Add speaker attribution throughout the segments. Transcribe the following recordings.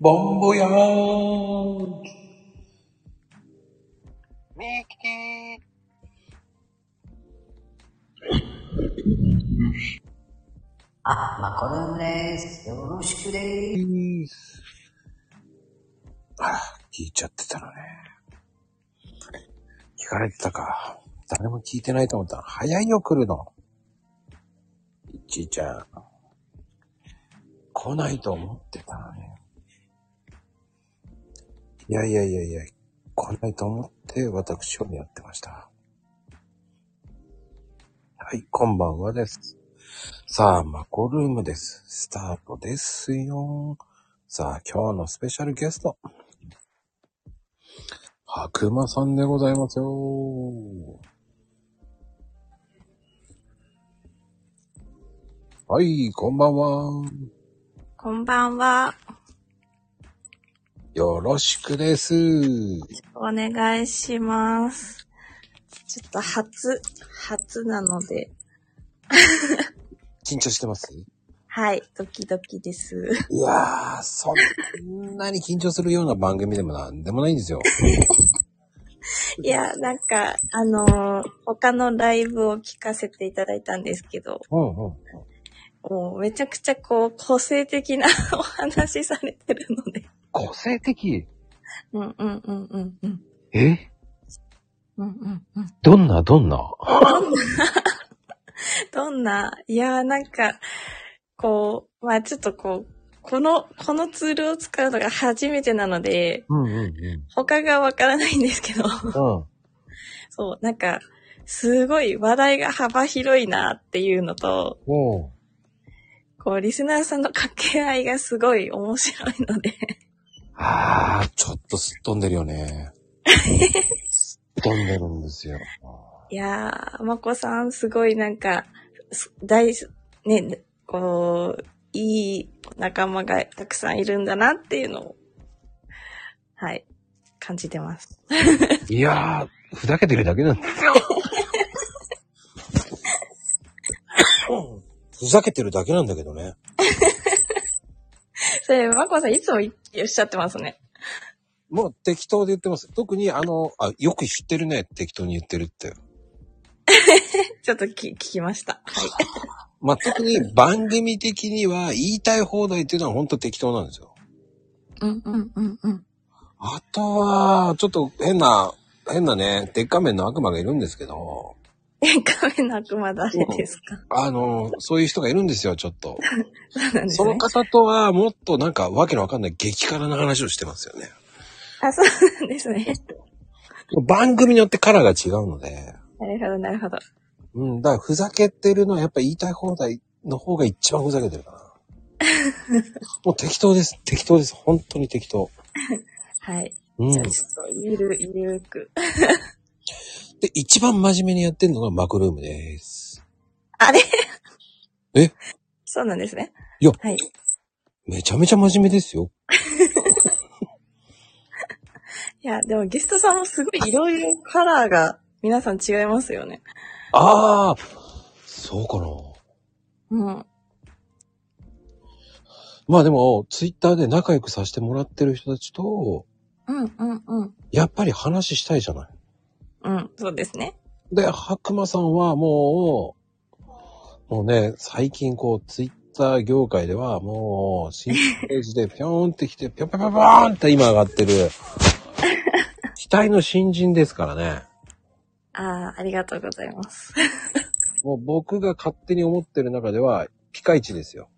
Speaker 1: ボンボヤーン
Speaker 2: ミキテ
Speaker 3: あ、マコルームです。よろしくでーす。
Speaker 1: あら、聞いちゃってたのね。聞かれてたか。誰も聞いてないと思った。早いよ、来るの。いっちーちゃん。来ないと思ってたのね。いやいやいやいや、来ないと思って私をやってました。はい、こんばんはです。さあ、マコルームです。スタートですよ。さあ、今日のスペシャルゲスト。白馬さんでございますよ。はい、こんばんは。
Speaker 4: こんばんは。
Speaker 1: よろしくです。
Speaker 4: お願いします。ちょっと初、初なので、
Speaker 1: 緊張してます
Speaker 4: はい、ドキドキです。
Speaker 1: いやー、そんなに緊張するような番組でもなんでもないんですよ。
Speaker 4: いや、なんか、あのー他のライブを聞かせていただいたんですけど、
Speaker 1: うんうん。
Speaker 4: もうめちゃくちゃこう、個性的な お話されてるので。
Speaker 1: 個性的。
Speaker 4: うんうんうんうんうん。
Speaker 1: え
Speaker 4: うんうんうん。
Speaker 1: どんなどんな
Speaker 4: どんな、いやーなんか、こう、まあちょっとこう、この、このツールを使うのが初めてなので、
Speaker 1: うんうんうん。
Speaker 4: 他がわからないんですけど、
Speaker 1: うん。
Speaker 4: そう、なんか、すごい話題が幅広いなっていうのと、
Speaker 1: おう
Speaker 4: こう、リスナーさんの掛け合いがすごい面白いので、
Speaker 1: あー、ちょっとすっ飛んでるよね。すっ飛んでるんですよ。
Speaker 4: いやー、まこさんすごいなんか、す大事、ね、こう、いい仲間がたくさんいるんだなっていうのを、はい、感じてます。
Speaker 1: いやー、ふざけてるだけなんですよ。ふざけてるだけなんだけどね。
Speaker 4: それ、まこさんいつもいおっしゃってますね。
Speaker 1: もう適当で言ってます。特にあの、あ、よく知ってるね。適当に言ってるって。
Speaker 4: ちょっとき聞きました。はい。
Speaker 1: まあ、特に番組的には言いたい放題っていうのは本当適当なんですよ。
Speaker 4: うんうんうんうん。
Speaker 1: あとは、ちょっと変な、変なね、鉄仮面の悪魔がいるんですけど、
Speaker 4: え、仮面の悪魔誰ですか、
Speaker 1: あの、そういう人がいるんですよ、ちょっと。
Speaker 4: そうなんです
Speaker 1: そ
Speaker 4: ね
Speaker 1: の。方とはもっとなんかわけのわかんない激辛な話をしてますよね。
Speaker 4: あ、そうなんですね。
Speaker 1: 番組によってカラーが違うので、
Speaker 4: なるほど、なるほど。
Speaker 1: うん、だからふざけてるのはやっぱ言いたい放題の方が一番ふざけてるか な。もう適当です、適当です、本当に適当。
Speaker 4: はい。
Speaker 1: うん
Speaker 4: じゃあ、。ちょっと、ゆる、ゆるく。
Speaker 1: で、一番真面目にやってるのがマクルームです。
Speaker 4: あ れ
Speaker 1: え
Speaker 4: そうなんですね。
Speaker 1: いや
Speaker 4: はい。い
Speaker 1: めちゃめちゃ真面目ですよ。
Speaker 4: や、でもゲストさんもすごいいろいろカラーが皆さん違いますよね。
Speaker 1: ああそうかな。
Speaker 4: うん。
Speaker 1: まあでも、ツイッターで仲良くさせてもらってる人たちと、
Speaker 4: うん、うん、うん。
Speaker 1: やっぱり話したいじゃない。
Speaker 4: うん、そうですね。
Speaker 1: で、白馬さんはもう、もうね、最近こう、ツイッター業界では、もう、新ページでぴょーんってきて、ぴょんぴょんぴょんぴょーんって今上がってる、期待の新人ですからね。
Speaker 4: ああ、ありがとうございます。
Speaker 1: もう僕が勝手に思ってる中では、ピカイチですよ。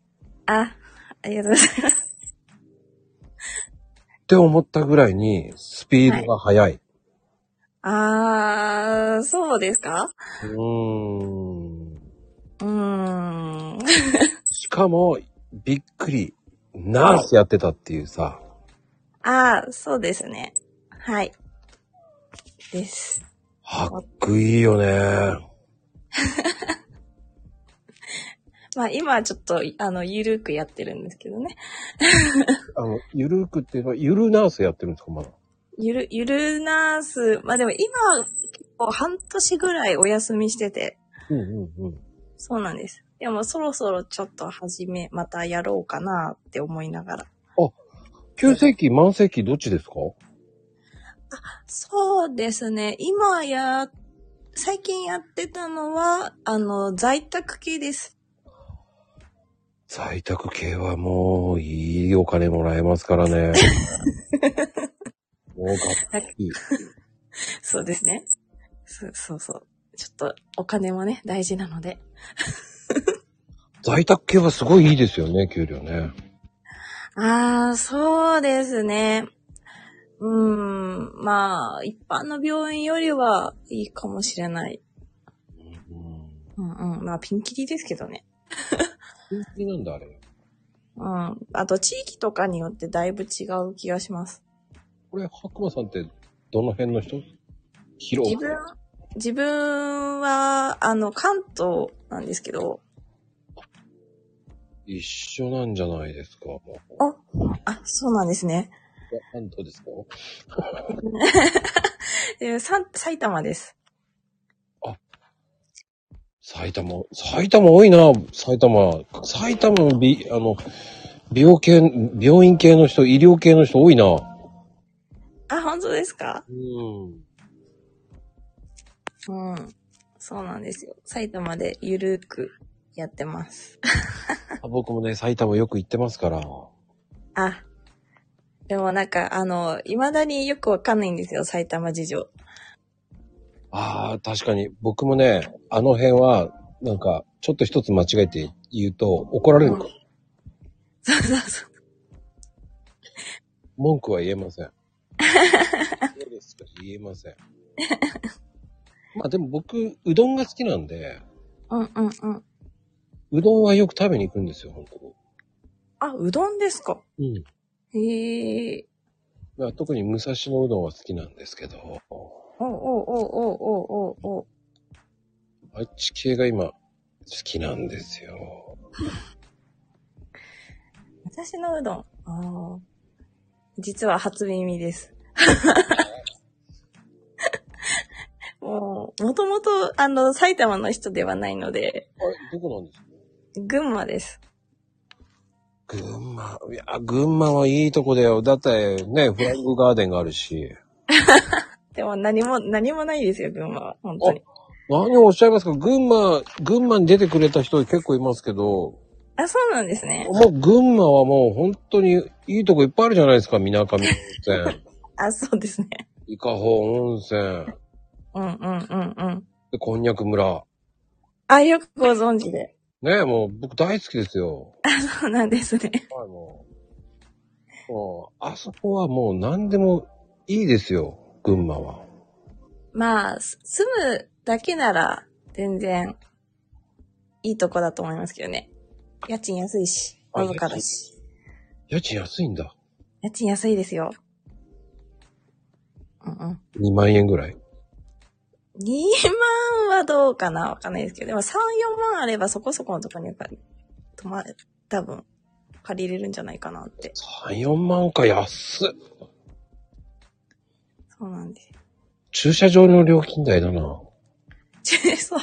Speaker 4: あ、ありがとうございます。
Speaker 1: って思ったぐらいに、スピードが速い。
Speaker 4: あー、そうですか
Speaker 1: うーん。
Speaker 4: うーん。
Speaker 1: しかも、びっくり、ナースやってたっていうさ、
Speaker 4: あー、そうですね。はい。です。
Speaker 1: かっこいいよね。
Speaker 4: まあ今はちょっと、あの、ゆるくやってるんですけどね。
Speaker 1: あの、ゆるーくっていうのは、ゆるナースやってるんですか、まだ。
Speaker 4: ゆる、ゆるナース、まあでも今は結構半年ぐらいお休みしてて、
Speaker 1: うんうんうん。
Speaker 4: そうなんです。でもそろそろちょっと始め、またやろうかなって思いながら。
Speaker 1: 旧世紀、満世紀、どっちですか
Speaker 4: そうですね。今や、最近やってたのは、あの、在宅系です。
Speaker 1: 在宅系はもう、いいお金もらえますから ね。もうがっつり
Speaker 4: そうですね。そうそうそう。ちょっと、お金もね、大事なので。
Speaker 1: 在宅系はすごいいいですよね、給料ね。
Speaker 4: ああ、そうですね。うーん、まあ、一般の病院よりはいいかもしれない。
Speaker 1: うん。
Speaker 4: うんうん。まあ、ピンキリですけどね。
Speaker 1: 人気なんだ、あれ。
Speaker 4: うん。あと、地域とかによってだいぶ違う気がします。
Speaker 1: これ、白馬さんって、どの辺の人広
Speaker 4: 自分、自分は、あの、関東なんですけど、
Speaker 1: 一緒なんじゃないですか、もう。
Speaker 4: あ、そうなんですね。
Speaker 1: 関東ですか
Speaker 4: でさ埼玉です。
Speaker 1: 埼玉、埼玉多いな、埼玉。埼玉の美、あの、美容系、病院系の人、医療系の人多いな。
Speaker 4: あ、本当ですか
Speaker 1: うん。
Speaker 4: うん。そうなんですよ。埼玉でゆるくやってます。
Speaker 1: 僕もね、埼玉よく行ってますから。
Speaker 4: あ。でもなんか、あの、未だによくわかんないんですよ、埼玉事情。
Speaker 1: ああ、確かに。僕もね、あの辺は、なんか、ちょっと一つ間違えて言うと、怒られるか、
Speaker 4: うんそうそうそう。
Speaker 1: 文句は言えません。そうですか、言えま せん。まあでも僕、うどんが好きなんで、
Speaker 4: うんうんうん。
Speaker 1: うどんはよく食べに行くんですよ、本
Speaker 4: あ、うどんですか
Speaker 1: 当に。うん。
Speaker 4: へえ。
Speaker 1: まあ、特に武蔵野うどんは好きなんですけど、
Speaker 4: おうおうおうおうおうおう
Speaker 1: あっち系が今、好きなんですよ。
Speaker 4: 私のうどん。ああ。実は初耳です。 もう、もともと、あの、埼玉の人ではないので、
Speaker 1: あれ、どこなんですか
Speaker 4: 群馬です。
Speaker 1: 群馬、いや、群馬はいいとこだよ。だってね、フラングガーデンがあるし。
Speaker 4: でも何も、何もないですよ、群馬は。本当に。
Speaker 1: 何をおっしゃいますか群馬、群馬に出てくれた人結構いますけど、
Speaker 4: あ、そうなんですね。
Speaker 1: もう群馬はもう本当にいいとこいっぱいあるじゃないですか。水上温泉、
Speaker 4: あ、そうですね。
Speaker 1: 伊香保温泉、
Speaker 4: うんうんうんうん。
Speaker 1: でこんにゃく村。
Speaker 4: あ、よくご存知で。
Speaker 1: ねもう僕大好きですよ。
Speaker 4: そうなんですね。
Speaker 1: はい、もう。もう、あそこはもう何でもいいですよ。群馬は。
Speaker 4: まあ、す住むだけなら、全然、いいとこだと思いますけどね。家賃安いし、
Speaker 1: あ
Speaker 4: わずかだし。
Speaker 1: 家賃安いんだ。
Speaker 4: 家賃安いですよ。うんうん。
Speaker 1: 2万円ぐらい。
Speaker 4: 2万はどうかなわかんないですけど、でも3、4万あればそこそこのとこにやっぱり、泊ま、多分、借りれるんじゃないかなって。
Speaker 1: 3、4万か安っ。
Speaker 4: そうなんです。
Speaker 1: 駐車場の料金代だな。
Speaker 4: 駐 そう。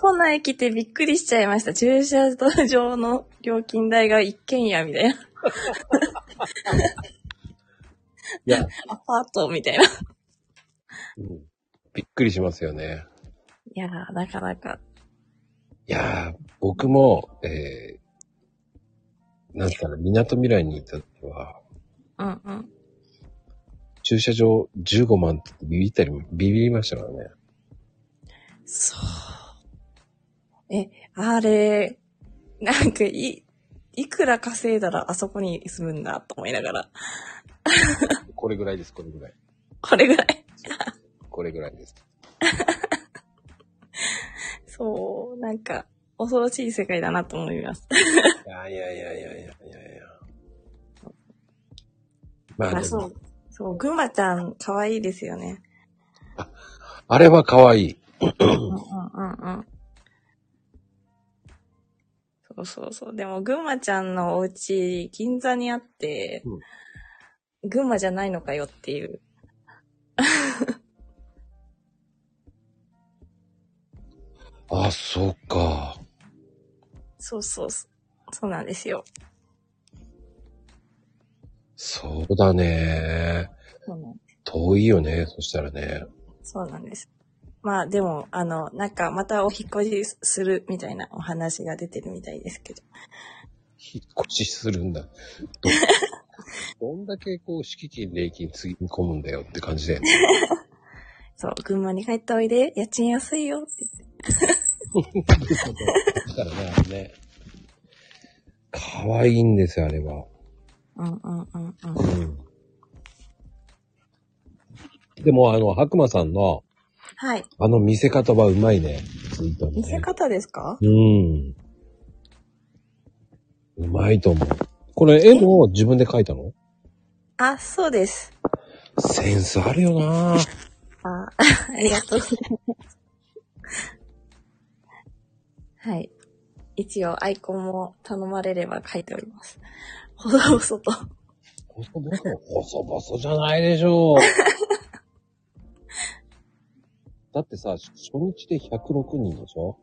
Speaker 4: 都内来てびっくりしちゃいました。駐車場の料金代が一軒家みたいな。
Speaker 1: いや、
Speaker 4: アパートみたいな。い
Speaker 1: うんびっくりしますよね。
Speaker 4: やー、なかなか。
Speaker 1: いやー、僕も、えー、なんすかね、港未来に行った時は、
Speaker 4: うんうん。
Speaker 1: 駐車場15万ってビビったり、ビビりましたからね。
Speaker 4: そう。え、あれ、なんかい、いくら稼いだらあそこに住むんだと思いながら。
Speaker 1: これぐらいです、これぐらい。
Speaker 4: これぐらい。
Speaker 1: これぐらいです。
Speaker 4: そう、なんか、恐ろしい世界だなと思います。
Speaker 1: いやいやいやいやいやいやいや。まあ
Speaker 4: あ、
Speaker 1: で
Speaker 4: そ
Speaker 1: も
Speaker 4: う。、そう、ぐまちゃん、可愛いですよね。
Speaker 1: あれは可愛い。
Speaker 4: うんうんうんうん。そうそうそう。でも、ぐんまちゃんのお家、銀座にあって、
Speaker 1: うん
Speaker 4: 群馬じゃないのかよっていう。
Speaker 1: あ、そうか。
Speaker 4: そうそうそう。そうなんですよ。
Speaker 1: そうだね。
Speaker 4: そうなんです。
Speaker 1: 遠いよね。そしたらね。
Speaker 4: そうなんです。まあでも、あの、なんかまたお引っ越しするみたいなお話が出てるみたいですけど。
Speaker 1: 引っ越しするんだ。ど どんだけこう、敷金、礼金つぎ込むんだよって感じだよね。
Speaker 4: そう、群馬に帰っておいで、家賃安いよって言って。
Speaker 1: だからね、あれね。可愛いんですよ、あれは。
Speaker 4: うんうんうんうん。
Speaker 1: うん。でも、あの、白馬さんの、
Speaker 4: はい。
Speaker 1: あの見せ方はうまいね。ツイートのね
Speaker 4: 見せ方ですか
Speaker 1: うん。うまいと思う。これ、絵も自分で描いたの
Speaker 4: あ、そうです。
Speaker 1: センスあるよなぁ。
Speaker 4: あ ありがとうございます。はい。一応、アイコンも頼まれれば書いております。ほどほそと。
Speaker 1: 細々、細々じゃないでし ょう。だってさ、初日で106人でしょ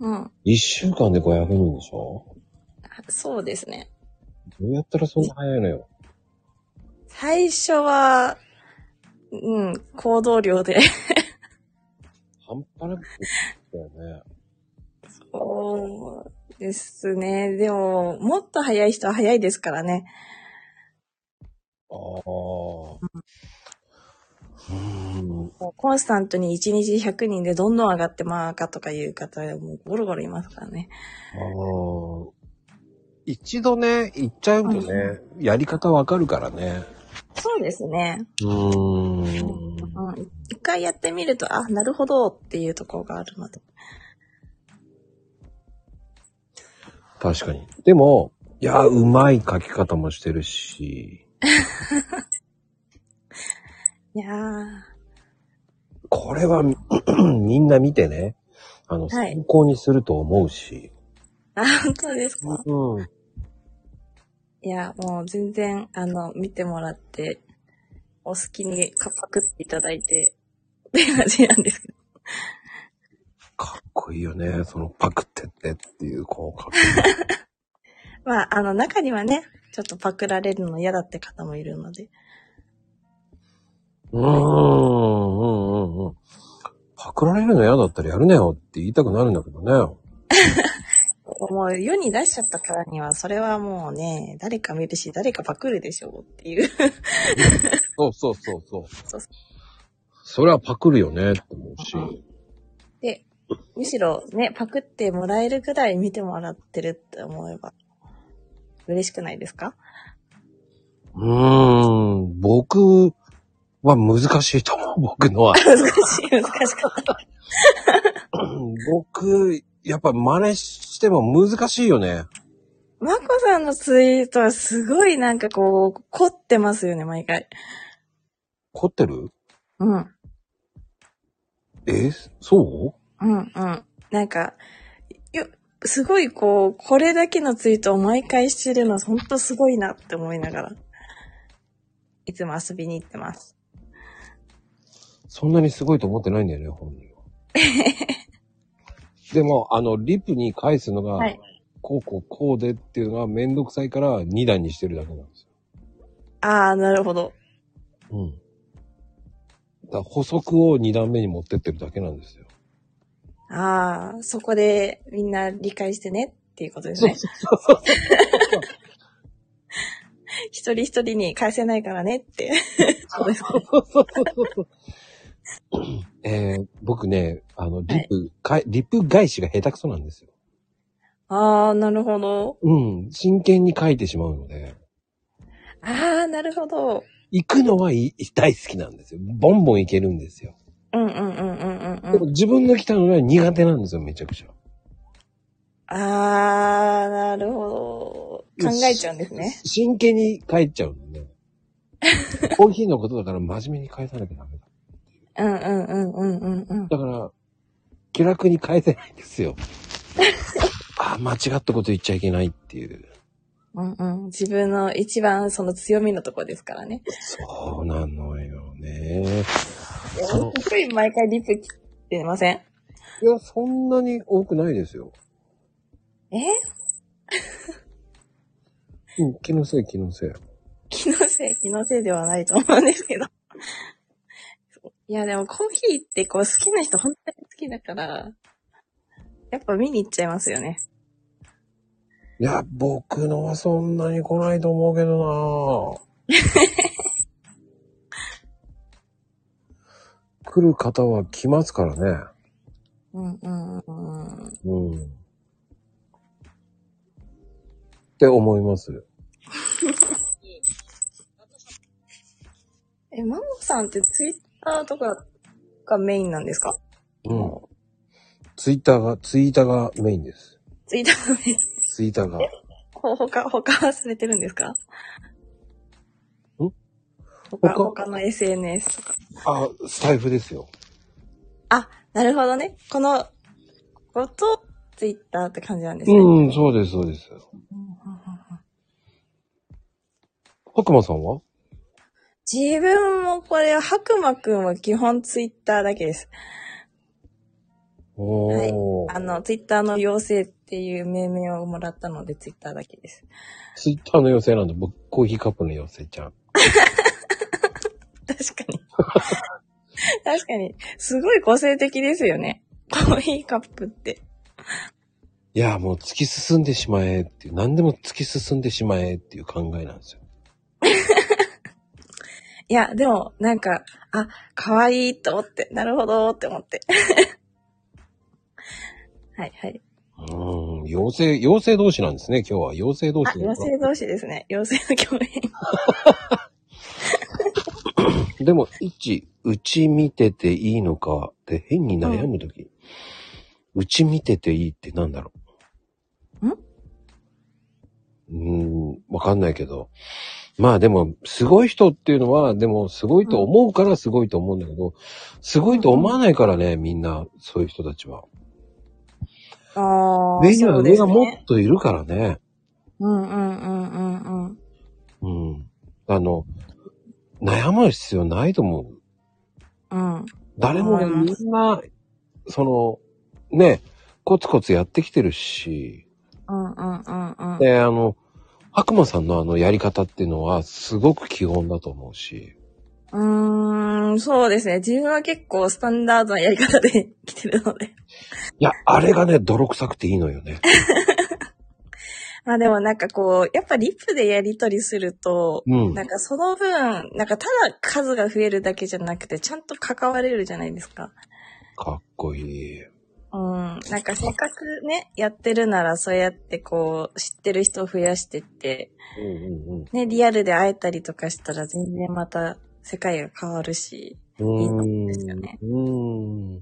Speaker 4: うん。あ
Speaker 1: ?1 週間で500人でしょ
Speaker 4: そうですね。
Speaker 1: どうやったらそんな早いのよ。
Speaker 4: 最初は、うん、行動量で。
Speaker 1: 半端なくだよね。
Speaker 4: そうですね。でも、もっと早い人は早いですからね。
Speaker 1: ああ。うーん。
Speaker 4: もうコンスタントに1日100人でどんどん上がってまあかとかいう方はもうゴロゴロいますからね。
Speaker 1: あの一度ね、行っちゃうとね、やり方わかるからね。
Speaker 4: そうですね。
Speaker 1: うーん。
Speaker 4: うん、一回やってみると、あ、なるほどっていうところがあるので。
Speaker 1: 確かに。でも、いや、うまい書き方もしてるし、
Speaker 4: いやー、
Speaker 1: これは みんな見てね、あの、
Speaker 4: はい
Speaker 1: 参考にすると思うし。
Speaker 4: あ、本当ですか
Speaker 1: うん。
Speaker 4: いや、もう全然、あの、見てもらって、お好きにかパクっていただいて、って感じなんですけど。
Speaker 1: かっこいいよね。そのパクってってっていう、こう、かっこいい。
Speaker 4: まあ、あの、中にはね、ちょっとパクられるの嫌だって方もいるので。
Speaker 1: うーん、うん、うん、うん。パクられるの嫌だったらやるなよって言いたくなるんだけどね。
Speaker 4: もう世に出しちゃったからには、それはもうね、誰か見るし、誰かパクるでしょうっていう。
Speaker 1: そうそうそうそう。
Speaker 4: そう
Speaker 1: それはパクるよねって思うし。
Speaker 4: で、むしろね、パクってもらえるぐらい見てもらってるって思えば、嬉しくないですか
Speaker 1: うーん、僕は難しいと思う、僕 のは。
Speaker 4: 難しい、難しかった。
Speaker 1: 僕、やっぱ真似しても難しいよね。
Speaker 4: まこさんのツイートはすごいなんかこう、凝ってますよね、毎回。
Speaker 1: 凝ってる
Speaker 4: うん。うん、
Speaker 1: えそ
Speaker 4: うん。なんか、よ、すごいこう、これだけのツイートを毎回してるの、ほんとすごいなって思いながら、いつも遊びに行ってます。
Speaker 1: うそんなにすごいと思ってないんだよね、本人は。 でも、あの、リプに返すのが、
Speaker 4: はい
Speaker 1: こうこうこうでっていうのがめんどくさいから2段にしてるだけなんです
Speaker 4: あー、なるほど。
Speaker 1: よ。うん。だから補足を2段目に持ってってるだけなんですよ。
Speaker 4: ああ、そこでみんな理解してねっていうことですね。 一人一人に返せないからねって。そうですね
Speaker 1: えー僕ね、あの、リプ、かい、リプ返しが下手くそなんですよ。
Speaker 4: ああ、なるほど。
Speaker 1: うん。真剣に書いてしまうので、
Speaker 4: ああ、なるほど。
Speaker 1: 行くのはい大好きなんですよ。ボンボン行けるんですよ。
Speaker 4: うんうんうんうんうん
Speaker 1: で
Speaker 4: う
Speaker 1: も自分が来たのは苦手なんですよ、めちゃくちゃ。
Speaker 4: ん。ああ、なるほど。考えちゃうんですね。
Speaker 1: 真剣に書いちゃうん で。コーヒーのことだから真面目に返さなきゃダメだ。
Speaker 4: うんうんうんうんうんうん。
Speaker 1: だから、気楽に返せないんです よ。ああ、間違ったこと言っちゃいけないっていう。
Speaker 4: うんうん、自分の一番その強みのとこですからね。
Speaker 1: そうなのよね。そう
Speaker 4: すごい毎回リップ切ってません
Speaker 1: いや、そんなに多くないですよ。
Speaker 4: え
Speaker 1: うん、気のせい、気のせい。
Speaker 4: 気のせい、気のせいではないと思うんですけど。 いや、でもコーヒーってこう好きな人本当に好きだから、やっぱ見に行っちゃいますよね。
Speaker 1: いや、僕のはそんなに来ないと思うけどな 来る方は来ますからね。
Speaker 4: うんうんうんうん。
Speaker 1: うん。って思います。
Speaker 4: え、マモさんってツイッターとかがメインなんですか
Speaker 1: うん。ツイッターが、ツイーターがメインです。
Speaker 4: ツイッターのメイン。
Speaker 1: ツイーターが。
Speaker 4: ほ、他、他はされてるんですかん他、
Speaker 1: 他
Speaker 4: 他の SNS とか。
Speaker 1: あ、スタイフですよ。
Speaker 4: あ、なるほどね。この、ここと、ツイッターって感じなんですね。
Speaker 1: うん、そうです、そうです。白馬さんは
Speaker 4: 自分もこれ、白馬くんは基本ツイッターだけです。
Speaker 1: おー。
Speaker 4: あの、ツイッターの妖精っていう命名をもらったので、ツイッターだけです。
Speaker 1: ツイッターの妖精なんで、僕、コーヒーカップの妖精ちゃん。
Speaker 4: 確かに。確かに。すごい個性的ですよね。コーヒーカップって。
Speaker 1: いや、もう突き進んでしまえっていう、何でも突き進んでしまえっていう考えなんですよ。
Speaker 4: いや、でも、なんか、あ、可愛いと思って、なるほどって思って。はいはい。
Speaker 1: うーん、妖精、妖精同士なんですね、今日は。妖精同
Speaker 4: あ、
Speaker 1: 士の
Speaker 4: 妖精同士ですね。妖精の共演。
Speaker 1: でも、一、うち見てていいのかって変に悩むとき、うち見てていいってなんだろう。
Speaker 4: ん
Speaker 1: うーん、わかんないけど。まあでも、すごい人っていうのは、でも、すごいと思うからすごいと思うんだけど、すごいと思わないからね、みんな、そういう人たちは。
Speaker 4: ああ。
Speaker 1: 上には
Speaker 4: そうで
Speaker 1: 上
Speaker 4: す
Speaker 1: が
Speaker 4: ね
Speaker 1: もっといるからね。
Speaker 4: うんうんうんうんうん。
Speaker 1: うん。あの、悩む必要ないと思う。
Speaker 4: うん。
Speaker 1: 誰もが
Speaker 4: 思いま
Speaker 1: みんな、その、ね、コツコツやってきてるし、
Speaker 4: うんうんうんうん。
Speaker 1: で、あの、白馬さんのあのやり方っていうのはすごく基本だと思うし、
Speaker 4: うーん、そうですね。自分は結構スタンダードなやり方で来てるので。
Speaker 1: いや、あれがね、泥臭くていいのよね。
Speaker 4: まあでもなんかこう、やっぱリップでやり取りすると、
Speaker 1: うん
Speaker 4: な。んかその分、なんかただ数が増えるだけじゃなくて、ちゃんと関われるじゃないですか。
Speaker 1: かっこいい。
Speaker 4: うん。なんかせっかくね、やってるならそうやってこう、知ってる人を増やしてって、
Speaker 1: うんうん
Speaker 4: ね、リアルで会えたりとかしたら全然また世界が変わるし。
Speaker 1: うん。
Speaker 4: いいですよね
Speaker 1: うん。い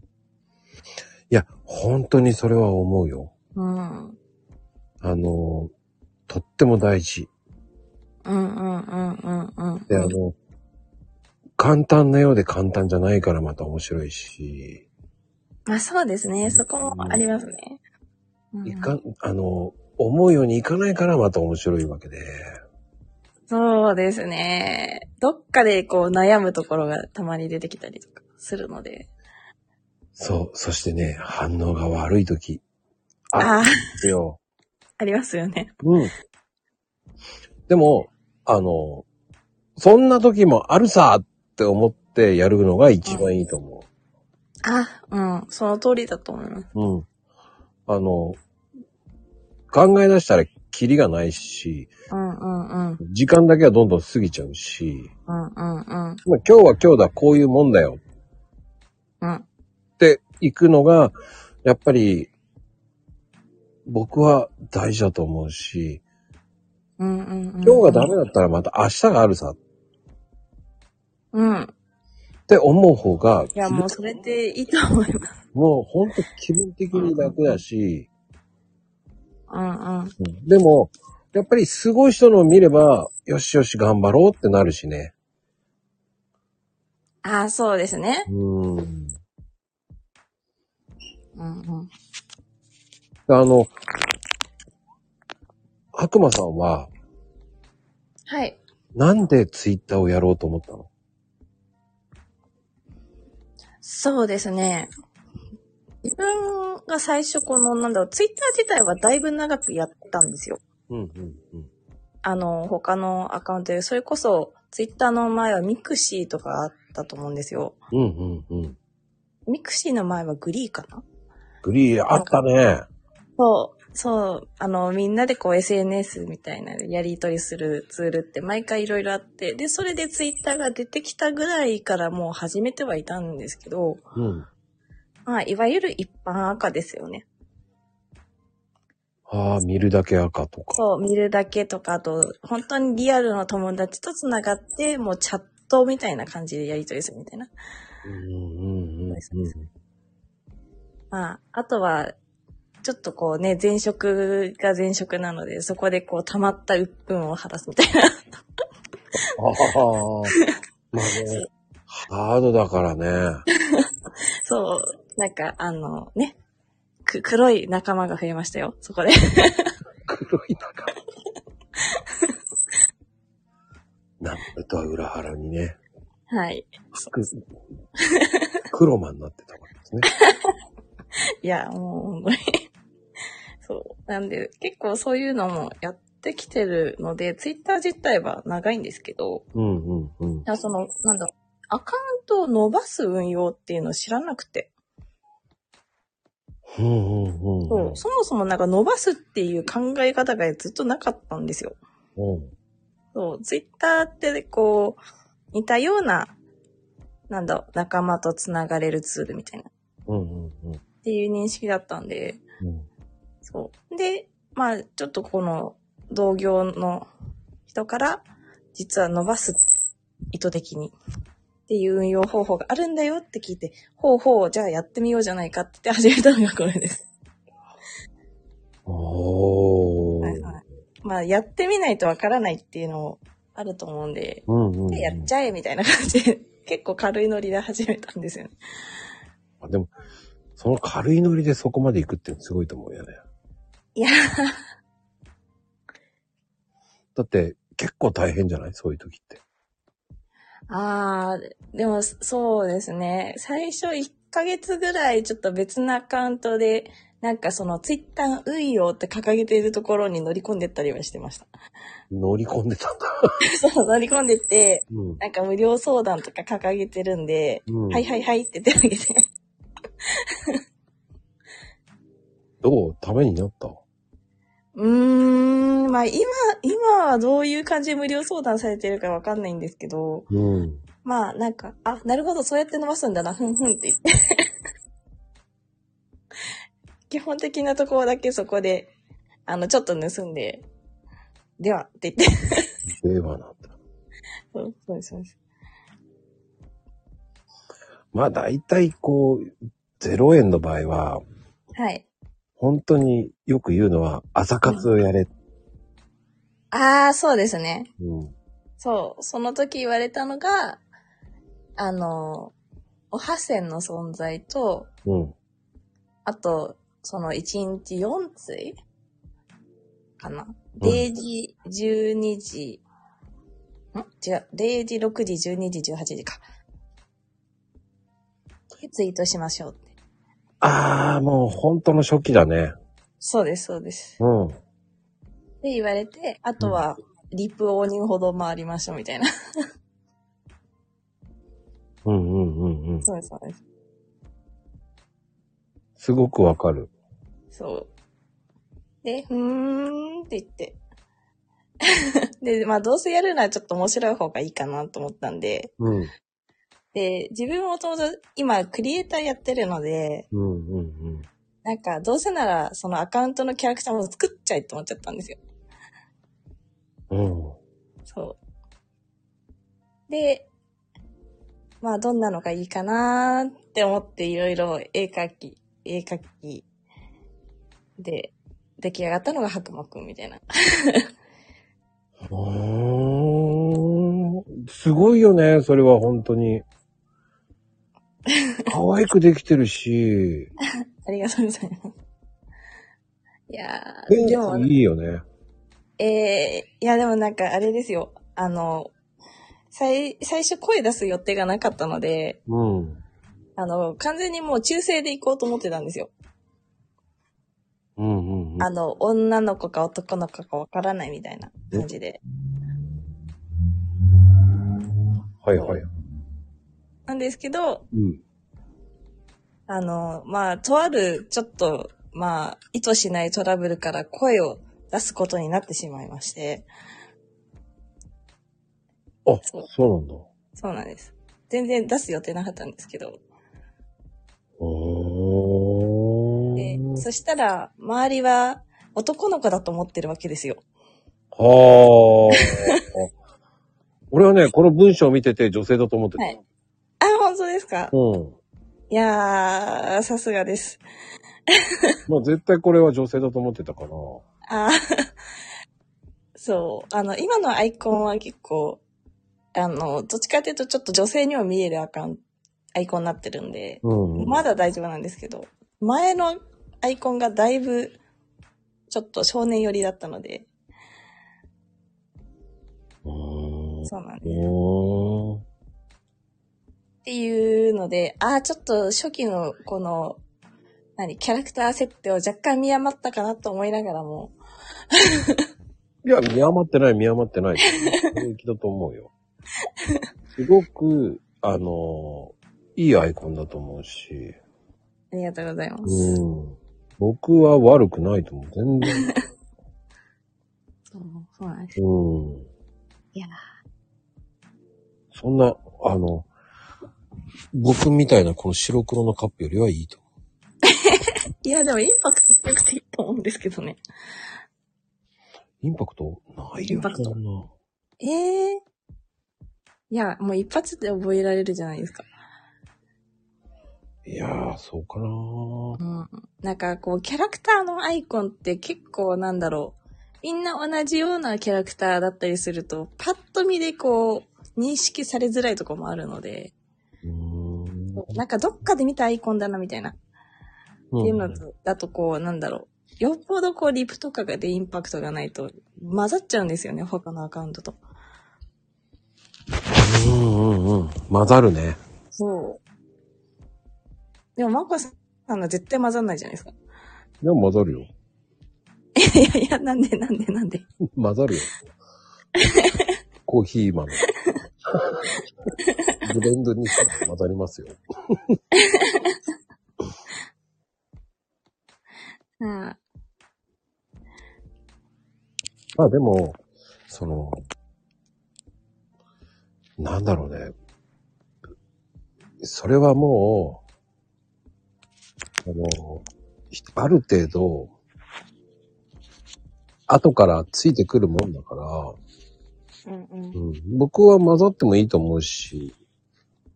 Speaker 1: や、本当にそれは思うよ。
Speaker 4: うん。うん
Speaker 1: あの、とっても大事。
Speaker 4: うんうんうんうん。
Speaker 1: で、あの、簡単なようで簡単じゃないからまた面白いし、
Speaker 4: まあそうですね。そこもありますね。うん
Speaker 1: いか、あの、思うようにいかないからまた面白いわけで。
Speaker 4: そうですね。どっかでこう悩むところがたまに出てきたりとかするので。
Speaker 1: そう。そしてね、反応が悪いとき。あ、
Speaker 4: ああー、
Speaker 1: ですよ。
Speaker 4: ありますよね。
Speaker 1: うん。でも、あの、そんな時もあるさって思ってやるのが一番いいと思
Speaker 4: あ、うん。その通りだと思います。
Speaker 1: う。うん。あの、考え出したらキリがないし、
Speaker 4: うんうんうん。
Speaker 1: 時間だけはどんどん過ぎちゃうし、
Speaker 4: うんうんうん。
Speaker 1: まあ今日は今日だ、こういうもんだよ
Speaker 4: うん。
Speaker 1: っていくのが、やっぱり、僕は大事だと思うし、
Speaker 4: うんうんう
Speaker 1: 今
Speaker 4: ん。
Speaker 1: 日がダメだったらまた明日があるさ
Speaker 4: うん。
Speaker 1: って思う方が、
Speaker 4: いや、もうそれでいいと思います。
Speaker 1: もうほんと気分的に楽だし、
Speaker 4: うんうん。
Speaker 1: でも、やっぱりすごい人のを見れば、よしよし頑張ろうってなるしね。
Speaker 4: ああ、そうですね。
Speaker 1: うん。
Speaker 4: うんうん。
Speaker 1: あの、白馬さんは、
Speaker 4: はい。
Speaker 1: なんでツイッターをやろうと思ったの
Speaker 4: そうですね。自分が最初この、なんだろう、ツイッター自体はだいぶ長くやったんですよ。
Speaker 1: うんうんうん。
Speaker 4: あの、他のアカウントで、それこそ、ツイッターの前はミクシーとかあったと思うんですよ。
Speaker 1: うんうんうん。
Speaker 4: ミクシーの前はグリーかな
Speaker 1: グリー、あったね。
Speaker 4: そう、そう、あの、みんなでこう SNS みたいなやりとりするツールって毎回いろいろあって、で、それでツイッターが出てきたぐらいからもう始めてはいたんですけど、
Speaker 1: うん。
Speaker 4: まあ、いわゆる一般赤ですよね。
Speaker 1: ああ、見るだけ赤とか。
Speaker 4: そう、見るだけとか、あと、本当にリアルの友達と繋がって、もうチャットみたいな感じでやりとりするみたいな。
Speaker 1: うんうんうんうん。
Speaker 4: まあ、あとは、ちょっとこうね、前職が前職なので、そこでこう溜まった鬱憤を晴らすみたいな。
Speaker 1: ああ。まあね、ハードだからね。
Speaker 4: そう、なんかあのね、く、黒い仲間が増えましたよ、そこで。
Speaker 1: 黒い中。南部とは裏腹にね、
Speaker 4: はい。
Speaker 1: 服、黒間になってたわけですね。
Speaker 4: いや、もう、本当に。 そう。なんで、結構そういうのもやってきてるので、ツイッター自体は長いんですけど、
Speaker 1: うんうんうん。
Speaker 4: いやその、なんだろう、アカウントを伸ばす運用っていうのを知らなくて。
Speaker 1: うんうんうん。
Speaker 4: そう。そもそもなんか伸ばすっていう考え方がずっとなかったんですよ。
Speaker 1: うん。
Speaker 4: そう、ツイッターってこう、似たような、なんだろう、仲間とつながれるツールみたいな、っ
Speaker 1: うんうんうん
Speaker 4: ていう認識だったんで、
Speaker 1: うん。
Speaker 4: そう。で、まあ、ちょっとこの、同業の人から、実は伸ばす、意図的に、っていう運用方法があるんだよって聞いて、ほうほう、じゃあやってみようじゃないかって言って始めたのがこれです。
Speaker 1: おー。
Speaker 4: はいはいまあ、やってみないとわからないっていうのもあると思うんで、
Speaker 1: うんうんうん、
Speaker 4: でやっちゃえみたいな感じで、結構軽いノリで始めたんですよね。
Speaker 1: でも、その軽いノリでそこまで行くってすごいと思うよね。
Speaker 4: いや
Speaker 1: だって、結構大変じゃないそういう時って。
Speaker 4: ああ、でもそうですね。最初1ヶ月ぐらいちょっと別のアカウントで、なんかそのツイッター運用って掲げているところに乗り込んでったりはしてました。
Speaker 1: 乗り込んでたんだ。
Speaker 4: そう、乗り込んでって、
Speaker 1: うん。
Speaker 4: なんか無料相談とか掲げてるんで、
Speaker 1: うん、
Speaker 4: はいはいはいって手を挙げて。
Speaker 1: どうためになった
Speaker 4: うーん、まあ今、今はどういう感じで無料相談されてるかわかんないんですけど、
Speaker 1: うん。
Speaker 4: まあなんか、あ、なるほど、そうやって伸ばすんだな、ふんふんって言 って。基本的なところだけそこで、あの、ちょっと盗んで、では、って言って。
Speaker 1: 令和なんだ。
Speaker 4: そうそうです、そうです。
Speaker 1: まあ大体こう、0円の場合は、
Speaker 4: はい。
Speaker 1: 本当によく言うのは、朝活をやれ。
Speaker 4: ああ、そうですね。
Speaker 1: うん。
Speaker 4: そう。その時言われたのが、あの、おはせんの存在と、
Speaker 1: うん。
Speaker 4: あと、その1日4対かな。0時12時、ん違う。0時6時、12時、18時か。でツイートしましょうって。
Speaker 1: ああ、もう本当の初期だね。
Speaker 4: そうです、そうです。
Speaker 1: うん。
Speaker 4: で、言われて、あとは、リプを5人ほど回りましょうみたいな。
Speaker 1: うんうんうんうん。
Speaker 4: そうです、そうです。
Speaker 1: すごくわかる。
Speaker 4: そう。で、うーんって言って。 で、まあ、どうせやるならちょっと面白い方がいいかなと思ったんで、
Speaker 1: うん。
Speaker 4: で、自分もともと今クリエイターやってるので、
Speaker 1: うんうんうん。
Speaker 4: なんかどうせならそのアカウントのキャラクターも作っちゃえって思っちゃったんですよ。
Speaker 1: うん。
Speaker 4: そう。で、まあどんなのがいいかなーって思っていろいろ絵描き、絵描きで出来上がったのが白馬くんみたいな。
Speaker 1: おーすごいよね、それは本当に。可愛くできてるし、
Speaker 4: ありがとうございます。いや
Speaker 1: 雰
Speaker 4: ー、 でも
Speaker 1: 囲、気いいよね。
Speaker 4: えー、いやでもなんかあれですよ。あの、最、最初声出す予定がなかったので、
Speaker 1: うん。
Speaker 4: あの、完全にもう中性で行こうと思ってたんですよ。
Speaker 1: うんうんうん。
Speaker 4: あの、女の子か男の子かわからないみたいな感じで。
Speaker 1: はいはい。
Speaker 4: なんですけど、
Speaker 1: うん。
Speaker 4: あの、まあ、とある、ちょっと、まあ、意図しないトラブルから声を出すことになってしまいまして、
Speaker 1: あ、
Speaker 4: そう
Speaker 1: そうなんだ。
Speaker 4: そうなんです。全然出す予定なかったんですけど。
Speaker 1: お
Speaker 4: で
Speaker 1: ー。
Speaker 4: そしたら、周りは男の子だと思ってるわけですよ。
Speaker 1: はあ。俺はね、この文章を見てて女性だと思ってた。
Speaker 4: はいあ、本当ですか
Speaker 1: うん。
Speaker 4: いやー、さすがです。
Speaker 1: まあ絶対これは女性だと思ってたから。
Speaker 4: あー そう。あの、今のアイコンは結構、あの、どっちかというとちょっと女性には見えるアカウンアイコンになってるんで、
Speaker 1: うん。
Speaker 4: まだ大丈夫なんですけど、前のアイコンがだいぶ、ちょっと少年寄りだったので、
Speaker 1: うーん。
Speaker 4: そうなんです。
Speaker 1: おー
Speaker 4: っていうので、ああ、ちょっと初期のこの、何、キャラクター設定を若干見余ったかなと思いながらも、
Speaker 1: いや、見余ってない、見余ってない。平気だと思う よ。すごく、あの、いいアイコンだと思うし。
Speaker 4: ありがとうございます。
Speaker 1: うん。僕は悪くないと思う。全 然。
Speaker 4: そうそうなんです。
Speaker 1: うん。
Speaker 4: いやー
Speaker 1: そんな、あの、僕みたいなこの白黒のカップよりはいいと思う。
Speaker 4: いや、でもインパクト強くていいと思うんですけどね。
Speaker 1: インパクトないよ、
Speaker 4: インパクト
Speaker 1: そんな。
Speaker 4: ええいや、もう一発で覚えられるじゃないですか。
Speaker 1: いやー、そうかな
Speaker 4: うん。なんかこう、キャラクターのアイコンって結構なんだろう。みんな同じようなキャラクターだったりすると、パッと見でこう、認識されづらいとこもあるので、
Speaker 1: うーん。
Speaker 4: なんかどっかで見たアイコンだなみたいな。
Speaker 1: うん
Speaker 4: っていうのとだとこう、なんだろう。よっぽどこう、リプとかがでインパクトがないと混ざっちゃうんですよね、他のアカウントと。
Speaker 1: うんうんうん。混ざるね。
Speaker 4: そう。でも、マコさんは絶対混ざんないじゃないですか。
Speaker 1: いや、混ざるよ。
Speaker 4: いやいや、なんでなんでなんで。
Speaker 1: 混ざるよ。コーヒー豆。ブレンドにしたら混ざりますよ。
Speaker 4: うん。
Speaker 1: まあでも、その、なんだろうね。それはもう、あの、ひある程度、後からついてくるもんだから、
Speaker 4: うんうん
Speaker 1: うん、僕は混ざってもいいと思うし、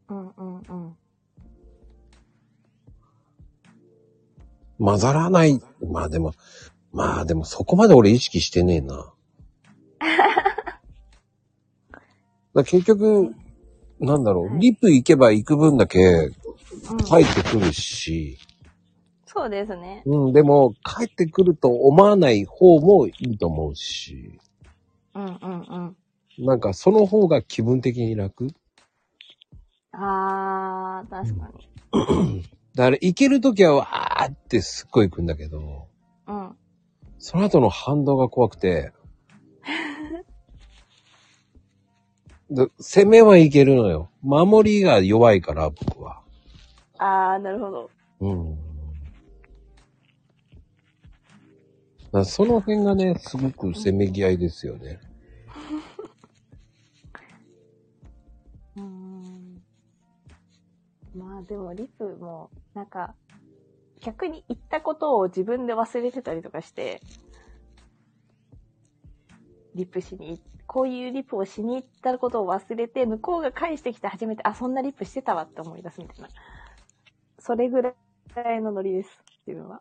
Speaker 4: うんうんうん。
Speaker 1: 混ざらない。まあでも、まあでもそこまで俺意識してねえな。だから結局、なんだろう、リプ行けば行く分だけ入ってくるし、
Speaker 4: そうですね。
Speaker 1: うん、でも帰ってくると思わない方もいいと思うし、
Speaker 4: うんうん
Speaker 1: なんかその方が気分的に楽。
Speaker 4: うん。あー、確かに。
Speaker 1: だから行けるときはわーってすっごい行くんだけど、
Speaker 4: うん。
Speaker 1: その後の反動が怖くて、で攻めはいけるのよ。守りが弱いから、僕は。
Speaker 4: あー、なるほど。
Speaker 1: うん。だからその辺がね、すごくせめぎ合いですよね。
Speaker 4: うーん。まあでも、リプも、なんか、逆に言ったことを自分で忘れてたりとかして、リプしに、こういうリプをしに行ったことを忘れて、向こうが返してきて初めて、あ、そんなリプしてたわって思い出すみたいな。それぐらいのノリです、自分は。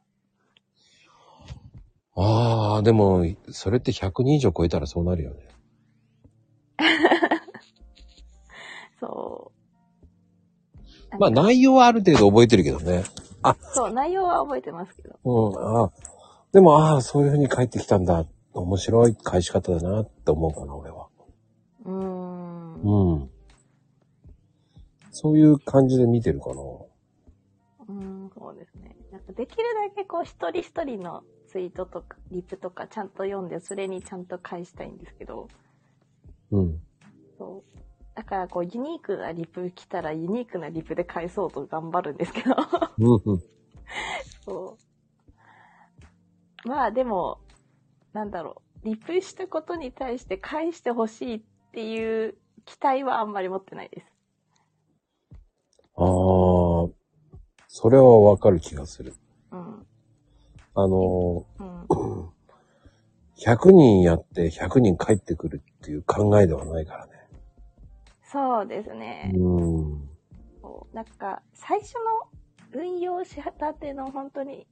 Speaker 1: ああ、でも、それって100人以上超えたらそうなるよね。
Speaker 4: そう。
Speaker 1: まあ、内容はある程度覚えてるけどね。
Speaker 4: そう、内容は覚えてますけど。
Speaker 1: うん、ああ。でも、ああ、そういう風に帰ってきたんだ。面白い返し方だなって思うかな、俺は。
Speaker 4: うーん。う
Speaker 1: うん。そういう感じで見てるかな。
Speaker 4: ーん、そうですね。なんかできるだけこう、一人一人のツイートとか、リプとかちゃんと読んで、それにちゃんと返したいんですけど、
Speaker 1: うん。
Speaker 4: そう。だからこう、ユニークなリプ来たら、ユニークなリプで返そうと頑張るんですけど、
Speaker 1: うんうん。
Speaker 4: そう。まあでも、なんだろう、リプしたことに対して返してほしいっていう期待はあんまり持ってないです。
Speaker 1: ああ、それはわかる気がする。
Speaker 4: うん。
Speaker 1: あの
Speaker 4: うん。
Speaker 1: ー、100人やって100人帰ってくるっていう考えではないからね。
Speaker 4: そうですね。
Speaker 1: うん。
Speaker 4: こうなんか、最初の運用したての本当に、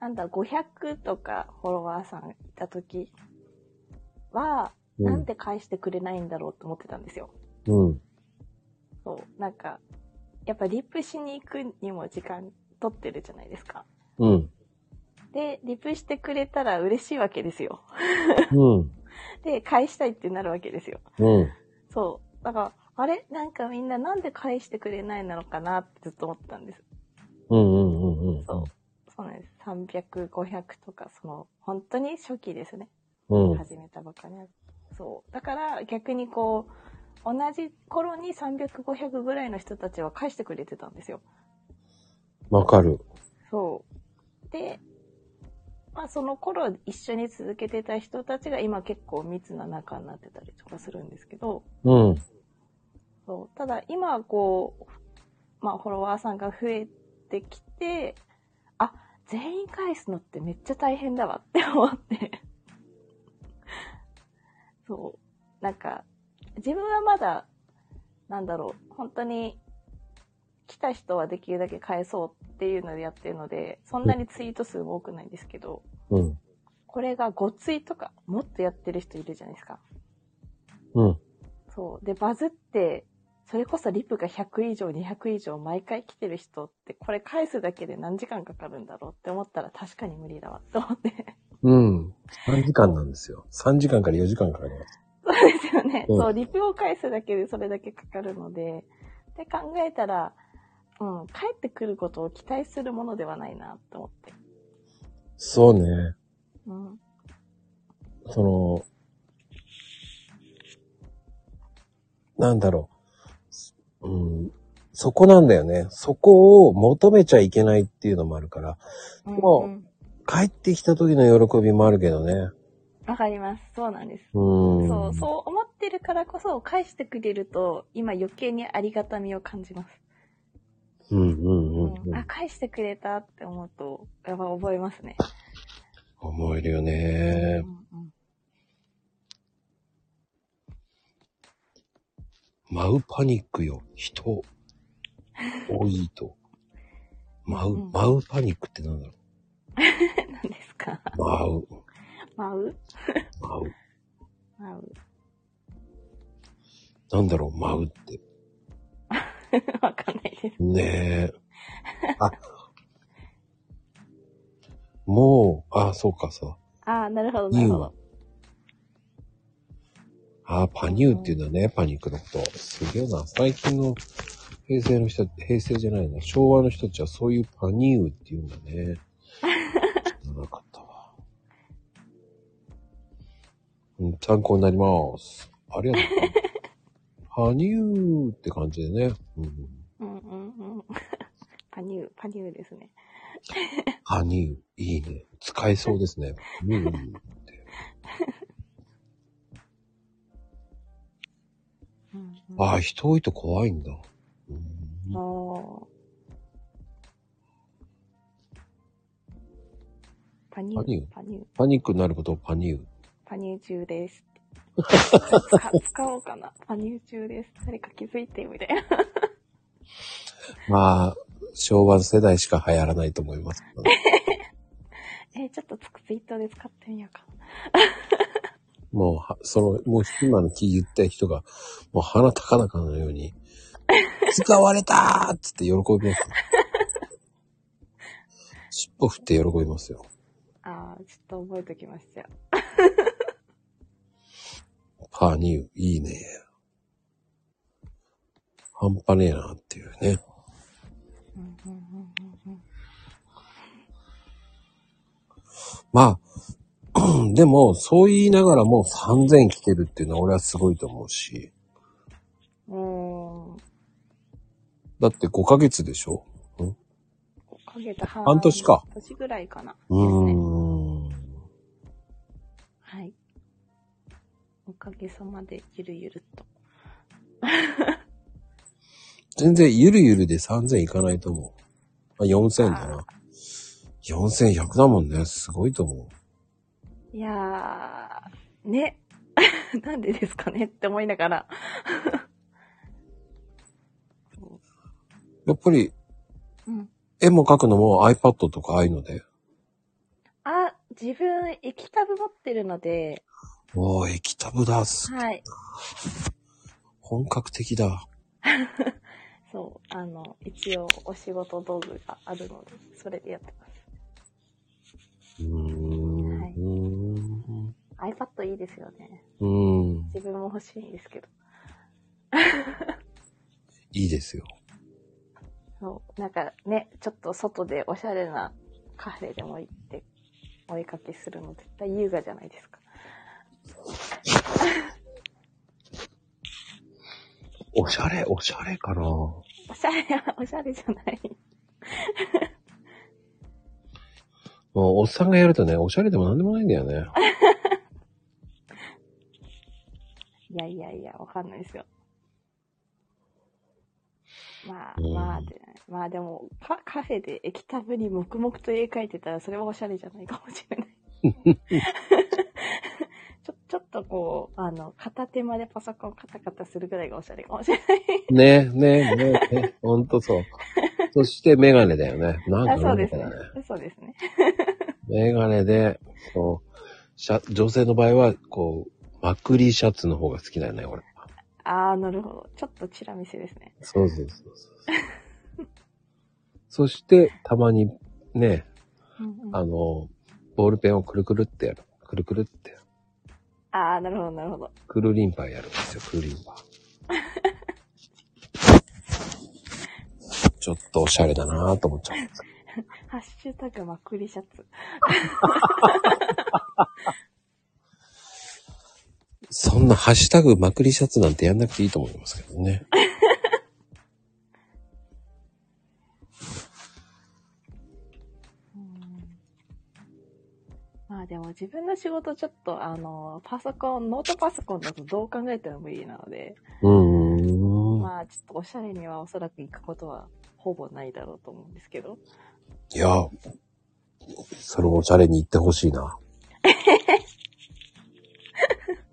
Speaker 4: なんだ、500とかフォロワーさんいた時は、
Speaker 1: う
Speaker 4: なん
Speaker 1: ん。
Speaker 4: で返してくれないんだろうと思ってたんですよ。
Speaker 1: うん。
Speaker 4: そう。なんか、やっぱリップしに行くにも時間取ってるじゃないですか。
Speaker 1: うん。
Speaker 4: で、リプしてくれたら嬉しいわけですよ。
Speaker 1: うん。
Speaker 4: で、返したいってなるわけですよ。
Speaker 1: うん。
Speaker 4: そう。だから、あれなんかみんななんで返してくれないのかなってずっと思ってたんです。
Speaker 1: うんうんうんうん。
Speaker 4: そう。そうなんです。300、500とか、その、本当に初期ですね。
Speaker 1: うん。
Speaker 4: 始めたばかりの。そう。だから逆にこう、同じ頃に300、500ぐらいの人たちは返してくれてたんですよ。
Speaker 1: わかる。
Speaker 4: そう。で、まあその頃一緒に続けてた人たちが今結構密な仲になってたりとかするんですけど、
Speaker 1: うん。
Speaker 4: そうただ今はこう、まあフォロワーさんが増えてきて、あ、全員返すのってめっちゃ大変だわって思って。 そう。なんか、自分はまだ、なんだろう、本当に来た人はできるだけ返そうっていうのでやってるので、そんなにツイート数も多くないんですけど、
Speaker 1: うん。
Speaker 4: これが5ツイとかもっとやってる人いるじゃないですか。
Speaker 1: うん。
Speaker 4: そう。で、バズって、それこそリプが100以上、200以上毎回来てる人って、これ返すだけで何時間かかるんだろうって思ったら確かに無理だわって思って。
Speaker 1: うん。3時間なんですよ。3時間から4時間かかります。
Speaker 4: そうですよね。
Speaker 1: うん
Speaker 4: そう、リプを返すだけでそれだけかかるので、で考えたら、うん、帰ってくることを期待するものではないなって思って。
Speaker 1: そうね。
Speaker 4: うん。
Speaker 1: その、なんだろう。うん。そこなんだよね。そこを求めちゃいけないっていうのもあるから、もうん
Speaker 4: ん
Speaker 1: 帰ってきた時の喜びもあるけどね。
Speaker 4: わかります。そうなんです。
Speaker 1: うん。
Speaker 4: そう、そう思ってるからこそ返してくれると、今余計にありがたみを感じます。
Speaker 1: う。うんうんうん
Speaker 4: う、
Speaker 1: うん
Speaker 4: あ
Speaker 1: ん。
Speaker 4: 返してくれたって思うとやっぱ覚えますね、
Speaker 1: 思えるよ
Speaker 4: う
Speaker 1: ね。
Speaker 4: んうん
Speaker 1: 舞うパニックよ。人。多いと。舞
Speaker 4: う
Speaker 1: う、
Speaker 4: ん
Speaker 1: 舞うパニックってなんだろ
Speaker 4: 何ですか
Speaker 1: う。舞う。
Speaker 4: 舞う
Speaker 1: 舞う。
Speaker 4: 舞う
Speaker 1: なんだろう、舞うって。
Speaker 4: わかんないです
Speaker 1: ねえ。あ、もう、あ、そうか、そう。
Speaker 4: ああなるほどな
Speaker 1: ニュ
Speaker 4: る
Speaker 1: ー
Speaker 4: ほ
Speaker 1: は
Speaker 4: ど、。
Speaker 1: あ、パニューっていうんだね、パニックのこと。すげえな。最近の平成の人、平成じゃないな、昭和の人たちはそういうパニューっていうんだ ね。知らなかったわ。うん、参考になります。ありがとうございます。 パニューって感じでね。うん、
Speaker 4: うんうんうんパニューパニューですね
Speaker 1: ハニー、いいね。使えそうですね。うんうんうん。
Speaker 4: うんうん
Speaker 1: ああ、人多いと怖いんだ。う
Speaker 4: あ
Speaker 1: ん
Speaker 4: ーパニ
Speaker 1: パニ
Speaker 4: ュ
Speaker 1: ュ
Speaker 4: ー
Speaker 1: ー
Speaker 4: パニュー
Speaker 1: パニックになることをパニュー。
Speaker 4: パニュー中です 使使おうかなパニュー中です誰か気づいてみたいな
Speaker 1: まあ、昭和世代しか流行らないと思いますけどね、
Speaker 4: えーちょっとツツイートで使ってみようかな
Speaker 1: もうは、その、もう今の木言った人が、もう鼻高々のように、使われたーっつって喜びます。尻尾振って喜びますよ。
Speaker 4: ああ、ちょっと覚えときました。
Speaker 1: パニュー、いいね。半端ねえなっていうね。
Speaker 4: うんうんうんうんうん
Speaker 1: まあ、でも、そう言いながらも3000来てるっていうのは俺はすごいと思うし。
Speaker 4: うーん。
Speaker 1: だって5ヶ月でしょ
Speaker 4: かけた半
Speaker 1: 半年か。
Speaker 4: 年ぐらいかな。
Speaker 1: うーん。
Speaker 4: はい。おかげさまで、ゆるゆるっと。
Speaker 1: 全然ゆるゆるで3000いかないと思う。あ、4000だな。4100だもんね。すごいと思
Speaker 4: いやー、ね。 なんでですかねって思いながら。
Speaker 1: う。やっぱり、
Speaker 4: うん。
Speaker 1: 絵も描くのも iPad とかああいうので。
Speaker 4: あ、自分、液タブ持ってるので、
Speaker 1: おー、液タブだ。す
Speaker 4: はい。
Speaker 1: 本格的だ。
Speaker 4: そう、あの、一応、お仕事道具があるので、それでやってます。
Speaker 1: うーん。
Speaker 4: はいう
Speaker 1: ーん
Speaker 4: iPad いいですよね。
Speaker 1: うーん。
Speaker 4: 自分も欲しいんですけど。
Speaker 1: いいですよ。
Speaker 4: そう、なんかね、ちょっと外でおしゃれなカフェでも行って、お絵かきするの絶対優雅じゃないですか。
Speaker 1: おしゃれ、おしゃれかな。
Speaker 4: おしゃれ、おしゃれじゃない。
Speaker 1: もうおっさんがやるとね、おしゃれでもなんでもないんだよね。
Speaker 4: いやいやいや、わかんないですよ。まあ、
Speaker 1: うん
Speaker 4: まあで、まあでも、カカフェで液タブに黙々と絵描いてたら、それはおしゃれじゃないかもしれない。 ちょ、ちょっとこう、あの、片手間でパソコンカタカタするぐらいがおしゃれかもしれない。
Speaker 1: ね、ね、ね、 ね、ほんとそう。そしてメガネだよね。なんか
Speaker 4: あ、そう
Speaker 1: なんだ
Speaker 4: で
Speaker 1: か
Speaker 4: すね
Speaker 1: ね。。
Speaker 4: そうですね。
Speaker 1: メガネで、そう、シャ女性の場合は、こう、まくりシャツの方が好きだよね、俺。
Speaker 4: ああ、なるほど。ちょっとチラ見せですね。
Speaker 1: そうそうそうそう。そして、たまに、ね、
Speaker 4: うんうん、
Speaker 1: あ
Speaker 4: あ
Speaker 1: の、ボールペンをくるくるってやる。くるくるって。
Speaker 4: あー、なるほど、なるほど。
Speaker 1: くるりんぱやるんですよ、くるりんぱ。ちょっとおしゃれだなぁと思っちゃうんです
Speaker 4: ハッシュタグまくりシャツ。
Speaker 1: そんなハッシュタグまくりシャツなんてやんなくていいと思いますけどね。
Speaker 4: うんまあでも自分の仕事ちょっとあの、パソコン、ノートパソコンだとどう考えても無理なので、
Speaker 1: うーん。
Speaker 4: まあちょっとおしゃれにはおそらく行くことはほぼないだろうと思うんですけど。
Speaker 1: いや、それおしゃれに行ってほしいな。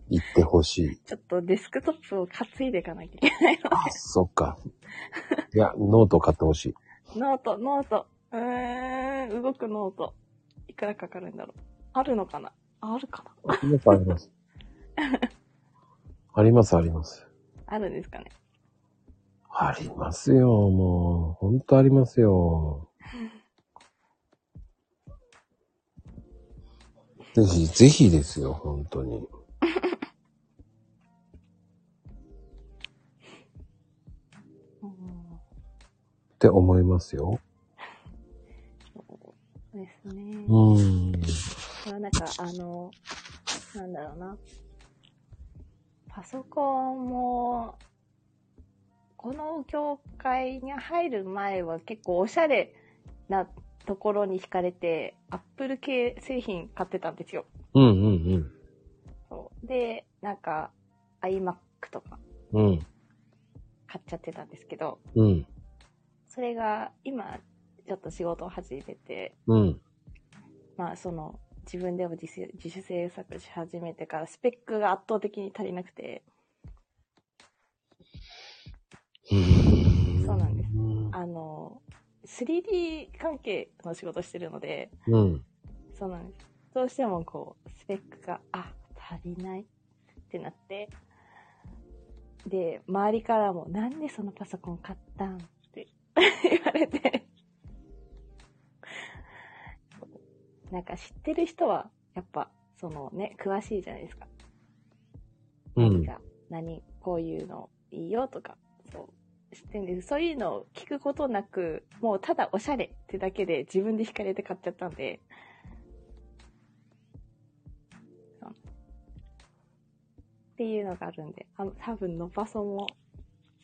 Speaker 1: 行ってほし い。
Speaker 4: ちょっとデスクトップを担いでいかなきゃいけ ない。
Speaker 1: あ、そっか。いや、ノートを買ってほしい。
Speaker 4: ノート、ノート。うーん、動くノート。いくらかかるんだろう。あるのかなああるかな
Speaker 1: あります、あります。あります、あります。
Speaker 4: あるんですかね
Speaker 1: ありますよ、もう。ほんとありますよ。ぜひ、ぜひですよ、本当に。
Speaker 4: うん
Speaker 1: って思いますよ。
Speaker 4: そうですね。
Speaker 1: うーん。
Speaker 4: まあなんか、あの、なんだろうな。パソコンも、この業界に入る前は結構おしゃれなところに惹かれて、アップル系製品買ってたんですよ。
Speaker 1: うんうん
Speaker 4: そうで、なんか、iMac とか
Speaker 1: うん。うん。
Speaker 4: 買っちゃってたんですけど、
Speaker 1: うん。
Speaker 4: それが今、ちょっと仕事を始めて、
Speaker 1: うん。
Speaker 4: まあその自分でも自主自主制作し始めてからスペックが圧倒的に足りなくて、そうなんです。あの、3D 関係の仕事してるので、
Speaker 1: うん。
Speaker 4: そうなんです。どうしてもこう、スペックが、あ、足りないってなって、で、周りからも、なんでそのパソコン買ったんって 言われて、なんか知ってる人は、やっぱ、そのね、詳しいじゃないですか。
Speaker 1: う
Speaker 4: 何
Speaker 1: ん。
Speaker 4: が、何、こういうのいいよとか、そう、知ってんです。そういうのを聞くことなく、もうただおしゃれってだけで自分で惹かれて買っちゃったんで、っていうのがあるんで、あの多分のばそも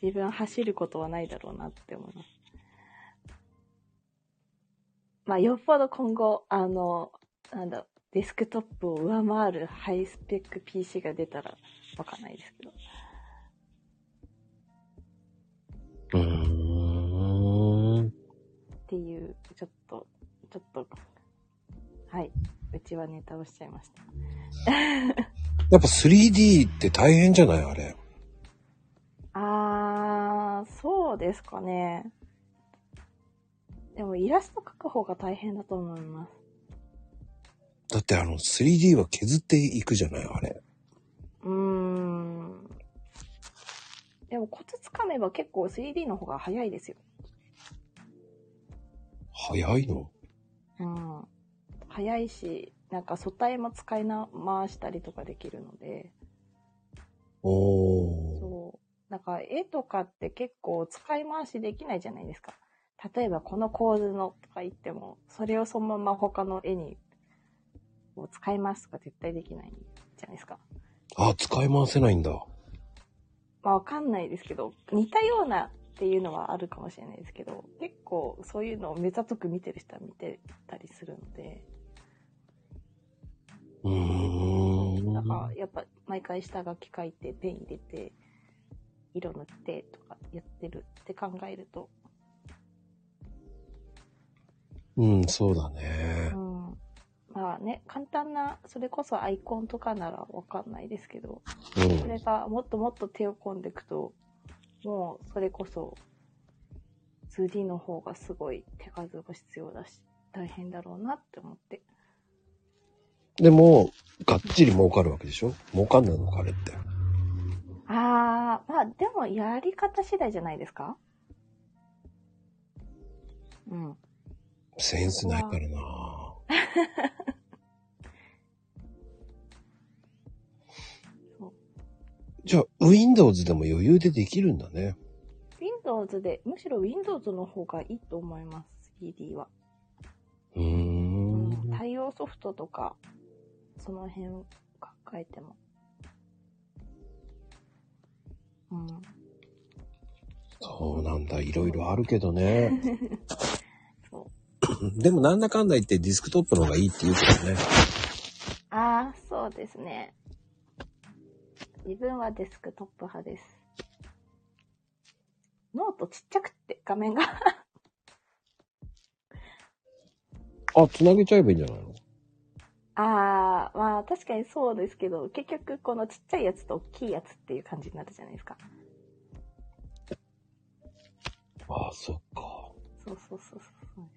Speaker 4: 自分走ることはないだろうなって思います。まあ、よっぽど今後、あの、なんだろう、デスクトップを上回るハイスペック PC が出たらわかんないですけど。
Speaker 1: うーん。
Speaker 4: っていう、ちょっと、ちょっと、はい。うちはネタをしちゃいました。
Speaker 1: やっぱ 3D って大変じゃないあれ。
Speaker 4: あー、そうですかね。でもイラスト描く方が大変だと思います。
Speaker 1: だってあの 3D は削っていくじゃないあれ。
Speaker 4: うーん。でもコツつかめば結構 3D の方が早いですよ。
Speaker 1: 早いの
Speaker 4: うん。早いし、なんか素体も使いな回したりとかできるので。
Speaker 1: おー。
Speaker 4: そう。なんか絵とかって結構使い回しできないじゃないですか。例えばこの構図のとか言っても、それをそのまま他の絵にこう使いますとか絶対できないじゃないですか。
Speaker 1: あ、使い回せないんだ。
Speaker 4: まあわかんないですけど、似たようなっていうのはあるかもしれないですけど、結構そういうのを目ざとく見てる人は見てたりするので、
Speaker 1: うーん。
Speaker 4: だからやっぱ毎回下書き書いて、ペン入れて、色塗ってとかやってるって考えると、
Speaker 1: うん、そうだね
Speaker 4: う。んまあね、簡単な、それこそアイコンとかならわかんないですけど、
Speaker 1: う
Speaker 4: それ
Speaker 1: ん。
Speaker 4: がもっともっと手を込んでいくと、もうそれこそ 2D の方がすごい手数が必要だし、大変だろうなって思って。
Speaker 1: でも、がっちり儲かるわけでしょ儲かんないのかあれって。
Speaker 4: あー、まあでもやり方次第じゃないですかうん。
Speaker 1: センスないからな。
Speaker 4: そう
Speaker 1: じゃあ、Windows でも余裕でできるんだね。
Speaker 4: Windows で、むしろ Windows の方がいいと思います、3D は。
Speaker 1: うーん。
Speaker 4: 対応ソフトとか、その辺考えても。うん。
Speaker 1: そうなんだ。いろいろあるけどね。
Speaker 4: そう。
Speaker 1: でも、なんだかんだ言ってディスクトップの方がいいって言うからね。
Speaker 4: ああ、そうですね。自分はデスクトップ派です。ノートちっちゃくって画面が。
Speaker 1: あ、つなげちゃえばいいんじゃないの
Speaker 4: ああ、まあ確かにそうですけど、結局このちっちゃいやつと大きいやつっていう感じになるじゃないですか。
Speaker 1: ああ、そっか。
Speaker 4: そうそうそうそうそう。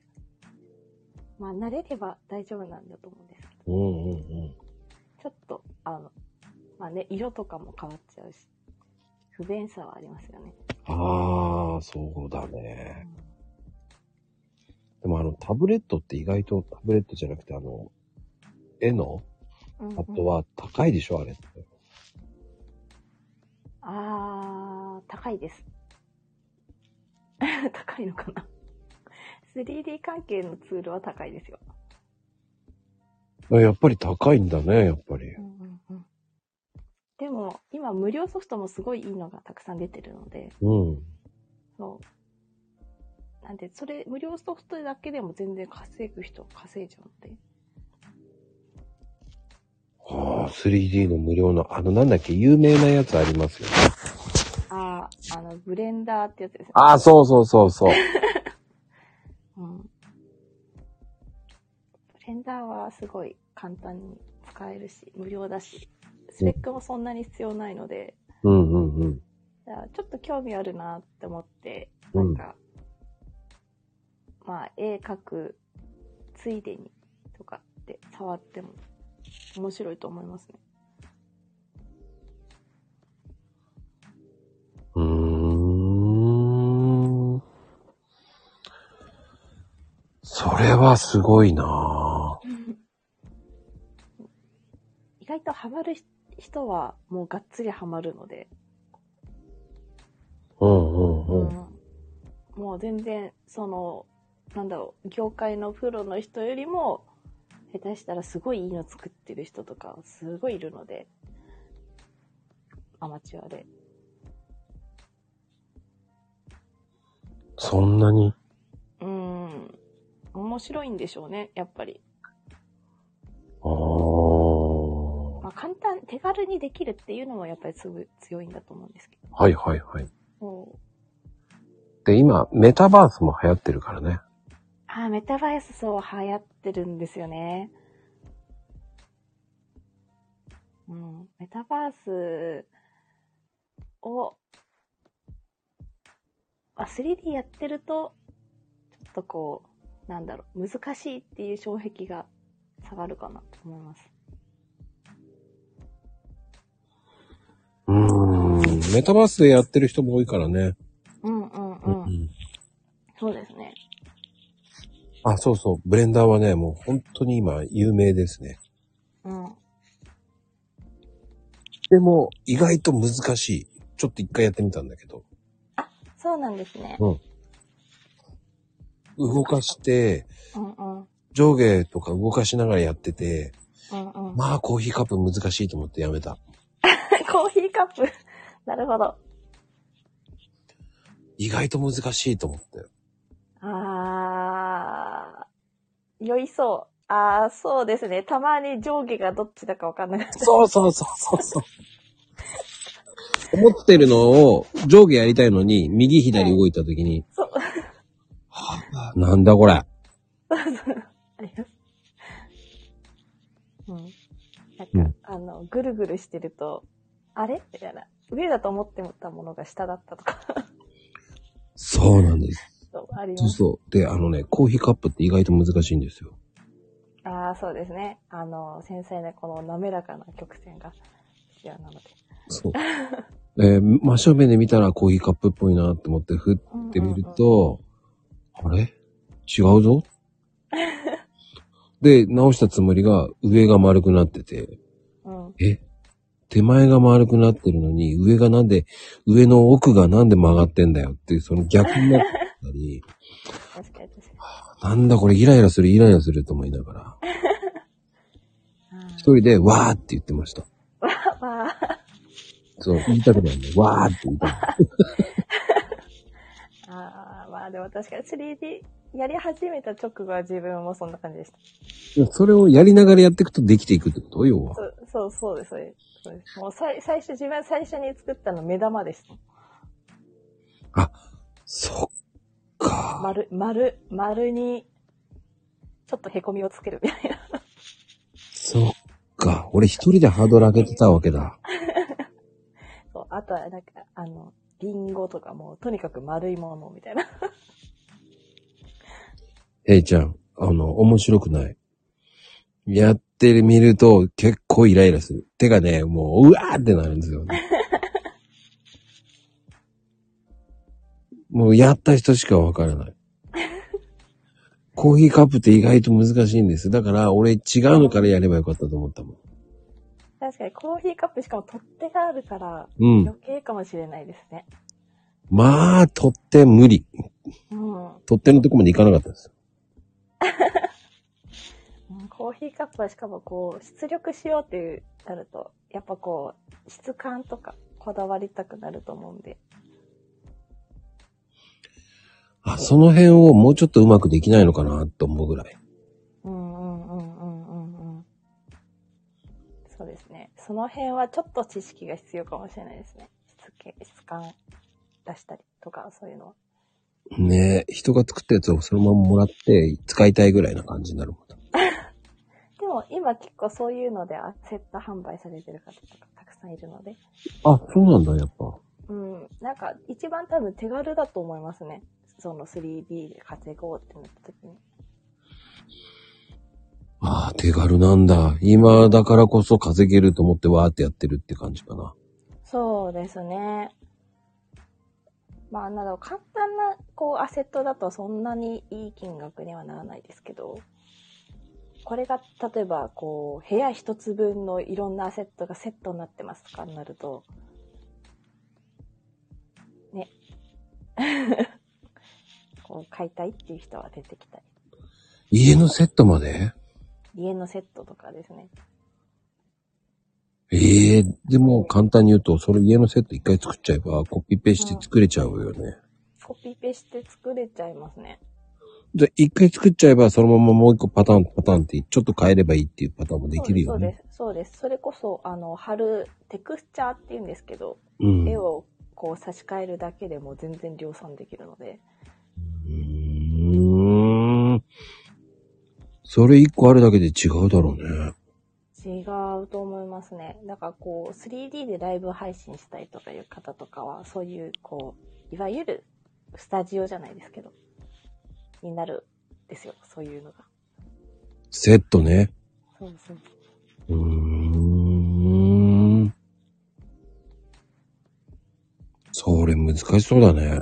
Speaker 4: まあ慣れれば大丈夫なんだと思うんですけ
Speaker 1: う
Speaker 4: ど。
Speaker 1: んうんうん。
Speaker 4: ちょっと、あの、まあね、色とかも変わっちゃうし、不便さはありますよね。
Speaker 1: ああ、そうだ
Speaker 4: う
Speaker 1: ね。
Speaker 4: ん
Speaker 1: でも、あの、タブレットって意外とタブレットじゃなくて、あの、絵の
Speaker 4: うんうん
Speaker 1: あとは高いでしょ、あれって。
Speaker 4: あー、高いです。 高いのかな ?3D 関係のツールは高いですよ。
Speaker 1: あやっぱり高いんだね、やっぱり。
Speaker 4: うんうんうん、でも、今無料ソフトもすごいいいのがたくさん出てるので、
Speaker 1: うん。
Speaker 4: そう。なんで、それ、無料ソフトだけでも全然稼ぐ人は稼いじゃうので。
Speaker 1: ああ、3D の無料の、あの、なんだっけ、有名なやつありますよね。
Speaker 4: あー、あの、ブレンダーってやつですね。
Speaker 1: ああ、そうそうそうそう。
Speaker 4: うん。ブレンダーはすごい簡単に使えるし、無料だし、スペックもそんなに必要ないので、
Speaker 1: うんうんうん。
Speaker 4: だからちょっと興味あるなって思って、
Speaker 1: う
Speaker 4: なんんか、まあ、絵描くついでにとかって触っても面白いと思いますね。
Speaker 1: うーん。それはすごいなぁ
Speaker 4: 意外とハマる人はもうがっつりハマるので、
Speaker 1: うんうんうん。
Speaker 4: うん、もう全然そのなんだろう業界のプロの人よりも下手したらすごいいいの作ってる人とかすごいいるのでアマチュアで。
Speaker 1: そんなに。
Speaker 4: うーん。面白いんでしょうね、やっぱり。
Speaker 1: ああ。
Speaker 4: まあ、簡単、手軽にできるっていうのもやっぱりすごい強いんだと思うんですけど。
Speaker 1: はいはいはい。
Speaker 4: そう
Speaker 1: で、今、メタバースも流行ってるからね。
Speaker 4: あーメタバースそう流行ってるんですよね。うん、メタバースを、あ 3D やってると、ちょっとこう、なんだろう、難しいっていう障壁が下がるかなと思います。
Speaker 1: うーん。メタバースでやってる人も多いからね。
Speaker 4: うんうんうん。
Speaker 1: うん
Speaker 4: そうですね。
Speaker 1: あ、そうそう。ブレンダーはね、もう本当に今、有名ですね。
Speaker 4: うん。
Speaker 1: でも、意外と難しい。ちょっと一回やってみたんだけど。
Speaker 4: そうなんですね。
Speaker 1: 動かして、
Speaker 4: うんうん。うん
Speaker 1: 上下とか動かしながらやってて、
Speaker 4: うん。
Speaker 1: まあコーヒーカップ難しいと思ってやめた。
Speaker 4: コーヒーカップ。 なるほど。
Speaker 1: 意外と難しいと思って。
Speaker 4: あー、酔いそう。あー、そうですね。たまに上下がどっちだかわかんない。
Speaker 1: そうそうそうそうそう。思ってるのを上下やりたいのに、右左動いた時に、
Speaker 4: そう。
Speaker 1: あなんだこれ。
Speaker 4: あります。うん。
Speaker 1: う
Speaker 4: なん
Speaker 1: ん
Speaker 4: か、あの、ぐるぐるしてると、あれみたいな。上だと思ってたものが下だったとか、
Speaker 1: そうなんです。
Speaker 4: そうあり
Speaker 1: そう
Speaker 4: ます。
Speaker 1: そう。で、あのね、コーヒーカップって意外と難しいんですよ。
Speaker 4: あー、そうですね。あの、繊細なこの滑らかな曲線が必要なので。
Speaker 1: そう。えー真正面で見たらコーヒーカップっぽいなって思って振ってみると、あれ違うぞで、直したつもりが上が丸くなってて、
Speaker 4: うん。うん。
Speaker 1: え手前が丸くなってるのに、上がなんで、上の奥がなんで曲がってんだよっていう、その逆になったり、
Speaker 4: 確かに 確かに。
Speaker 1: なんだこれイライラするイライラすると思いながら、
Speaker 4: あ
Speaker 1: 一人でわーって言ってました。
Speaker 4: ーわー
Speaker 1: そう、言いたくないんだよ。わーって言いたくない。
Speaker 4: ああ、まあでも確かに 3D やり始めた直後は自分もそんな感じでした。
Speaker 1: いやそれをやりながらやっていくとできていくってこと要は
Speaker 4: そ。うそうそうです、そうです。そうですもうさい最初、自分最初に作ったの目玉です。
Speaker 1: そっか。
Speaker 4: 丸、丸、丸に、ちょっと凹みをつけるみたいな。
Speaker 1: そっか。俺一人でハードル上げてたわけだ。
Speaker 4: そうあとは、なんか、あの、リンゴとかもうとにかく丸いものみたいな。
Speaker 1: えいちゃん、あの、面白くない。やってみると結構イライラする。手がね、もう、うわーってなるんですよね。もうやった人しかわからない。コーヒーカップって意外と難しいんです。だから俺違うのからやればよかったと思ったもん。
Speaker 4: 確かにコーヒーカップしかも取っ手があるから、
Speaker 1: うん。
Speaker 4: 余計かもしれないですね。
Speaker 1: まあ、取って無理。
Speaker 4: うん。
Speaker 1: 取っ手のとこまで行かなかったです。
Speaker 4: うんコーヒーカップはしかもこう出力しようってなるとやっぱこう質感とかこだわりたくなると思うんで
Speaker 1: あ、その辺をもうちょっとうまくできないのかなと思うぐらい。
Speaker 4: うんうんうんうんうんうんそうですねその辺はちょっと知識が必要かもしれないですね質系質感出したりとかそういうのは
Speaker 1: ねえ、人が作ったやつをそのままもらって使いたいぐらいな感じになるもんな
Speaker 4: でも今結構そういうのでアセット販売されてる方とかたくさんいるので
Speaker 1: あ、そうなんだ、やっぱ。
Speaker 4: うんなんか一番多分手軽だと思いますねその 3D で稼ごうってなった時に
Speaker 1: ああ、手軽なんだ。今だからこそ稼げると思ってわーってやってるって感じかな。
Speaker 4: そうですね。まあ、など簡単な、こう、アセットだとそんなにいい金額にはならないですけど、これが、例えば、こう、部屋一つ分のいろんなアセットがセットになってますとかになると、ね。 こう、買いたいっていう人は出てきたり。
Speaker 1: 家のセットまで
Speaker 4: 家のセットとかですね。
Speaker 1: えええーでも簡単に言うと、それ家のセット一回作っちゃえば、コピペして作れちゃうよね。
Speaker 4: コピペして作れちゃいますね。
Speaker 1: で、一回作っちゃえば、そのままもう一個パターン、パターンって、ちょっと変えればいいっていうパターンもできるよ
Speaker 4: そうで
Speaker 1: ね。
Speaker 4: す、そうです。そうですそれこそ、あの、貼るテクスチャーって言うんですけど、
Speaker 1: うん。
Speaker 4: 絵をこう差し替えるだけでも全然量産できるので。
Speaker 1: うーん。それ一個あるだけで違うだろうね。
Speaker 4: 違うと思いますね。だからこう、3D でライブ配信したいとかいう方とかは、そういう、こう、いわゆるスタジオじゃないですけど、になるんですよ。そういうのが。
Speaker 1: セットね。
Speaker 4: そうそう。
Speaker 1: うーん。それ難しそうだね。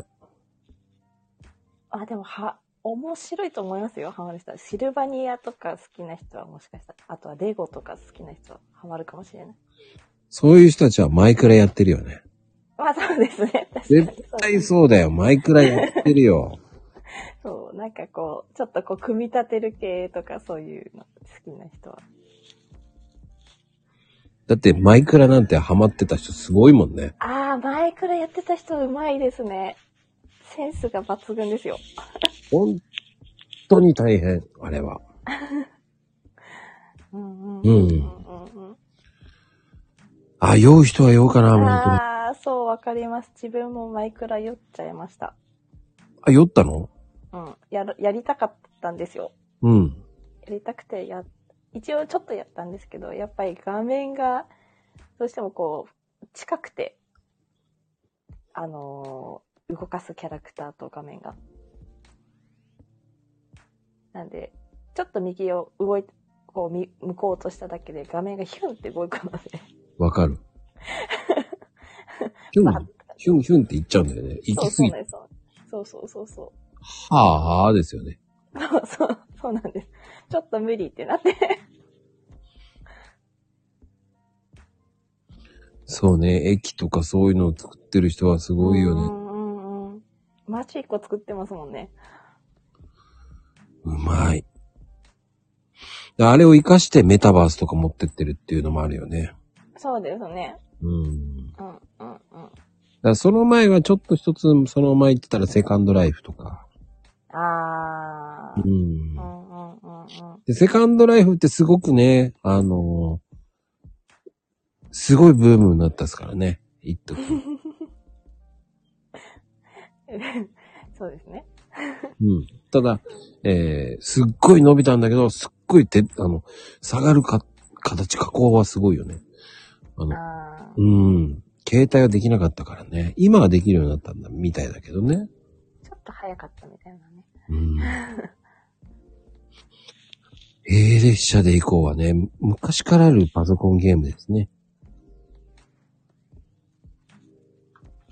Speaker 4: あ、でも、は、面白いと思いますよ、ハマる人は。シルバニアとか好きな人はもしかしたら、あとはレゴとか好きな人はハマるかもしれない。
Speaker 1: そういう人たちはマイクラやってるよね。
Speaker 4: まあそうですね。
Speaker 1: 絶対そうだよ。マイクラやってるよ。
Speaker 4: そう、なんかこう、ちょっとこう、組み立てる系とかそういうの好きな人は。
Speaker 1: だってマイクラなんてハマってた人すごいもんね。
Speaker 4: ああ、前からやってた人うまいですね。センスが抜群ですよ。
Speaker 1: 本当に大変、あれは。
Speaker 4: うん
Speaker 1: うん
Speaker 4: うんうんうん
Speaker 1: あ、酔う人は酔うかな、
Speaker 4: うん。
Speaker 1: マイクラ。
Speaker 4: ああ、そう、わかります。自分もマイクラ酔っちゃいました。
Speaker 1: あ、酔ったの
Speaker 4: うん。やる、やりたかったんですよ。
Speaker 1: うん。
Speaker 4: やりたくてや、一応ちょっとやったんですけど、やっぱり画面が、どうしてもこう、近くて、あのー動かすキャラクターと画面が。なんで、ちょっと右を動いて、こうみ、向こうとしただけで画面がヒュンって動くので、
Speaker 1: わか る。ヒュ
Speaker 4: バッ
Speaker 1: ン、ヒュンヒュンって言っちゃうんだよね。行
Speaker 4: そう
Speaker 1: き
Speaker 4: そ
Speaker 1: 過
Speaker 4: う
Speaker 1: ぎ
Speaker 4: なんですよ。そうそうそうそう。
Speaker 1: はあ、ですよね。
Speaker 4: そうそう、そうなんです。ちょっと無理ってなって。
Speaker 1: そうね。駅とかそういうのを作ってる人はすごいよ
Speaker 4: う
Speaker 1: ね。
Speaker 4: んうんうん。マジ1個作ってますもんね。
Speaker 1: うまい。であれを活かしてメタバースとか持ってってるっていうのもあるよね。
Speaker 4: そうですね。
Speaker 1: うん。だか
Speaker 4: うんうんうん。
Speaker 1: らその前はちょっと一つ、その前言ってたらセカンドライフとか。
Speaker 4: あ
Speaker 1: う
Speaker 4: ー。
Speaker 1: ん
Speaker 4: う。んうんうんうん。
Speaker 1: で、セカンドライフってすごくね、あのーすごいブームになったですからね。一時。
Speaker 4: そうですね。
Speaker 1: うん。ただ、えー、すっごい伸びたんだけど、すっごいて、あの、下がるか、形、加工はすごいよね。あの、
Speaker 4: あー。
Speaker 1: うん。携帯はできなかったからね。今はできるようになったんだ、みたいだけどね。
Speaker 4: ちょっと早かったみたいなね。
Speaker 1: うん。A 列車で行こうはね、昔からあるパソコンゲームですね。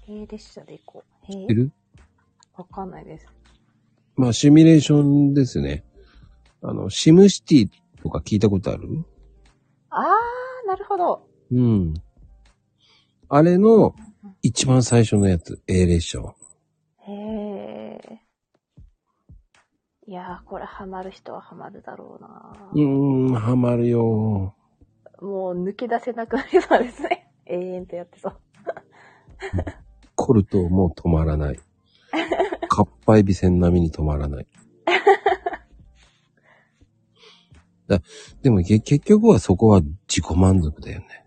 Speaker 4: A 列車で行こう。
Speaker 1: 知っ
Speaker 4: へ
Speaker 1: て
Speaker 4: え
Speaker 1: る
Speaker 4: わかんないです。
Speaker 1: まあ、シミュレーションですね。あの、シムシティとか聞いたことある
Speaker 4: あー、なるほど。
Speaker 1: うん。あれの一番最初のやつ、A 列車は。
Speaker 4: へえ。いやー、これハマる人はハマるだろうな
Speaker 1: うーん、ハマるよ。
Speaker 4: もう抜け出せなくなりそうですね。 永遠とやってそう。
Speaker 1: 来るともう止まらない。かっぱえびせん並みに止まらない。だでもけ結局はそこは自己満足だよね。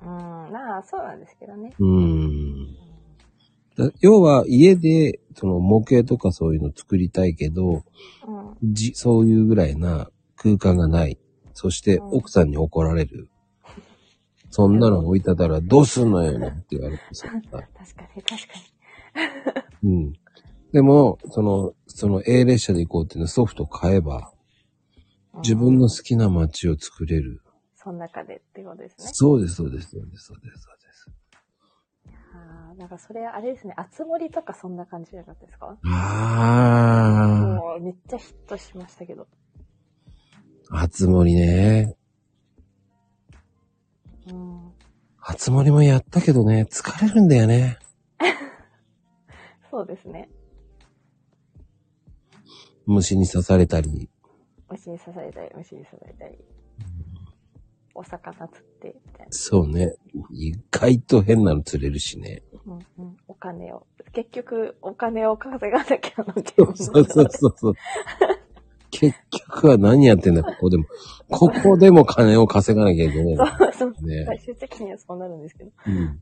Speaker 4: うん、まあ、そうなんですけどね。
Speaker 1: うーん。だ要は家でその模型とかそういうの作りたいけど、
Speaker 4: うん。
Speaker 1: じ、そういうぐらいな空間がない。そして
Speaker 4: うん
Speaker 1: 奥さんに怒られる。そんなの置いたたらどうすんのよって言われて さ。
Speaker 4: 確かに、確かに。
Speaker 1: うん。でも、その、その A 列車で行こうっていうのソフト買えば、
Speaker 4: うん
Speaker 1: 自分の好きな街を作れる。
Speaker 4: その中でってことですね。
Speaker 1: そうです、そうです、そうです、そうです、そうです。
Speaker 4: ああ、なんかそれあれですね、あつ森とかそんな感じじゃなかったですか
Speaker 1: あ
Speaker 4: もうめっちゃヒットしましたけど。
Speaker 1: ー、初森ね。
Speaker 4: うん。
Speaker 1: 初森もやったけどね、疲れるんだよね。
Speaker 4: そうですね。
Speaker 1: 虫に刺されたり。
Speaker 4: 虫に刺されたり、虫に刺されたり。お魚釣って、みたいな。
Speaker 1: そうね。意外と変なの釣れるしね。
Speaker 4: うんうん、お金を。結局、お金を稼がなきゃなき
Speaker 1: そうそうそうそう。結局は何やってんだ、ここでも。ここでも金を稼がなきゃいけないんだ
Speaker 4: そうそう。
Speaker 1: ね。
Speaker 4: 最終的にはそうなるんですけど。
Speaker 1: うん。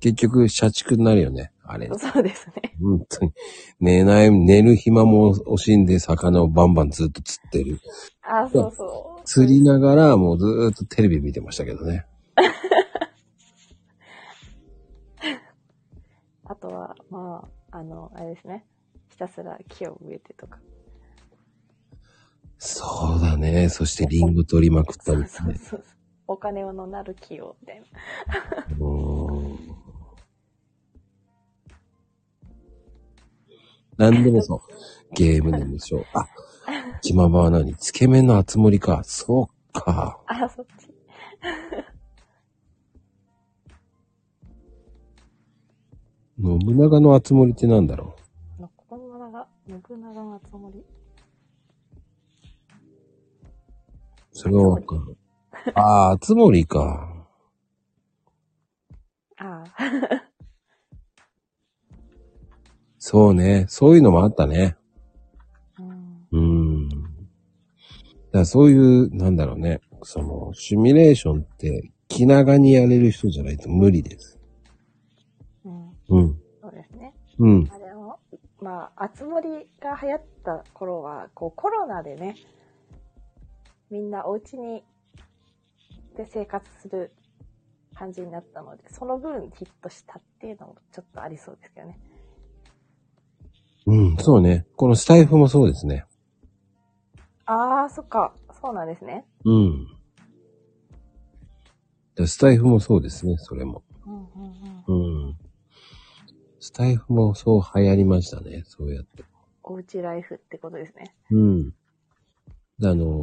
Speaker 1: 結局、社畜になるよね、あれ。
Speaker 4: そうですね。
Speaker 1: 本当に。寝ない、寝る暇も惜しんで魚をバンバンずっと釣ってる。
Speaker 4: あ、そうそう。
Speaker 1: 釣りながら、もうずーっとテレビ見てましたけどね。
Speaker 4: あとは、まあ、あの、あれですね。ひたすら木を植えてとか。
Speaker 1: そうだね。そしてリンゴ取りまくった
Speaker 4: そ
Speaker 1: り
Speaker 4: う
Speaker 1: ね。
Speaker 4: そうそう。お金をのなる木を、みたいな。
Speaker 1: うーん何でもそう。ゲームでもしょう。あ、気ままは何つけ麺のあつ森か。そうか。
Speaker 4: あ、そっち。
Speaker 1: 信長のあつ森ってなんだろ
Speaker 4: のこんな長、信長のつもり。
Speaker 1: うそれはわかる。ああ、あつ森か。
Speaker 4: あ
Speaker 1: そうね。そういうのもあったね。
Speaker 4: あ、うん。
Speaker 1: うーん。だからそういう、なんだろうね。その、シミュレーションって気長にやれる人じゃないと無理です。
Speaker 4: うん。
Speaker 1: うん。
Speaker 4: そうですね。
Speaker 1: うん。
Speaker 4: あれも、まあ、あつ森が流行った頃は、こうコロナでね、みんなお家に、で生活する感じになったので、その分ヒットしたっていうのもちょっとありそうですけどね。
Speaker 1: うん、そうね。このスタイフもそうですね。
Speaker 4: ああ、そっか。そうなんですね。
Speaker 1: うん。でスタイフもそうですね、それも。
Speaker 4: うんうんうん。
Speaker 1: うん。スタイフもそう流行りましたね、そうやって。
Speaker 4: おうちライフってことですね。
Speaker 1: うん。であの、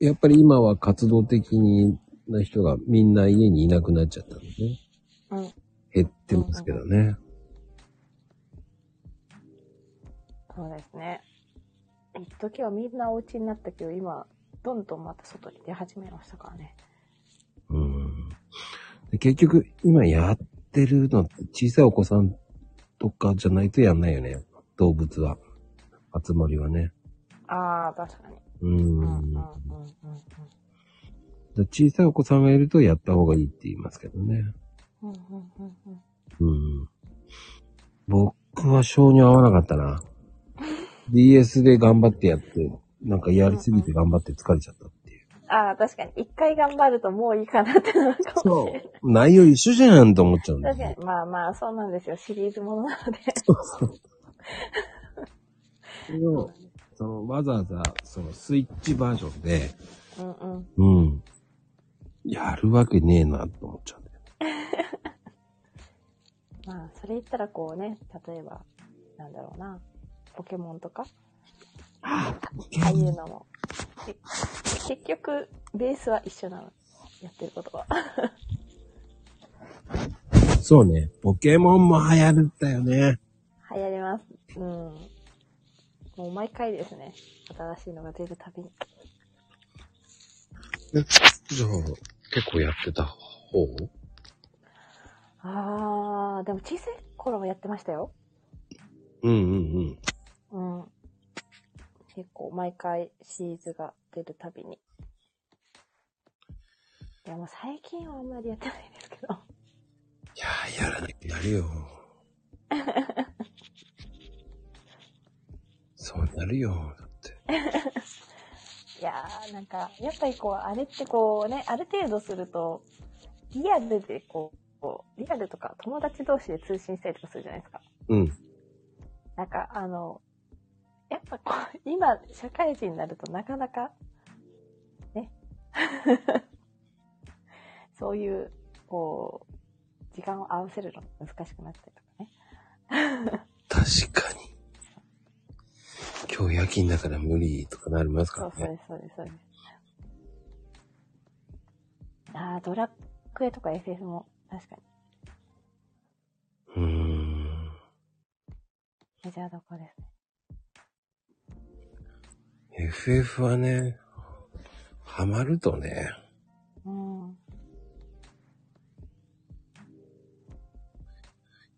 Speaker 1: やっぱり今は活動的にな人がみんな家にいなくなっちゃったんでね。
Speaker 4: うん。
Speaker 1: 減ってますけどね。
Speaker 4: そうですね。一時はみんなお家になったけど、今、どんどんまた外に出始めましたからね。
Speaker 1: うん。で結局、今やってるのって小さいお子さんとかじゃないとやんないよね。動物は。集まりはね。
Speaker 4: ああ、確かに。
Speaker 1: うー。
Speaker 4: うんんうん
Speaker 1: だ
Speaker 4: うんうん
Speaker 1: 小さいお子さんがいるとやった方がいいって言いますけどね。
Speaker 4: うん。うんうんうんうん。
Speaker 1: うん。僕は性に合わなかったな。DS で頑張ってやって、なんかやりすぎて頑張って疲れちゃったっていう。
Speaker 4: ああ、確かに。一回頑張るともういいかなってなるかもしれない。
Speaker 1: そう。内容一緒じゃんと思っちゃうんだよ
Speaker 4: 確か
Speaker 1: ね
Speaker 4: に。。まあまあ、そうなんですよ。シリーズものなので。
Speaker 1: そうそう。それをそのわざわざ、そのスイッチバージョンで、
Speaker 4: うんうん。
Speaker 1: うん。やるわけねえなと思っちゃうんだよ。
Speaker 4: まあ、それ言ったらこうね、例えば、なんだろうな。ポケモンとか。ああいうのも。け結局、ベースは一緒なの。やってることは。
Speaker 1: そうね。ポケモンも流行るんだよね。
Speaker 4: 流行ります。うん。もう毎回ですね。新しいのが出るたびに。
Speaker 1: じゃあ、結構やってた方
Speaker 4: あー、でも小さい頃もやってましたよ。
Speaker 1: うんうん
Speaker 4: うん。結構毎回シリーズが出るたびに。いやもう最近はあんまりやってないですけど。
Speaker 1: いやー、やらなくなる よ。そうなるよ。だって。
Speaker 4: いやーなんか、やっぱりこう、あれってこうね、ある程度すると、リアルでこう、こうリアルとか友達同士で通信したりとかするじゃないですか。
Speaker 1: うん。
Speaker 4: なんかあの、やっぱこう、 今、社会人になるとなかなか、ね。 そういう、こう、時間を合わせるのが難しくなったりとかね。
Speaker 1: 確かに。今日夜勤だから無理とかなりますか
Speaker 4: そ
Speaker 1: ら
Speaker 4: うそう
Speaker 1: ね。
Speaker 4: です、そうです、そうです。ああ、ドラクエとか SF も確かに
Speaker 1: うーん。
Speaker 4: メジャーどころですね。
Speaker 1: FF はね、ハマるとね、
Speaker 4: うん。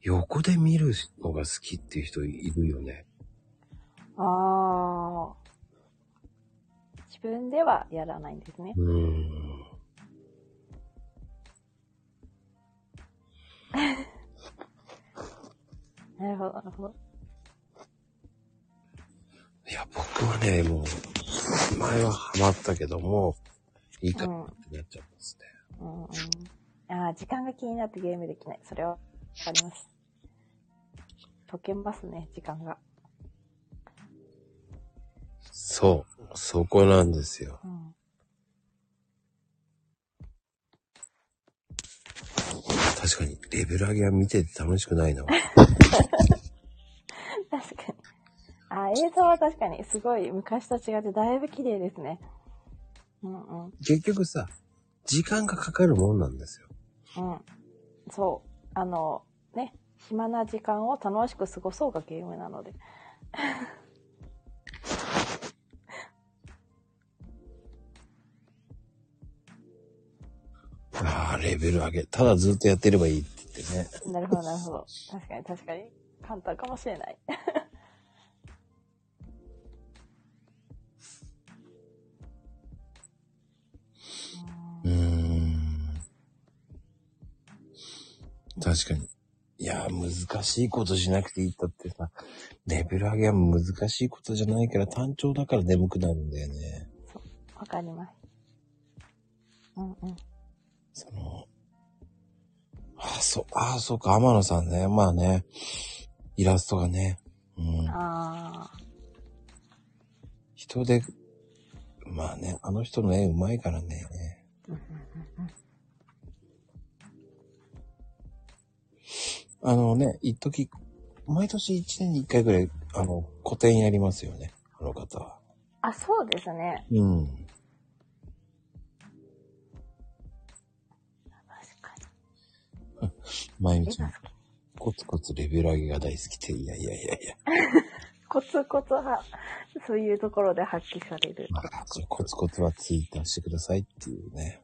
Speaker 1: 横で見るのが好きっていう人いるよね。
Speaker 4: ああ。自分ではやらないんですね。
Speaker 1: うーん。
Speaker 4: なるほど、なるほど。
Speaker 1: いや、僕はね、もう、前はハマったけども、いいかなってなっちゃいますね。
Speaker 4: うんうん。ああ、時間が気になってゲームできない。それは、わかります。溶けますね、時間が。
Speaker 1: そう。そこなんですよ。
Speaker 4: うん。
Speaker 1: 確かに、レベル上げは見てて楽しくないな。
Speaker 4: 確かに。ああ、映像は確かに、すごい、昔と違って、だいぶ綺麗ですね。うんうん。
Speaker 1: 結局さ、時間がかかるもんなんですよ。
Speaker 4: うん。そう。あの、ね、暇な時間を楽しく過ごそうがゲームなので。
Speaker 1: ああ、レベル上げ。ただずっとやってればいいって言ってね。
Speaker 4: なるほど、なるほど。確かに、確かに。簡単かもしれない。
Speaker 1: うーん。確かに。いやー、難しいことしなくていいったってさ、レベル上げは難しいことじゃないから、単調だから眠くなるんだよね。
Speaker 4: わかります。うんうん。
Speaker 1: その、ああ、そう、ああ、そうか、天野さんね。まあね、イラストがね。うん。
Speaker 4: あ
Speaker 1: 人で、まあね、あの人の絵うまいからね。あのね、一時毎年1年に1回ぐらい、あの、個展やりますよね、あの方は。
Speaker 4: あ。あ、そうですね。
Speaker 1: うん。
Speaker 4: 確か
Speaker 1: まゆみ
Speaker 4: に。絵
Speaker 1: ちゃ
Speaker 4: が
Speaker 1: ん、
Speaker 4: 好き。
Speaker 1: コツコツレベル上げが大好きって、いやいやいやいや。
Speaker 4: コツコツは、そういうところで発揮される。
Speaker 1: まあ、それコツコツはツイッターしてくださいっていうね。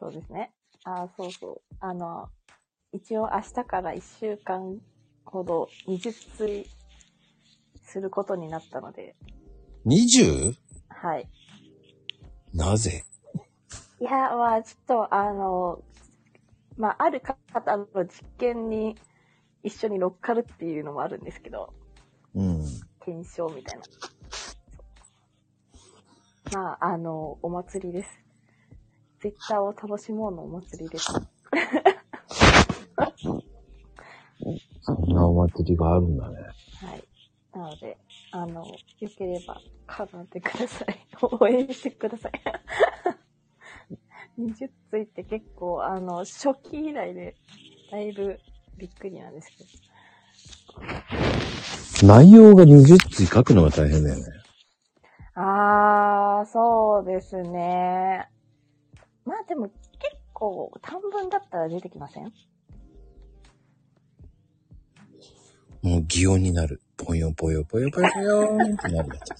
Speaker 4: そうですね。あ、そうそう。あの、一応明日から1週間ほど20水することになったので、
Speaker 1: 20?
Speaker 4: はい。
Speaker 1: なぜ
Speaker 4: いや、まあ、ちょっと、あの、まあ、ある方の実験に一緒に乗っかるっていうのもあるんですけど、
Speaker 1: うん。
Speaker 4: 検証みたいな。そうまあ、あの、お祭りです。ツイッターを楽しもうのお祭りです。
Speaker 1: そんなお祭りがあるんだね。
Speaker 4: はい。なので、あの、よければ、飾ってください。 応援してください。20ついて結構、あの、初期以来で、だいぶびっくりなんですけど。
Speaker 1: 内容が20つ書くのが大変だよね。
Speaker 4: あー、そうですね。まあでも、結構、短文だったら出てきません
Speaker 1: もう擬音になる。ぽよぽよぽよぽよぽよーんってなるやつ。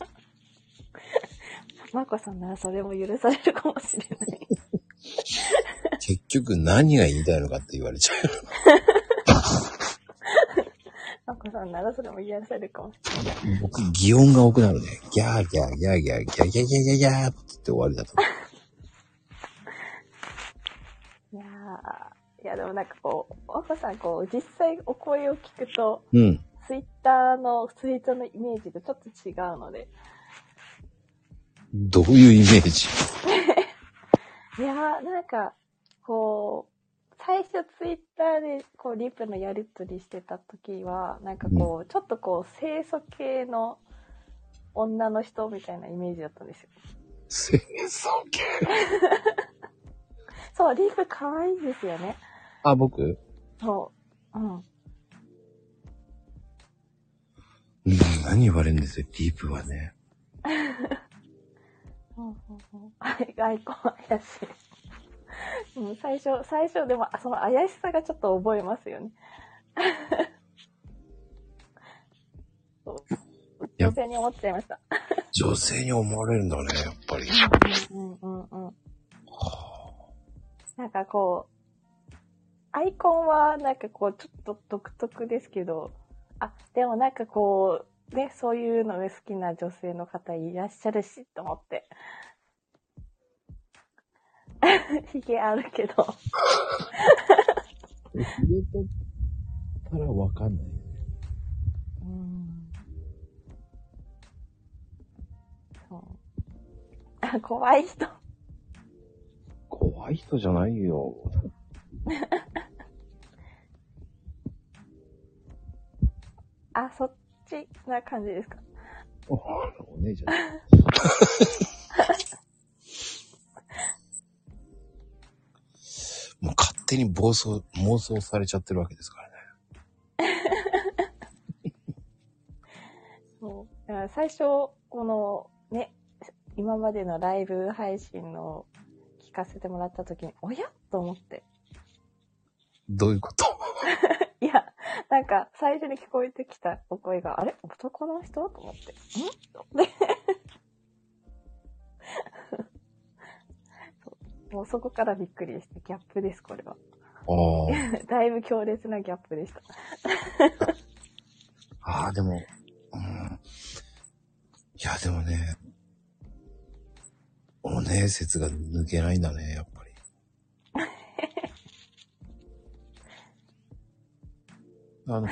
Speaker 4: マーコさんならそれも許されるかもしれない。
Speaker 1: 結局何が言いたいのかって言われちゃう。
Speaker 4: マーコさんならそれも許されるかもしれ
Speaker 1: 僕、擬音が多くなるね。ギャーギャーギャーギャーギャーギャーギャーギャーギャーって言って終わりだと思
Speaker 4: ない。いやー、いやでもなんかこう、マーコさんこう、実際お声を聞くと、
Speaker 1: う。うん。
Speaker 4: ツイッターの、ツイートのイメージとちょっと違うので。
Speaker 1: どういうイメージ
Speaker 4: いやー、なんか、こう、最初ツイッターで、こう、リプのやりとりしてた時は、なんかこう、ちょっとこう、清楚系の女の人みたいなイメージだったんですよ。
Speaker 1: 清掃系。
Speaker 4: そう、リプ可愛いですよね。
Speaker 1: あ、僕
Speaker 4: そう。うん。
Speaker 1: うん、何言われるんですよ、ディープはね。
Speaker 4: はいアイコン怪しい。うん、最初、最初でも、その怪しさがちょっと覚えますよね。そう
Speaker 1: や
Speaker 4: 女性に思っちゃいました。
Speaker 1: 女性に思われるんだね、やっぱり。
Speaker 4: うんうんうんうん。かこう、アイコンはなんかこう、ちょっと独特ですけど、あ、でもなんかこう、ね、そういうのが好きな女性の方いらっしゃるし、と思って。 ヒゲあるけど。
Speaker 1: 入れとったらわかんないよね。
Speaker 4: うん。そう。あ、怖い人。
Speaker 1: 怖い人じゃないよ。
Speaker 4: あ、そっちな感じですか。
Speaker 1: お姉ちゃん。もう勝手に暴走、妄想されちゃってるわけですからね。
Speaker 4: そう。だから最初、このね、今までのライブ配信の聞かせてもらった時に、おやと思って。
Speaker 1: どういうこと
Speaker 4: いや、なんか最初に聞こえてきたお声が、あれ男の人と思って。んと思ってそうもうそこからびっくりでした。ギャップです、これは。
Speaker 1: あ
Speaker 4: だいぶ強烈なギャップでした。
Speaker 1: あ。ああ、でも、うん。いや、でもね、お姉説が抜けないんだね、やっ ぱり。あの、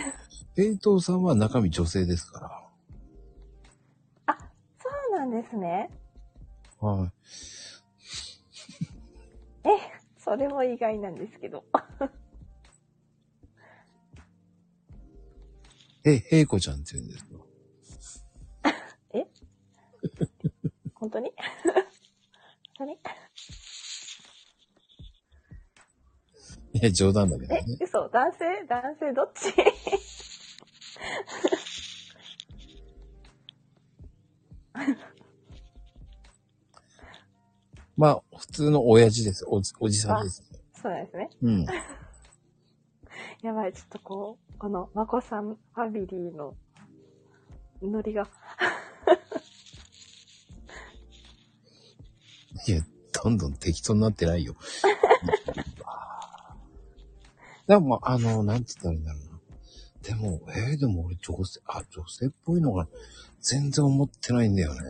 Speaker 1: 平等さんは中身女性ですから。
Speaker 4: そうなんですね。
Speaker 1: はい。
Speaker 4: それも意外なんですけど。
Speaker 1: え、ヘイコちゃんって言うんですよ。
Speaker 4: 本当に 本当に
Speaker 1: いや、冗談だけど
Speaker 4: え
Speaker 1: ね。、
Speaker 4: 嘘男性男性どっち
Speaker 1: まあ、普通の親父です。おじおじさんです。
Speaker 4: そうなんですね。
Speaker 1: うん。
Speaker 4: やばい、ちょっとこう、この、まこさんファミリーの、ノリが、
Speaker 1: いや、どんどん適当になってないよ。 でも、あの、なんつったらいいんだろうな。でも、えーでも俺女性、あ、女性っぽいのが全然思ってないんだよね。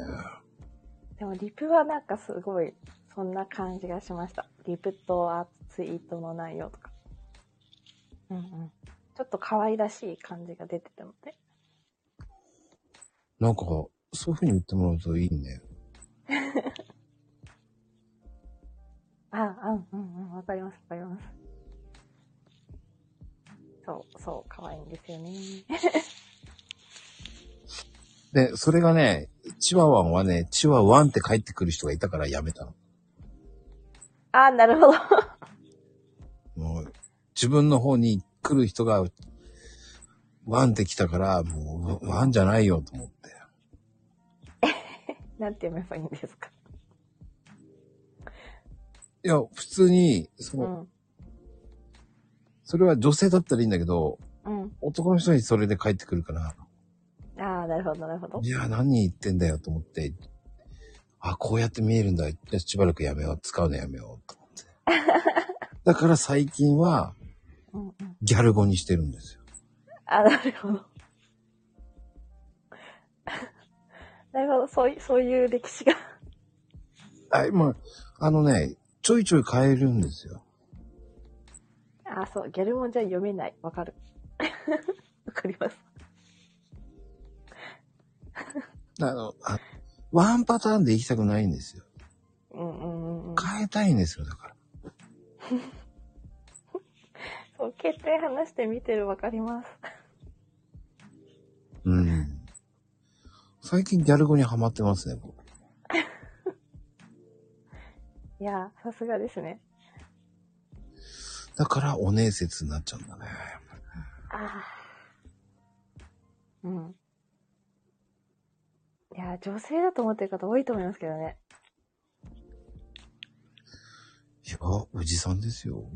Speaker 4: でもリプはなんかすごい、そんな感じがしました。リプとあツイートの内容とか。うんうん。ちょっと可愛らしい感じが出てたので。
Speaker 1: なんか、そういう風に言ってもらうといいね。
Speaker 4: あ、うんうんうん、わかりますわかります。そう、そう、可愛いんですよね。
Speaker 1: で、それがね、チワワンはね、チワワンって帰ってくる人がいたからやめたの。
Speaker 4: あ、なるほど。
Speaker 1: もう、自分の方に来る人が、ワンって来たから、もう、ワンじゃないよと思って。
Speaker 4: なんて読めばいいんですか。
Speaker 1: いや、普通に、そうの、
Speaker 4: ん。
Speaker 1: それは女性だったらいいんだけど、
Speaker 4: うん。
Speaker 1: 男の人にそれで帰ってくるから、
Speaker 4: ああ、なるほど、なるほど
Speaker 1: い。や、何言ってんだよと思って、あ、こうやって見えるんだ。じゃあしばらくやめよう。使うのやめよう。と思 って。だから最近は、
Speaker 4: うんうん。
Speaker 1: ギャル語にしてるんですよ。
Speaker 4: あ、なるほど。 なるほど、そうい、そういう歴史が。
Speaker 1: はい、まあ、あのね、ちょいちょい変えるんですよ。
Speaker 4: あ、そう、ギャルもじゃ読めない。わかる。 わかります。
Speaker 1: あの、あワンパターンで行きたくないんですよ。
Speaker 4: うんうんうんうん。
Speaker 1: 変えたいんですよ、だから。
Speaker 4: そう、携帯話して見てるわかります。
Speaker 1: うん。最近ギャル語にハマってますね、僕。
Speaker 4: いやー、さすがですね。
Speaker 1: だから、お姉説になっちゃうんだね。
Speaker 4: ああ。うん。いやー、女性だと思ってる方多いと思いますけどね。
Speaker 1: いや、おじさんですよ。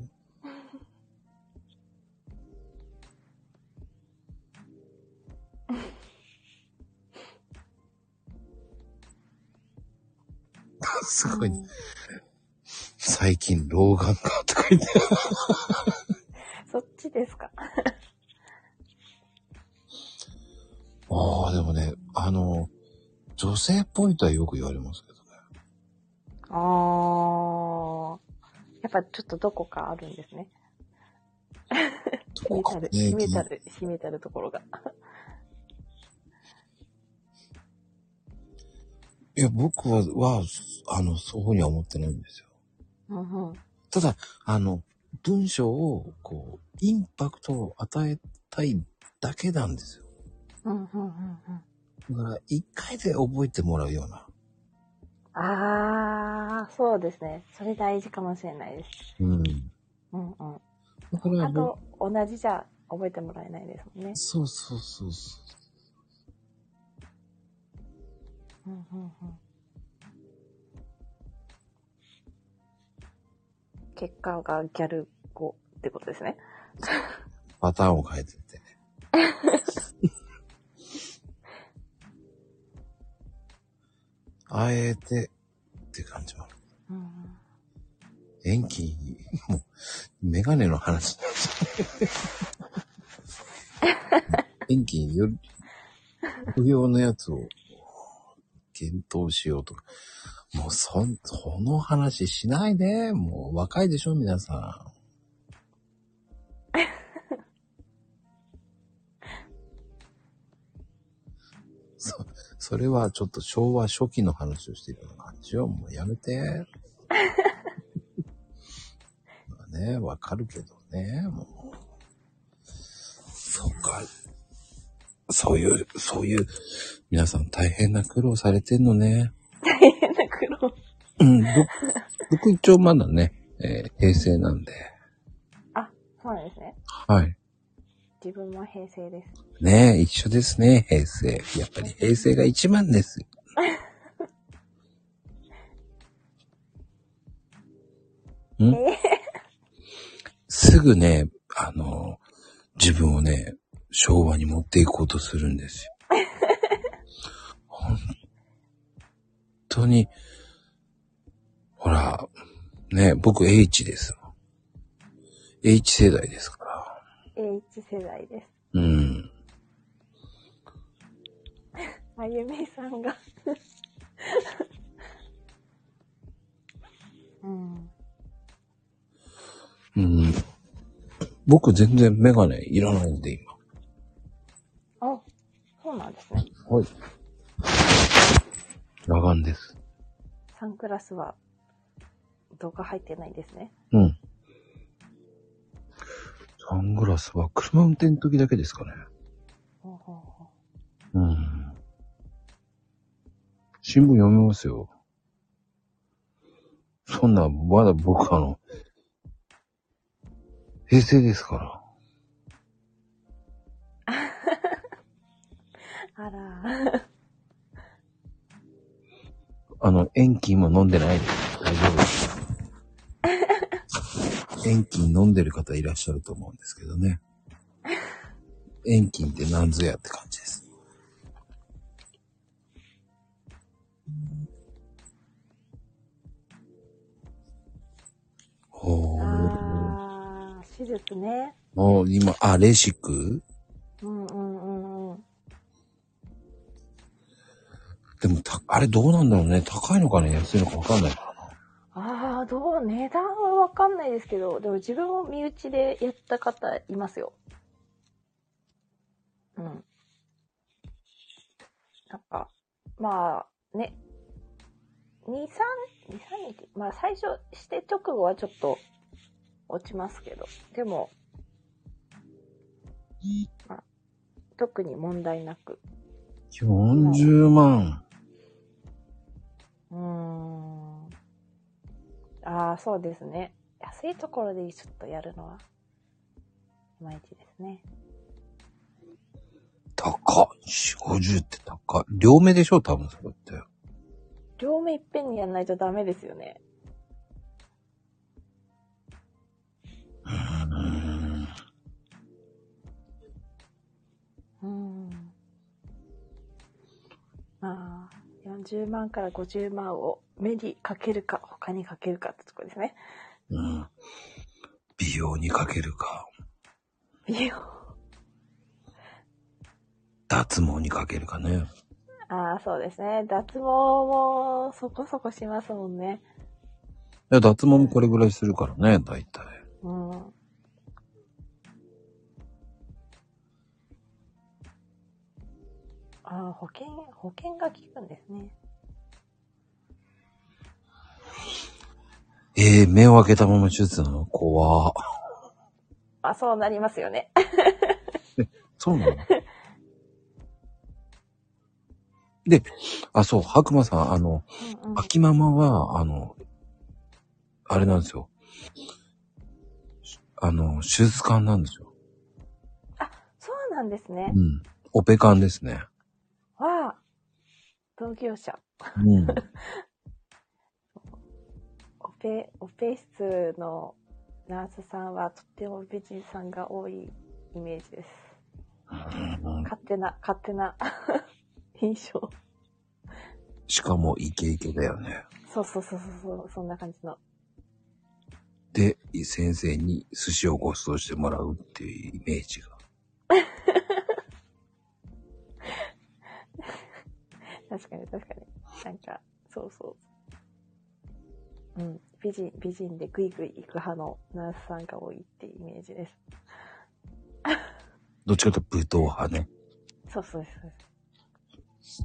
Speaker 1: すごい、
Speaker 4: うん
Speaker 1: 最近老眼かとか言って。
Speaker 4: そっちですか。
Speaker 1: ああ、でもね、あの、女性っぽいとはよく言われますけどね。
Speaker 4: あー。やっぱちょっとどこかあるんですね。秘
Speaker 1: ど
Speaker 4: め
Speaker 1: こか
Speaker 4: た
Speaker 1: ね
Speaker 4: る、秘め
Speaker 1: 気
Speaker 4: た
Speaker 1: に
Speaker 4: る、秘めたるところが。
Speaker 1: いや、僕は、は、あの、そういうふうには思ってないんですよ。
Speaker 4: うんうん。
Speaker 1: ただ、あの、文章を、こう、インパクトを与えたいだけなんですよ。
Speaker 4: うんうんうんうん。
Speaker 1: だから、一回で覚えてもらうような。
Speaker 4: あー、そうですね。それ大事かもしれないです。
Speaker 1: うん。だ
Speaker 4: うんうん。
Speaker 1: から
Speaker 4: あ
Speaker 1: 僕、
Speaker 4: と、同じじゃ覚えてもらえないですもんね。
Speaker 1: そうそうそうそう。
Speaker 4: うんうんうん、結果がギャル語ってことですね。
Speaker 1: パターンを変えてって ね。あえてって感じもある。
Speaker 4: うん、
Speaker 1: 延期、もう、メガネの話になっちゃう。延期により、副業のやつを検討しようとか。もう、そん、その話しないで。もう、若いでしょ、皆さん。そ、それはちょっと昭和初期の話をしてるような感じよ。もうやめて。まあね、わかるけどね、もう。そうか。そういう、そういう、皆さん大変な苦労されてんのね。
Speaker 4: 大 変な苦労。
Speaker 1: うん、僕、 僕一応まだね、えー平成なんで。
Speaker 4: あ、そうなんですね。
Speaker 1: はい。
Speaker 4: 自分も平成です。
Speaker 1: ねえ、一緒ですね、平成。やっぱり平成が一番です。 んすぐね、あの、自分をね、昭和に持っていこうとするんですよ。本当に、ほら、ね、僕 H ですもん。H 世代ですから。
Speaker 4: H 世代です。
Speaker 1: うん。
Speaker 4: あゆみさんが。うん。
Speaker 1: うん。僕全然メガネいらないんで、今。
Speaker 4: あ、そうなんですね。
Speaker 1: はい。裸眼です。
Speaker 4: サングラスは、動画入ってないですね。
Speaker 1: うん。サングラスは車運転の時だけですかね。
Speaker 4: ほうほうほう
Speaker 1: うん。新聞読みますよ。そんな、まだ僕あの、平成ですから。
Speaker 4: あら。
Speaker 1: あの、塩基も飲んでないです。大丈夫です。塩基飲んでる方いらっしゃると思うんですけどね。塩基って何ぞやって感じです。ほー。
Speaker 4: ああ、手術ね。
Speaker 1: もう今、あ、レーシック
Speaker 4: うんうんうんうん。
Speaker 1: でもた、あれどうなんだろうね。高いのかね安いのかわかんないからな。
Speaker 4: ああ、どう、値段はわかんないですけど、でも自分も身内でやった方いますよ。うん。なんか、まあ、ね、2、3、2、3日、まあ最初して直後はちょっと落ちますけど、でも、まあ、特に問題なく。
Speaker 1: 40万。
Speaker 4: うーん。ああ、そうですね。安いところでちょっとやるのは、いまいちですね。
Speaker 1: 高っ。4、50って高い。両目でしょ多分それって。
Speaker 4: 両目いっぺんにやらないとダメですよね。うーん。まあ、 40万から50万を目にかけるか、他にかけるかってとこですね。
Speaker 1: うん。美容にかけるか、
Speaker 4: いや
Speaker 1: 脱毛にかけるかね。
Speaker 4: ああ、そうですね。脱毛もそこそこしますもんね。
Speaker 1: いや、脱毛もこれぐらいするからね、大体。
Speaker 4: うん。ああ、保険、保険が効くんですね。
Speaker 1: ええ目を開けたまま手術なの怖
Speaker 4: あそうなりますよね。
Speaker 1: そうなの で、あ、そう、白馬さん、あの、
Speaker 4: うんうん
Speaker 1: 秋ママは、あの、あれなんですよ。あの、手術館なんですよ。
Speaker 4: そうなんですね
Speaker 1: う。ん。オペ館ですね。
Speaker 4: わあ、同業者。
Speaker 1: うん。
Speaker 4: オペ、オペ室のナースさんはとっても美人さんが多いイメージです。勝手な、勝手な 印象。
Speaker 1: しかもイケイケだよね。
Speaker 4: そうそうそうそうそう、そんな感じの。
Speaker 1: で、先生に寿司をご馳走してもらうっていうイメージが。
Speaker 4: 確かに確かに。なんか、そうそう。うん。美人、美人でグイグイ行く派のナースさんが多いってイメージです。
Speaker 1: どっちかというと武闘派ね。
Speaker 4: そうそうですそうです。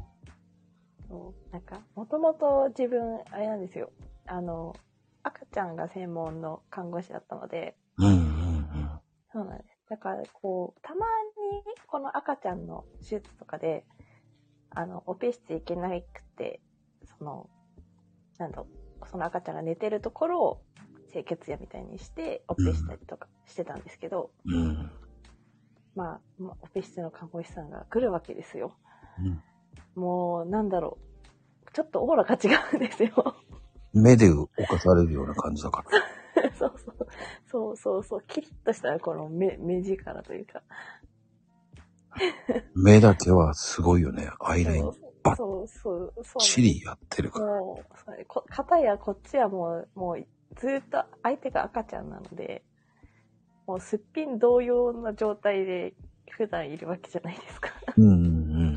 Speaker 4: そうなんか、もともと自分、あれなんですよ。あの、赤ちゃんが専門の看護師だったので、
Speaker 1: うんうん
Speaker 4: そうなんです。だから、こう、たまに、この赤ちゃんの手術とかで、あの、オペ室行けなくて、その、なんだろう、その赤ちゃんが寝てるところを清潔屋みたいにして、オペしたりとかしてたんですけど、
Speaker 1: うん。うん。
Speaker 4: まあ、まあオペ室の看護師さんが来るわけですよ。
Speaker 1: うん
Speaker 4: もう、なんだろう、ちょっとオーラが違うんですよ。
Speaker 1: 目で犯されるような感じだから。
Speaker 4: そうそう。そうそうそう。キリッとしたこの目、目力というか。
Speaker 1: 目だけはすごいよね。アイライン
Speaker 4: そ
Speaker 1: ばっ
Speaker 4: うそうそう。そう
Speaker 1: ちりやってるから。
Speaker 4: もう、そうこ片やこっちはもう、もう、ずーっと相手が赤ちゃんなので、もうすっぴん同様な状態で普段いるわけじゃないですか。
Speaker 1: うんうんうん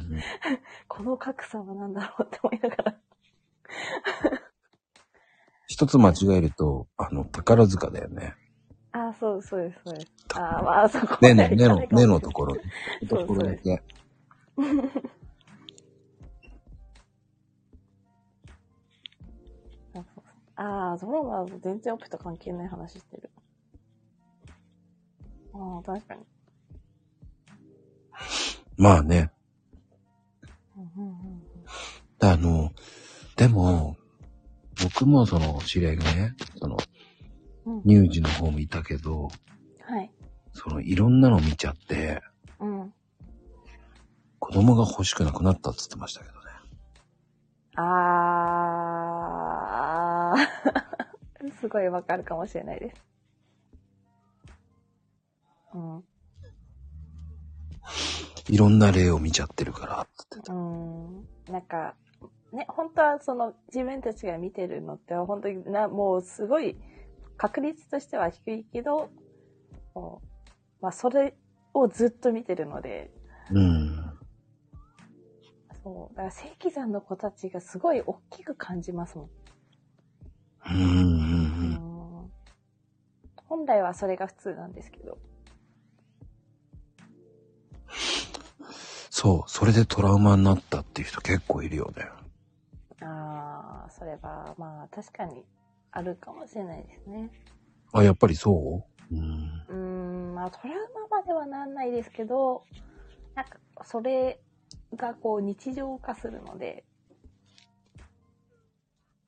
Speaker 4: この格差は何だろうって思いながら。
Speaker 1: 一つ間違えると、あの、宝塚だよね。
Speaker 4: ああ、そうそうです、そうです。ああ、まあ、そこ
Speaker 1: 根
Speaker 4: ま
Speaker 1: の、
Speaker 4: で
Speaker 1: 根
Speaker 4: いか
Speaker 1: の
Speaker 4: ない、かもしれない
Speaker 1: 根のところ。ところだけ。
Speaker 4: そうそうああ、そうなんだ。全然オペと関係ない話してる。ああ、確かに。
Speaker 1: まあね。
Speaker 4: うんうんうんうん
Speaker 1: あの、でも、僕もその、知り合いがね、その、
Speaker 4: うん
Speaker 1: 乳児の方もいたけど、
Speaker 4: はい。
Speaker 1: その、いろんなの見ちゃって、
Speaker 4: うん。
Speaker 1: 子供が欲しくなくなったっつってましたけどね。
Speaker 4: あー、 すごいわかるかもしれないです。うん。う
Speaker 1: いろんな例を見ちゃってるから、っつって。
Speaker 4: ーん。なんか、ね、本当はその自分たちが見てるのって本当にな、もうすごい確率としては低いけど、こうまあそれをずっと見てるので、
Speaker 1: うん。
Speaker 4: そう、だから正規山の子たちがすごい大きく感じますも
Speaker 1: うん
Speaker 4: ん。
Speaker 1: うん
Speaker 4: うん本来はそれが普通なんですけど。
Speaker 1: そう、それでトラウマになったっていう人結構いるよね。
Speaker 4: ああ、それは、まあ、確かに、あるかもしれないですね。
Speaker 1: あ、やっぱりそううん。
Speaker 4: うーん、まあ、トラウマまではなんないですけど、なんか、それが、こう、日常化するので、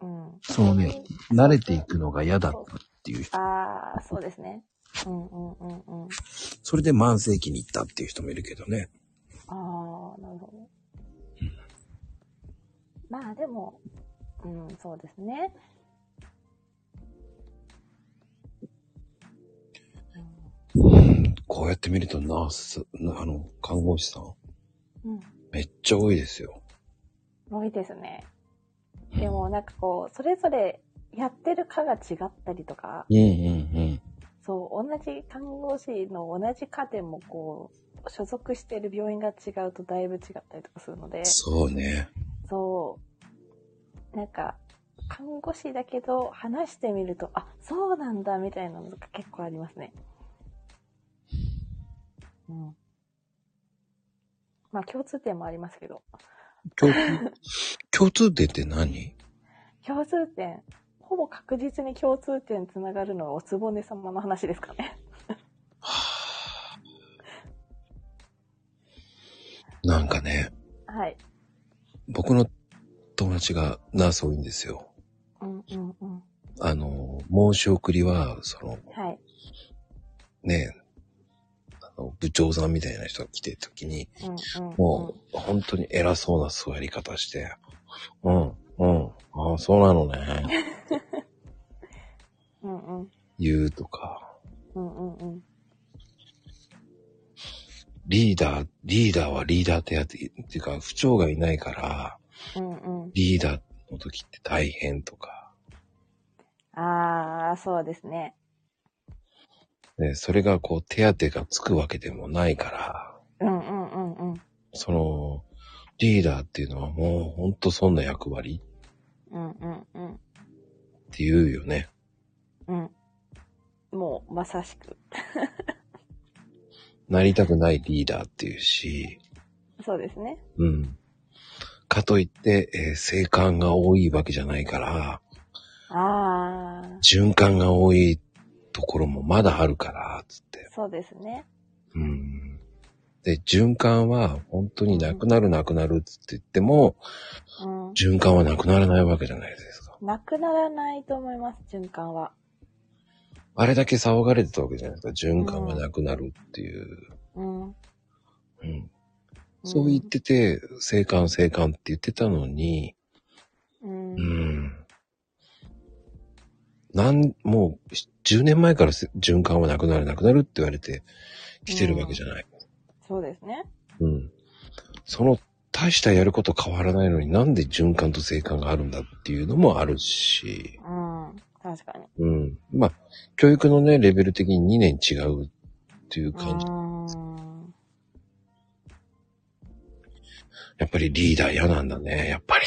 Speaker 4: うん。
Speaker 1: そうね、慣れていくのが嫌だったっていう人。
Speaker 4: ああ、そうですね。うんうんうんうん。
Speaker 1: それで慢性期に行ったっていう人もいるけどね。
Speaker 4: ああ、なるほど。まあ、でも、うん、そうですね。
Speaker 1: こうやって見るとナース、あの、看護師さん、
Speaker 4: うん。
Speaker 1: めっちゃ多いですよ。
Speaker 4: 多いですね。でもなんかこう、それぞれやってる科が違ったりとか、
Speaker 1: うんうん
Speaker 4: そう、同じ看護師の同じ科でもこう、所属してる病院が違うとだいぶ違ったりとかするので
Speaker 1: うん。、そうね。
Speaker 4: そう、なんか、看護師だけど話してみると、あ、そうなんだみたいなのが結構ありますね。うん。まあ共通点もありますけど。
Speaker 1: 共通、共通点って何
Speaker 4: 共通点ほぼ確実に共通点つながるのはおつぼね様の話ですかね
Speaker 1: なんかね、
Speaker 4: はい
Speaker 1: 僕の友達がナース多いんですよ。
Speaker 4: うんうんうん
Speaker 1: あの、申し送りは、その、
Speaker 4: はい
Speaker 1: ね、あの部長さんみたいな人が来てる時に、
Speaker 4: うんうん、うん、
Speaker 1: もう、本当に偉そうな座り方して、うん、うん、ああ、そうなのね、
Speaker 4: うんうん
Speaker 1: 言うとか、
Speaker 4: うんうんうん
Speaker 1: リーダー、リーダーはリーダーってやつ、っていうか、不長がいないから、
Speaker 4: うんう
Speaker 1: リーダーの時って大変とか、
Speaker 4: んああそうですね
Speaker 1: ね、それがこう、手当てがつくわけでもないから、
Speaker 4: うんうんうんうん
Speaker 1: その、リーダーっていうのはもう、ほんとそんな役割
Speaker 4: うんうんうん
Speaker 1: って言うよね。
Speaker 4: うんもうまさしく
Speaker 1: なりたくないリーダーっていうし、
Speaker 4: そうですね
Speaker 1: うん。かといって、えー生還が多いわけじゃないから、
Speaker 4: ああ
Speaker 1: 循環が多いところもまだあるから、つって。
Speaker 4: そうですね
Speaker 1: うん。で、循環は本当になくなるなくなるっつって言っても、
Speaker 4: うん
Speaker 1: 循環はなくならないわけじゃないですか。
Speaker 4: なくならないと思います循環は
Speaker 1: あれだけ騒がれてたわけじゃないですか。循環がなくなるっていう。
Speaker 4: うん
Speaker 1: うん。そう言ってて、生還生還って言ってたのに、
Speaker 4: うん
Speaker 1: う、ん。なん、もう、10年前からせ循環はなくなるなくなるって言われて来てるわけじゃない。
Speaker 4: そうですね
Speaker 1: うん。その、大したやること変わらないのになんで循環と生還があるんだっていうのもあるし、
Speaker 4: うん確かに
Speaker 1: うん。まあ、教育のね、レベル的に2年違うっていう感じ。
Speaker 4: うん
Speaker 1: やっぱりリーダー嫌なんだね、やっぱり。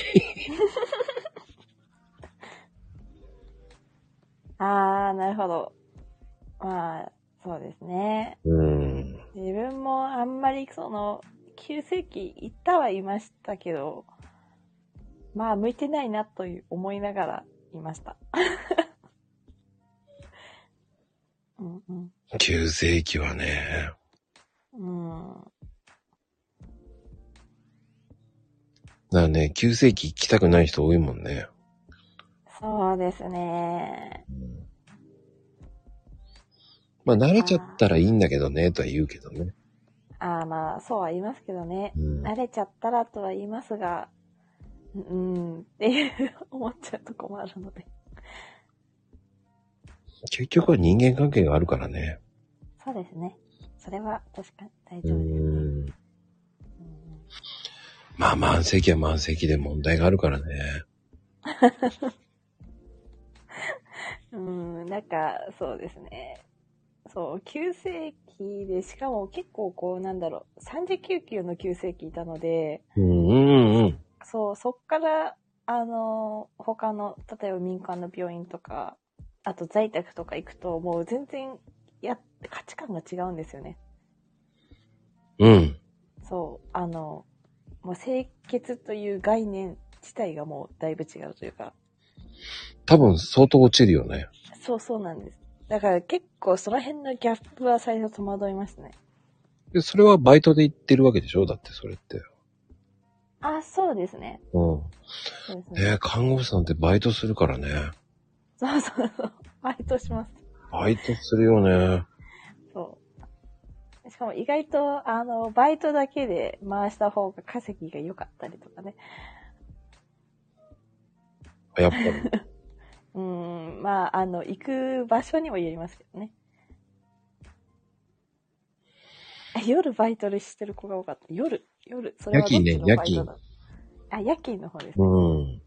Speaker 4: ああ、なるほど。まあ、そうですね。
Speaker 1: うん。
Speaker 4: 自分もあんまりその、急性期行ったはいましたけど、まあ、向いてないなという思いながらいました。 うんうん。
Speaker 1: 急性期はね、
Speaker 4: うん。
Speaker 1: だからね、急性期来たくない人多いもんね。
Speaker 4: そうですね。
Speaker 1: まあ、慣れちゃったらいいんだけどね、とは言うけどね。
Speaker 4: ああ、まあ、そうは言いますけどね。
Speaker 1: うん。
Speaker 4: 慣れちゃったらとは言いますが、うん、っていう思っちゃうとこもあるので。
Speaker 1: 結局は人間関係があるからね。
Speaker 4: そうですね。それは確かに大
Speaker 1: う
Speaker 4: 丈夫です。
Speaker 1: ん。
Speaker 4: うん
Speaker 1: まあ、満席は満席で問題があるからね。
Speaker 4: うん、なんか、そうですね。そう、急性期で、しかも結構こう、なんだろう、3次救急の急性期いたので、
Speaker 1: うん、うん、うん。
Speaker 4: そう、そっから、あの、他の、例えば民間の病院とか、あと在宅とか行くと、もう全然、や、価値観が違うんですよね。
Speaker 1: うん。
Speaker 4: そう、あの、もう清潔という概念自体がもうだいぶ違うというか、
Speaker 1: 多分、相当落ちるよね。
Speaker 4: そうそうなんです。だから結構その辺のギャップは最初戸惑いましたね。
Speaker 1: で、それはバイトで行ってるわけでしょだって、それって。
Speaker 4: あ、そうですね。
Speaker 1: うん。
Speaker 4: そうですね。
Speaker 1: えー看護師さんってバイトするからね。
Speaker 4: そうそうそう。バイトします。
Speaker 1: バイトするよね。
Speaker 4: そう。しかも意外と、あの、バイトだけで回した方が稼ぎが良かったりとかね。
Speaker 1: やっぱり。
Speaker 4: うーん、まあ、あの、行く場所にもよりますけどね。あ夜バイトしてる子が多かった。夜、夜、そ
Speaker 1: 夜勤ね
Speaker 4: どっちのバイトだあ、夜勤の方です ね。
Speaker 1: うん。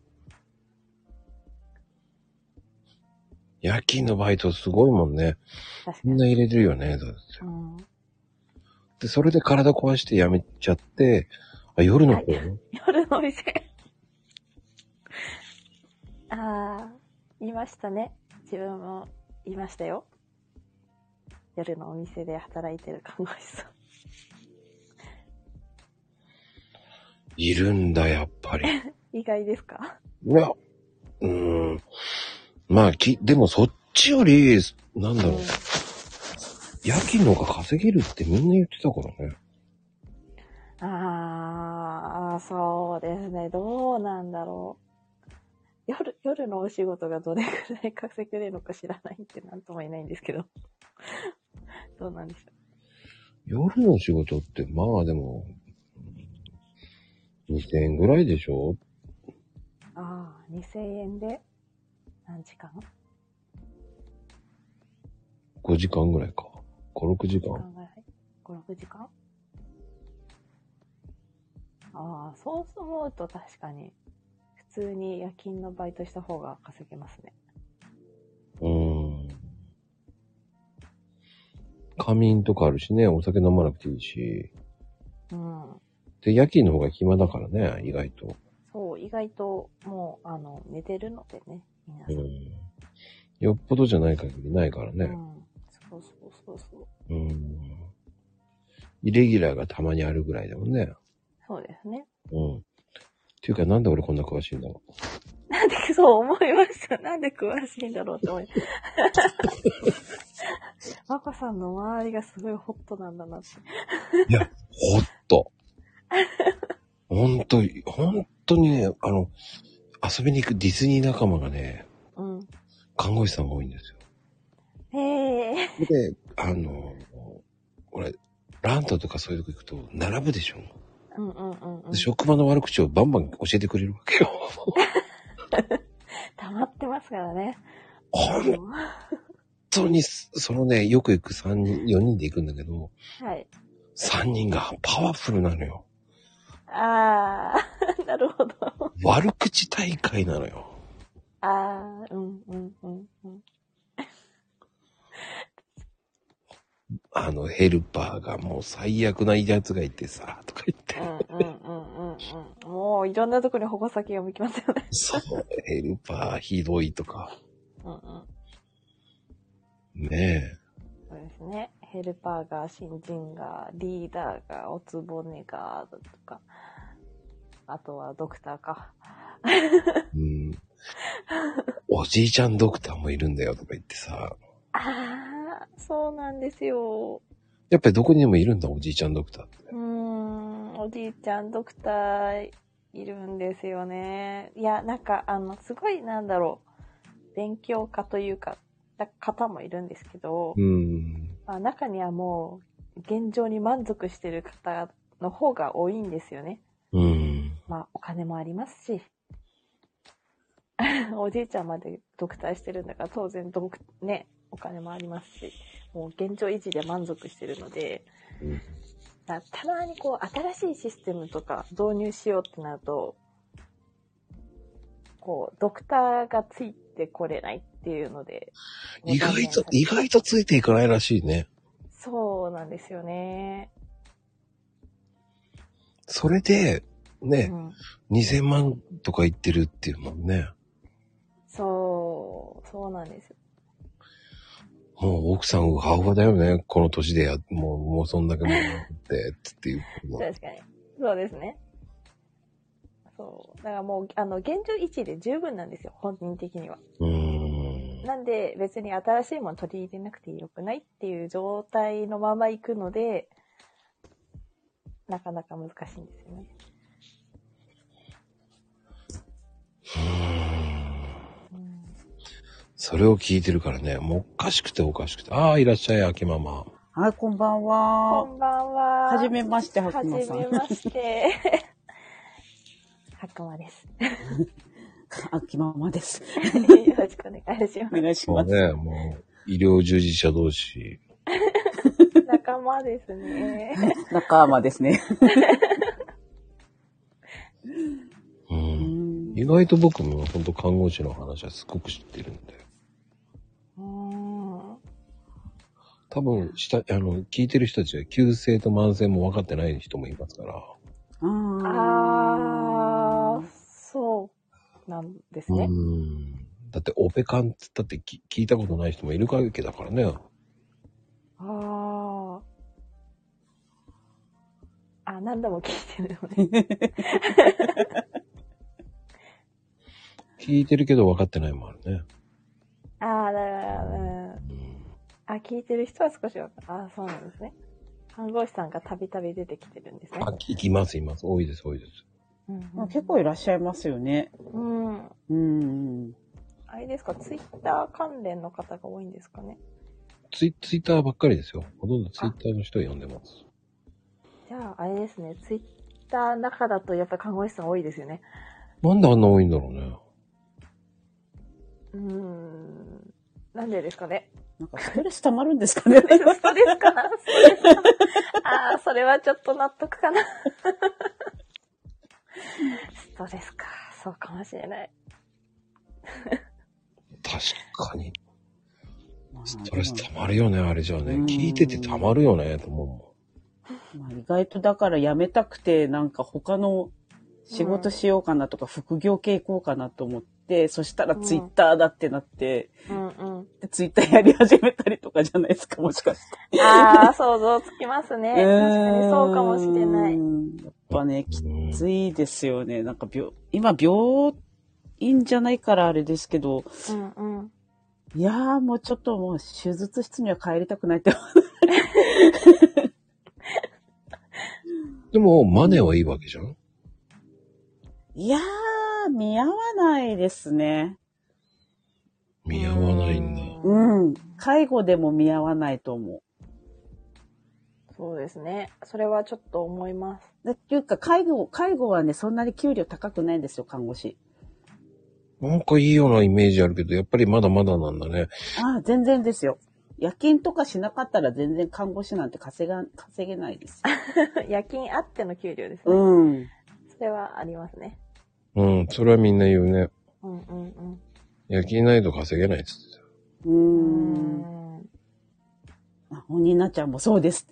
Speaker 1: 夜勤のバイトすごいもんね。
Speaker 4: 確か
Speaker 1: みん
Speaker 4: に。
Speaker 1: な入れるよね。だって
Speaker 4: うん。
Speaker 1: で、それで体壊してやめちゃって、あ、夜の方
Speaker 4: 夜のお店。 ああ、いましたね。自分もいましたよ。夜のお店で働いてる看護師さん。
Speaker 1: いるんだ、やっぱり。
Speaker 4: 意外ですか
Speaker 1: いや、うーん。まあ、き、でもそっちより、なんだろう。夜勤の方が稼げるってみんな言ってたからね。
Speaker 4: ああ、そうですね。どうなんだろう。夜、夜のお仕事がどれくらい稼げるのか知らないってなんとも言えないんですけど。 どうなんでしょ
Speaker 1: 夜の仕事って、まあでも、2000円ぐらいでしょ
Speaker 4: う。ああ、2000円で何時間
Speaker 1: ?5 時間ぐらいか。5、6時
Speaker 4: 考
Speaker 1: 間。
Speaker 4: え5、6時間ああ、そう思うと確かに、普通に夜勤のバイトした方が稼げますね。
Speaker 1: うーん。仮眠とかあるしね、お酒飲まなくていいし。
Speaker 4: うん。
Speaker 1: で、夜勤の方が暇だからね、意外と。
Speaker 4: そう、意外ともう、あの、寝てるのでね、皆さ。
Speaker 1: うんん。よっぽどじゃない限りないから
Speaker 4: う
Speaker 1: ね。
Speaker 4: ん。そうそうそうそう。
Speaker 1: うん。イレギュラーがたまにあるぐらいだもんね。
Speaker 4: そうですね。
Speaker 1: うん。っていうか、なんで俺こんな詳しいんだろう。
Speaker 4: なんでそう思いました。なんで詳しいんだろうって思い。 まこさんの周りがすごいホットなんだなって。
Speaker 1: ほっ と。ほんと、ほんとにね、あの、遊びに行くディズニー仲間がね、
Speaker 4: うん。
Speaker 1: 看護師さんが多いんですよ。
Speaker 4: へえ。
Speaker 1: で、あの、俺、ラントとかそういうとこ行くと、並ぶでしょ。
Speaker 4: うんうんうんうん
Speaker 1: で。職場の悪口をバンバン教えてくれるわけよ。
Speaker 4: 溜まってますから ね。
Speaker 1: ほん本当にす、そのね、よく行く3人、4人で行くんだけど、
Speaker 4: はい。
Speaker 1: 3人がパワフルなのよ。
Speaker 4: あー、 なるほど。
Speaker 1: 悪口大会なのよ。
Speaker 4: あー、うん、うん、うん、うん。
Speaker 1: あの、ヘルパーがもう最悪なやつがいてさ、とか言って
Speaker 4: う。 ん、うん、うん、うん。もう、いろんなとこに矛先が向きますよね。
Speaker 1: そう、ヘルパーひどいとか。
Speaker 4: うん、うん。
Speaker 1: ね
Speaker 4: そうですね。ヘルパーが、新人が、リーダーが、おつぼねが、とか。あとは、ドクターか。
Speaker 1: え。うん。おじいちゃんドクターもいるんだよとか言ってさ。
Speaker 4: あー、そうなんですよ。
Speaker 1: やっぱりどこにでもいるんだ、おじいちゃんドクターって。
Speaker 4: うーん、おじいちゃん、ドクターいるんですよね。いや、なんか、あの、すごい、なんだろう、勉強家というか、だ方もいるんですけど、
Speaker 1: うん。
Speaker 4: まあ、中にはもう、現状に満足してる方の方が多いんですよね。
Speaker 1: うん。
Speaker 4: まあ、お金もありますし。 おじいちゃんまでドクターしてるんだから、当然ドク、ね、お金もありますし、もう現状維持で満足してるので、
Speaker 1: うん
Speaker 4: だたまにこう、新しいシステムとか導入しようってなると、こう、ドクターがついてこれないっていうので、
Speaker 1: 意外と
Speaker 4: もう断念さ、れ
Speaker 1: 意外とついていかないらしいね。
Speaker 4: そうなんですよね。
Speaker 1: それで、ね、
Speaker 4: うん
Speaker 1: 2000万とか言ってるっていうもんね。
Speaker 4: そう、そうなんですよ。
Speaker 1: もう奥さんウハウハだよね。この年でや、もう、もうそんだけもらって、つっていうのは。
Speaker 4: 確かに。 そうですね。そう。だからもう、あの、現状維持で十分なんですよ、本人的には。
Speaker 1: うーん。
Speaker 4: なんで、別に新しいもの取り入れなくてよくないっていう状態のまま行くので、なかなか難しいんですよね。うん
Speaker 1: それを聞いてるからね、もうおかしくておかしくて。ああ、いらっしゃい、秋ママ。
Speaker 3: はい、こんばん
Speaker 4: こ
Speaker 3: は。
Speaker 4: んばんは。
Speaker 3: はじめまして、は
Speaker 4: は
Speaker 3: く
Speaker 4: じ
Speaker 3: まさ
Speaker 4: め
Speaker 3: ん。
Speaker 4: まして。 白 馬です。
Speaker 3: あきままです。
Speaker 4: よろしくお願いしま
Speaker 3: お願いし
Speaker 1: も
Speaker 3: ま
Speaker 1: う
Speaker 3: す。
Speaker 1: ね、もう、医療従事者同士。
Speaker 4: す。仲間です ね。
Speaker 3: 仲間ですね。
Speaker 1: 意外と僕も本当看護師の話はすごく知ってるんで。
Speaker 4: うーん。
Speaker 1: 多分、した、あの、聞いてる人たちは急性と慢性も分かってない人もいますから。
Speaker 4: あー、そうなんです
Speaker 1: う
Speaker 4: ね。
Speaker 1: ん。だって、オペ感ってだってき聞いたことない人もいるわけだからね。
Speaker 4: あー。あ、何度も聞いてるのね。
Speaker 1: 聞いてるけど分かってないもあるね。
Speaker 4: あー、だから、うん。あ、聞いてる人は少しわかあー、そうなんですね。看護師さんがたびたび出てきてるんですね
Speaker 1: あ。、いきます、います。多いです、多いです。
Speaker 4: うん
Speaker 3: まあ、結構いらっしゃいますよね。
Speaker 4: うん、うん。
Speaker 3: うん。
Speaker 4: あれですか、ツイッター関連の方が多いんですかね。
Speaker 1: ツイツイッターばっかりですよ。ほとんどツイッターの人を呼んでます。
Speaker 4: じゃあ、あれですね、ツイッターの中だとやっぱ看護師さん多いですよね。
Speaker 1: なんであんな多いんだろうね。
Speaker 4: うーん。なんでですかね。
Speaker 3: なんかストレ ス溜まるんですかね。
Speaker 4: そうですかなそうですかなああ、それはちょっと納得かな。ストレスか。そうかもしれない。
Speaker 1: 確かに。スト
Speaker 3: ま
Speaker 1: レス溜まるよね、あれじゃあね。
Speaker 3: うん
Speaker 1: 聞いてて溜まるよね、と思うもん。
Speaker 3: あ意外とだから辞めたくて、なんか他の仕事しようかなとか、副業系行こうかなと思って、そしたらツイッターだってなって、
Speaker 4: うんうん。
Speaker 3: でツイッターやり始めたりとかじゃないですか、もしかして。
Speaker 4: ああ、想像つきますね。確かにそうかもしれな
Speaker 3: う
Speaker 4: い。
Speaker 3: んやっぱね、き
Speaker 1: うん
Speaker 3: ついですよね。なんか病、今病院じゃないからあれですけど、
Speaker 4: うんうん。
Speaker 3: いやーもうちょっともう手術室には帰りたくないって。
Speaker 1: でも、マネはいいわけじゃん
Speaker 3: いやー、見合わないですね。
Speaker 1: 見合わないんだ。
Speaker 3: うん。介護でも見合わないと思
Speaker 4: そうですね。それはちょっと思います。
Speaker 3: う。でっていうか、介護、介護はね、そんなに給料高くないんですよ、看護師。
Speaker 1: なんかいいようなイメージあるけど、やっぱりまだまだなんだね。
Speaker 3: ああ、全然ですよ。夜勤とかしなかったら全然看護師なんて稼が、稼げないですよ。
Speaker 4: 夜勤あっての給料ですね。
Speaker 3: うん。
Speaker 4: それはありますね。
Speaker 1: うん、それはみんな言うね。
Speaker 4: うんうんうん。
Speaker 1: 夜勤ないと稼げないっつってたよ
Speaker 3: う
Speaker 4: う
Speaker 3: ーん。
Speaker 4: ーん。
Speaker 3: あ、おになちゃんもそうです。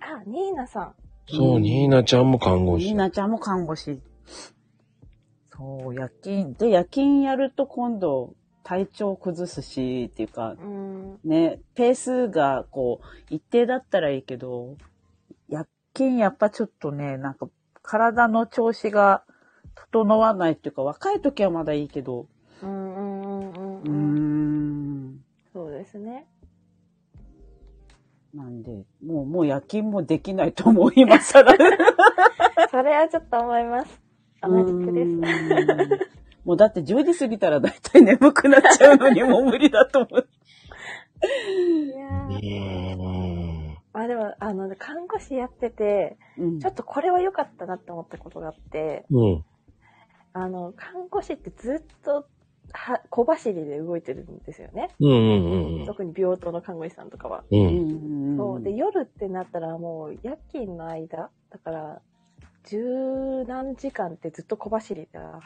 Speaker 4: あ、ニーナさん。
Speaker 1: そう、ニーナちゃんも看護
Speaker 3: おに
Speaker 1: 師。
Speaker 3: なちゃんも看護師。そう、夜勤。で、夜勤やると今度、体調崩すし、っていうか、
Speaker 4: うーん。
Speaker 3: ね、ペースがこう、一定だったらいいけど、夜勤やっぱちょっとね、なんか体の調子が整わないっていうか、若い時はまだいいけど、
Speaker 4: うんうんうん
Speaker 3: うー
Speaker 4: うんうん。
Speaker 3: ん。
Speaker 4: そうですね。
Speaker 3: なんで、もう、もう夜勤もできないと思う、今更。
Speaker 4: それはちょっと思います。同じくです。
Speaker 3: す。もうだって10時過ぎたら大体眠くなっちゃうのにもう無理だと思う。
Speaker 4: いや
Speaker 1: う
Speaker 4: ー
Speaker 1: ーん。
Speaker 4: まあでも、あの、看護師やってて、
Speaker 3: うん
Speaker 4: ちょっとこれは良かったなって思ったことがあって、
Speaker 1: うん。
Speaker 4: あの、看護師ってずっと、は、小走りで動いてるんですよね。
Speaker 1: うんうんうん
Speaker 4: 特に病棟の看護師さんとかは。
Speaker 1: うん。う。
Speaker 3: うんん
Speaker 4: そう。で、夜ってなったらもう夜勤の間、だから、十何時間ってずっと小走りでは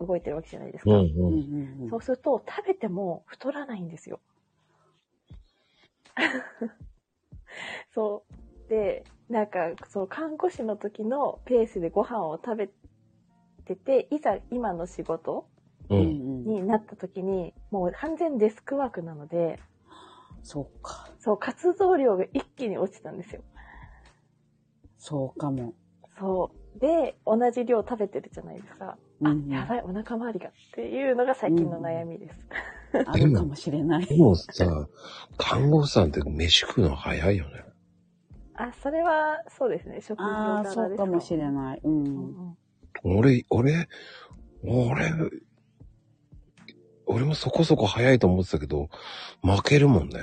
Speaker 4: 動いてるわけじゃないですか。
Speaker 1: うん
Speaker 3: うん
Speaker 1: うん。
Speaker 3: うん
Speaker 4: そうすると、食べても太らないんですよ。 そう。で、なんか、その看護師の時のペースでご飯を食べてて、いざ今の仕事
Speaker 1: う
Speaker 3: うん
Speaker 1: ん。
Speaker 3: うん
Speaker 4: になった時に、もう完全デスクワークなので、
Speaker 3: そうか。
Speaker 4: そう、活動量が一気に落ちたんですよ。
Speaker 3: そうかも。
Speaker 4: そう。で、同じ量食べてるじゃないですか。あ、
Speaker 3: うんうん
Speaker 4: やばい、お腹周りが。っていうのが最近の悩みです。
Speaker 3: あるかもしれない。
Speaker 1: でもさ、看護師さんって飯食うの早いよね。
Speaker 4: あ、それは、そうですね。職業
Speaker 3: あ
Speaker 4: 柄
Speaker 3: あ、
Speaker 4: です
Speaker 3: そうかもしれない。う。
Speaker 4: うんん
Speaker 1: 俺、俺、俺、俺もそこそこ早いと思ってたけど、負けるもんね。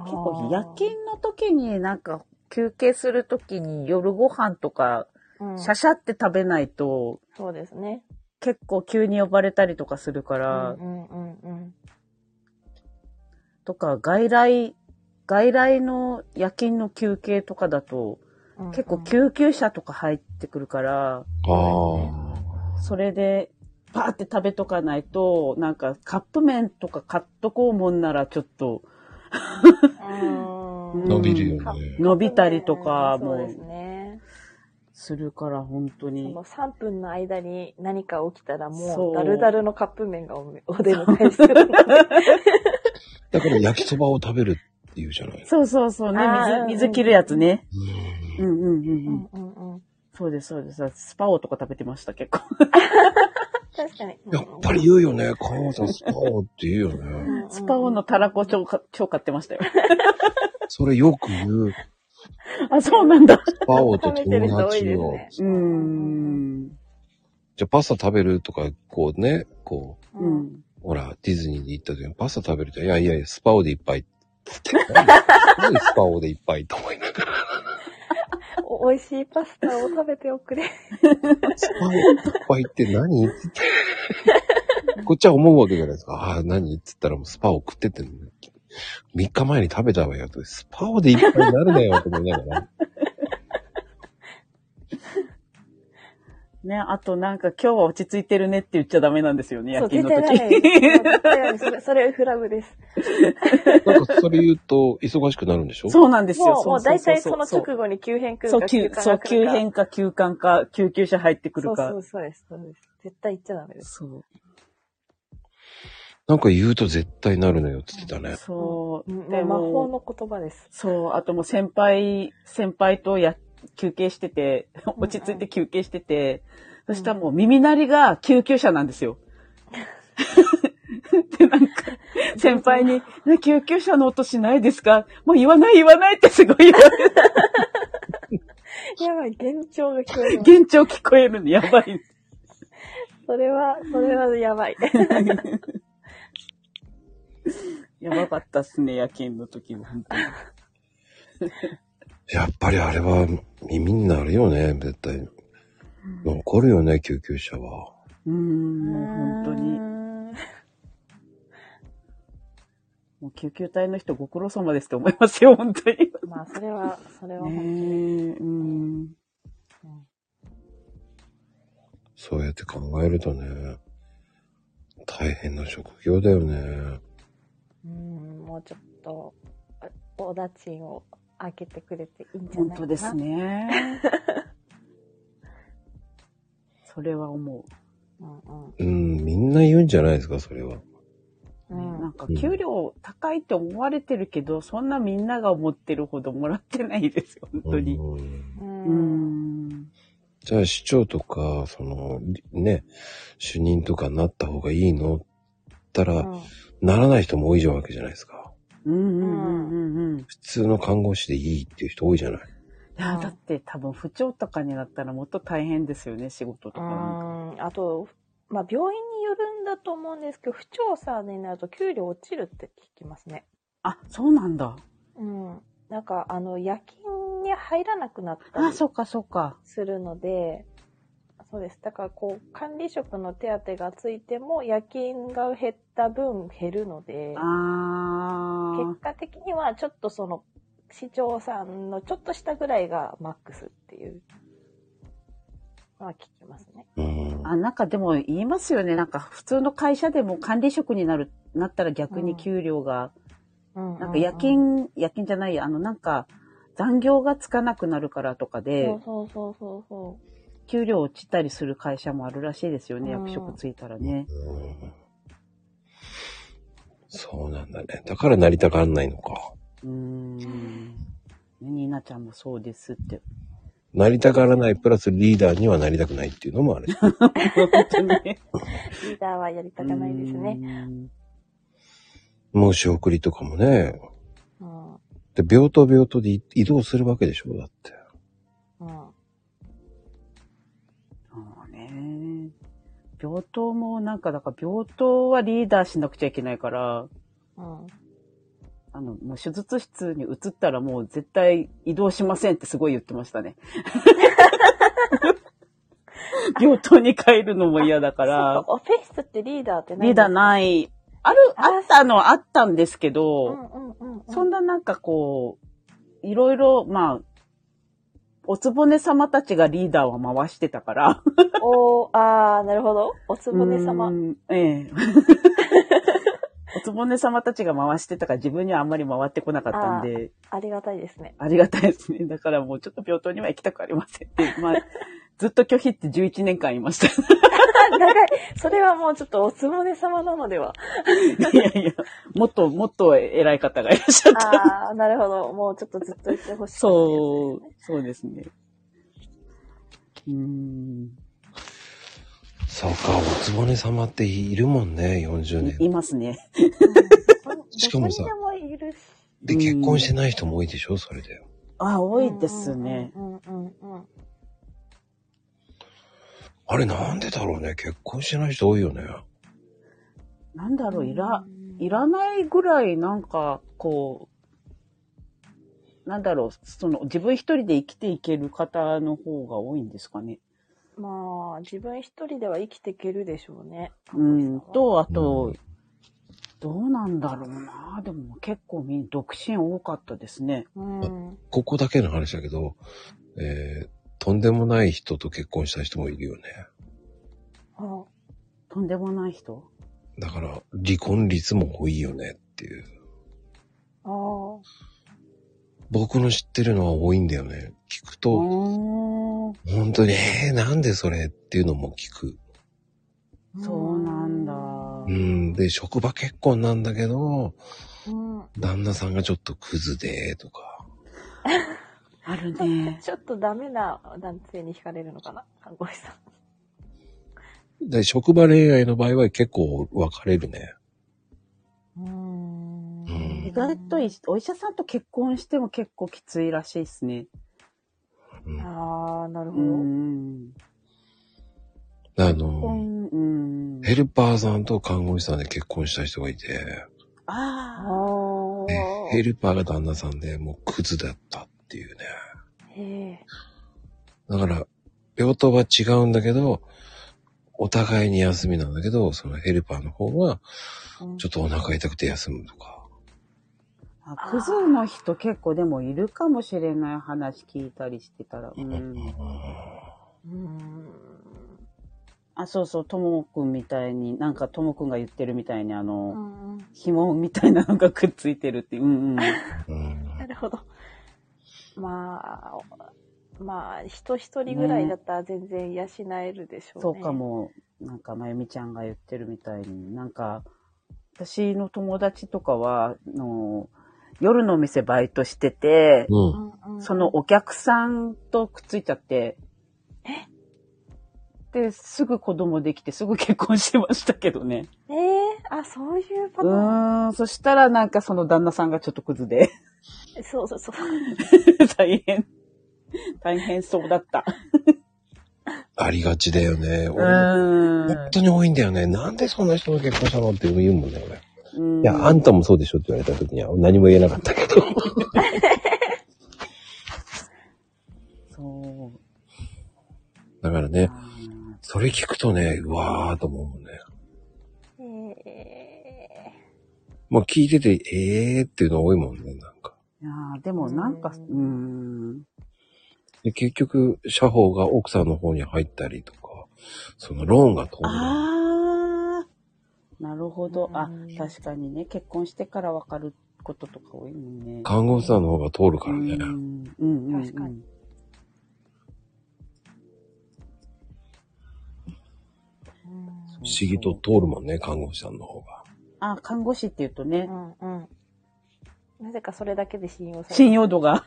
Speaker 3: 結構夜勤の時になんか休憩する時に夜ご飯とか
Speaker 4: うん、
Speaker 3: シャシャって食べないと
Speaker 4: そうですね。
Speaker 3: 結構急に呼ばれたりとかするか
Speaker 4: う
Speaker 3: ら、
Speaker 4: んうんうんうん。
Speaker 3: とか外来、外来の夜勤の休憩とかだと
Speaker 4: うん
Speaker 3: 結構救急車とか入ってくるから、
Speaker 1: ああ
Speaker 3: それで、パーって食べとかないと、なんかカップ麺とか買っとこうもんならちょっと、
Speaker 4: うん
Speaker 3: うん
Speaker 1: 伸びるよね。
Speaker 3: 伸びたりとか
Speaker 4: そうで
Speaker 3: も
Speaker 4: すね。
Speaker 3: するから、本当に
Speaker 4: もう。3分の間に何か起きたら
Speaker 3: そ
Speaker 4: も
Speaker 3: う
Speaker 4: うダルダルのカップ麺がおお出迎えしてる。
Speaker 1: だから焼きそばを食べるっていうじゃない。
Speaker 3: そうそうそうね
Speaker 4: あー、
Speaker 3: 水、水切るやつね。
Speaker 1: うん
Speaker 3: うんうんうんう
Speaker 4: う
Speaker 3: んん。
Speaker 4: うんうん
Speaker 3: そうです、そうです。スパオとか食べてました、結構。
Speaker 4: 確かに。
Speaker 1: やっぱり言うよね。川本さん、スパオって言うよね。
Speaker 3: スパオのたらこ超か、超買ってましたよ。
Speaker 1: それよく言う。
Speaker 3: あ、そうなんだ。
Speaker 1: スパオと
Speaker 4: 食べてる
Speaker 1: 友
Speaker 4: 人多い
Speaker 1: 達
Speaker 4: です
Speaker 1: を。
Speaker 4: ね。
Speaker 3: うーん。
Speaker 1: じゃあパスタ食べるとか、こうね、こう、
Speaker 3: う。ん。
Speaker 1: ほら、ディズニーで行った時にパスタ食べると、いやいやいや、スパオでいっぱい。何スパオでいっぱいと思いながら。
Speaker 4: お美味しいパスタを食べておくれ。
Speaker 1: スパオいっぱいって何って言ってこっちは思うわけじゃないですか。ああ、何って言ったらもうスパオ食ってってんのね。3日前に食べたわよと。スパオでいっぱいになるなよと思いながら。
Speaker 3: ね、あとなんか今日は落ち着いてるねって言っちゃダメなんですよね、夜
Speaker 4: そう、
Speaker 3: 勤
Speaker 4: 絶
Speaker 3: の
Speaker 4: 対ない。
Speaker 3: 時。
Speaker 4: そう絶対ないそれ、それフラグです。
Speaker 1: なんかそれ言うと忙しくなるんでしょ
Speaker 3: そうなんですよ。
Speaker 4: もう、もう
Speaker 3: そう
Speaker 4: 大
Speaker 3: そう
Speaker 4: 体
Speaker 3: そ
Speaker 4: そうの直後に急変来
Speaker 3: そ
Speaker 4: る
Speaker 3: う、
Speaker 4: か
Speaker 3: 急、そう、急変か、急患か、救急車入ってく
Speaker 4: 来る
Speaker 3: る
Speaker 4: か。
Speaker 3: か
Speaker 4: そう。そう、そうです。そうです。絶対行っちゃダメです。
Speaker 3: そう。
Speaker 1: なんか言うと絶対なるのよって言ってたね。
Speaker 3: そう。
Speaker 4: うん
Speaker 3: で
Speaker 4: もう魔法
Speaker 3: も、
Speaker 4: の言葉 です。
Speaker 3: そう、あともう先輩、先輩とや、休憩してて、
Speaker 4: うん
Speaker 3: 落ち着いて休憩してて、そしたらもう耳鳴りが救急車なんですよ。 で、なんか、先輩に、ね救急車の音しないですかもう言わない言わないってすごい言われ て、
Speaker 4: やばい、幻聴が聞こえる。
Speaker 3: 幻聴聞こえるの、やばい。
Speaker 4: それは、それはやばい。
Speaker 3: やばかったっすね、夜勤の時も。本当に
Speaker 1: やっぱりあれは耳になるよね、絶対。残るよね、救急車は。
Speaker 3: うーん、もう本当に。
Speaker 4: に。
Speaker 3: もう救急隊の人ご苦労様ですって思いますよ、本当に。ね
Speaker 4: まあ、それは、それは本当に。
Speaker 3: うん。
Speaker 1: そうやって考えるとね、大変な職業だよね。
Speaker 4: うん、もうちょっと、あお駄賃を開けてくれていいんじゃ
Speaker 3: 本
Speaker 4: ないかな。
Speaker 3: 当ですね。 それは思
Speaker 4: うんうん。
Speaker 1: うん、みんな言うんじゃないですか、それは。
Speaker 3: う。
Speaker 4: うん
Speaker 3: なんか給料高いって思われてるけど、そんなみんなが思ってるほどもらってないですよ、本当に。
Speaker 1: うん
Speaker 3: うーん。
Speaker 1: じゃあ市長とか、その、ね、主任とかになった方がいいのったら、ならない人も多いじゃんわけじゃないですか。
Speaker 3: うんうんうんうんうん。い
Speaker 1: 普通の看護師でいいっていう人多いじゃない。
Speaker 3: や、だって多分不調とかになったらもっと大変ですよね、仕事と
Speaker 4: う
Speaker 3: かなんか。
Speaker 4: ん。あと、まあ、病院によるんだと思うんですけど、不調査になると給料落ちるって聞きますね。
Speaker 3: あ、そうなんだ。
Speaker 4: うん。なんか、あの、夜勤に入らなくなった
Speaker 3: あ、
Speaker 4: り
Speaker 3: そっかそっか。
Speaker 4: するので、そうです。だから、こう、管理職の手当がついても、夜勤が減った分減るので、
Speaker 3: あー
Speaker 4: 結果的にはちょっとその、市長さんのちょっとしたぐらいがマックスっていうのは聞きますね。
Speaker 1: うん。
Speaker 3: あ、なんかでも言いますよね。なんか普通の会社でも管理職になる、なったら逆に給料が、
Speaker 4: な
Speaker 3: なんか夜勤、夜勤じゃないや、あのなんか残業がつかなくなるからとか
Speaker 4: そ
Speaker 3: で
Speaker 4: う、そうそうそうそ
Speaker 3: 給料落ちたりする会社もあるらしいですよね。
Speaker 4: うん
Speaker 3: 役職ついたらね。
Speaker 1: うんそうなんだね。だからなりたがんないのか。
Speaker 3: うーん。ニーナちゃんもそうです って。
Speaker 1: なりたがらないプラスリーダーにはなりたくないっていうのも ある。
Speaker 3: 本当にね。
Speaker 4: う。リーダーはやりたくないですね。
Speaker 3: ね。
Speaker 1: 申し送りとかもね。
Speaker 4: うん。うん。
Speaker 1: で、病棟病棟でい移動するわけでしょだって。
Speaker 3: そうね。病棟もなんか、だから病棟はリーダーしなくちゃいけないから、
Speaker 4: うん。
Speaker 3: あの、もう手術室に移ったらもう絶対移動しませんってすごい言ってま したね。病棟に帰るのも嫌だか
Speaker 4: そ
Speaker 3: ら
Speaker 4: っか、、オフィスってリーダーってない
Speaker 3: リーダーない。ある、
Speaker 4: あ
Speaker 3: あったのはあったんですけ
Speaker 4: うん
Speaker 3: ど、
Speaker 4: うんうんうん。
Speaker 3: そんななんかこう、いろいろ、まあ、おつぼね様たちがリーダーは回してたから。
Speaker 4: おー、あー、なるほど。おつぼね
Speaker 3: う
Speaker 4: 様。
Speaker 3: ん。 ええ。おつぼね様たちが回してたから自分にはあんまり回ってこなかったんで、
Speaker 4: ありがたいですね。
Speaker 3: ありがたいですね。だからもうちょっと病棟には行きたくありませんって。まあ、 ずっと拒否って11年間いま した。
Speaker 4: あ長い。それはもうちょっとおつぼね様なので は。
Speaker 3: いやいや、もっともっと偉い方がいらっしゃった。
Speaker 4: あー、なるほど。もうちょっとずっと言ってほしい、
Speaker 3: そう、そうですね。うーん。
Speaker 1: そうか、おつぼね様っているもんね、40
Speaker 3: い
Speaker 1: 年。
Speaker 3: いますね。
Speaker 4: うん。
Speaker 1: しかもさ
Speaker 4: どこにでもいるし。
Speaker 1: で、
Speaker 3: うん
Speaker 1: 結婚してない人も多いでしょ、それで。
Speaker 3: あ、多いですね。
Speaker 4: うんうんうんうん。
Speaker 1: あれなんでだろうね、結婚してない人多いよね。
Speaker 3: なんだろう、いら、いらないぐらいなんか、こう、なんだろう、その、自分一人で生きていける方の方が多いんですかね。
Speaker 4: まあ、自分一人では生きていけるでしょうね。
Speaker 3: うん。と、あ
Speaker 1: う
Speaker 3: と
Speaker 1: ん、
Speaker 3: どうなんだろうな。でも結構みん、独身多かったですね。
Speaker 4: うん。
Speaker 1: ここだけの話だけど、えー、とんでもない人と結婚した人もいるよね。
Speaker 4: あ
Speaker 3: とんでもない人
Speaker 1: だから、離婚率も多いよねっていう。
Speaker 4: あー。
Speaker 1: 僕の知ってるのは多いんだよね。聞く
Speaker 3: う
Speaker 1: と、
Speaker 3: ーん。
Speaker 1: 本当に、えー、なんでそれっていうのも聞く。
Speaker 3: そうなんだ。
Speaker 1: うん、で、職場結婚なんだけど、
Speaker 4: うん。
Speaker 1: 旦那さんがちょっとクズで、とか。
Speaker 3: あるね。
Speaker 4: ちょっとダメな男性に惹かれるのかな看護師さん。
Speaker 1: で、職場恋愛の場合は結構分かれるね。
Speaker 4: うん
Speaker 1: うん
Speaker 3: 意外といお医者さんと結婚しても結構きついらしいですね。
Speaker 1: うん、
Speaker 4: ああ、なるほ
Speaker 3: う
Speaker 4: ど。
Speaker 3: ん。
Speaker 1: あ
Speaker 3: 結
Speaker 1: の、
Speaker 3: 婚、うん。
Speaker 1: ヘルパーさんと看護師さんで結婚した人がいて、
Speaker 4: あ
Speaker 3: ああ。
Speaker 4: あ。
Speaker 1: でヘルパーが旦那さんでもうクズだったっていうね。
Speaker 4: へえ。
Speaker 1: だから、病棟は違うんだけど、お互いに休みなんだけど、そのヘルパーの方は、ちょっとお腹痛くて休むとか。
Speaker 3: あクズの人結構でもいるかもしれない話聞いたりしてたら。う
Speaker 1: うん
Speaker 3: ん。
Speaker 4: うん。
Speaker 3: あ、そうそう、ともくんみたいに、なんかともくんが言ってるみたいに、あ
Speaker 4: う
Speaker 3: の、
Speaker 4: ん。
Speaker 3: 紐みたいなのがくっついてるっていう。うんうん。
Speaker 1: うん
Speaker 4: なるほど。まあ、まあ、人一人ぐらいだったら全然養えるでしょうね。
Speaker 3: そうか。も、なんか、まゆみちゃんが言ってるみたいに、なんか、私の友達とかは、あの夜のお店バイトしてて、
Speaker 1: う。
Speaker 4: うんんうん、
Speaker 3: そのお客さんとくっついちゃって、で、すぐ子供できて、すぐ結婚しましたけどね。
Speaker 4: ええあ、そういうパ
Speaker 3: う
Speaker 4: ター
Speaker 3: ー
Speaker 4: ン。
Speaker 3: ん、そしたらなんかその旦那さんがちょっとクズで、
Speaker 4: そうそうそう。
Speaker 3: 大変、大変そうだった。
Speaker 1: ありがちだよね。俺
Speaker 3: う
Speaker 1: も本
Speaker 3: ー
Speaker 1: 当に多いんだよね。なんでそんな人の結婚したのって言うもんね、俺。い
Speaker 3: ん。
Speaker 1: や、あんたもそうでしょって言われた時には何も言えなかったけど。
Speaker 3: そう。
Speaker 1: だから
Speaker 3: あ
Speaker 1: ね、
Speaker 3: ー
Speaker 1: それ聞くとね、うわーと思うもんね。
Speaker 4: ええ
Speaker 1: まあ聞いてて、えーっていうの多いもんね、なんか。
Speaker 3: いやーでもなんか、うーん。
Speaker 1: で、結局、社法が奥さんの方に入ったりとか、そのローンが通る。
Speaker 3: あー。なるほど。あ
Speaker 4: うん、
Speaker 3: 確かにね、結婚してから分かることとか多いもんね。
Speaker 1: 看護師さんの方が通るからね。
Speaker 3: うんうんうん。
Speaker 4: 確かに。
Speaker 1: 不思議と通るもんね、看護師さんの方が。
Speaker 3: あ、看護師って言うとね
Speaker 4: う、んうん。なぜかそれだけで信用される。
Speaker 3: 信用度が。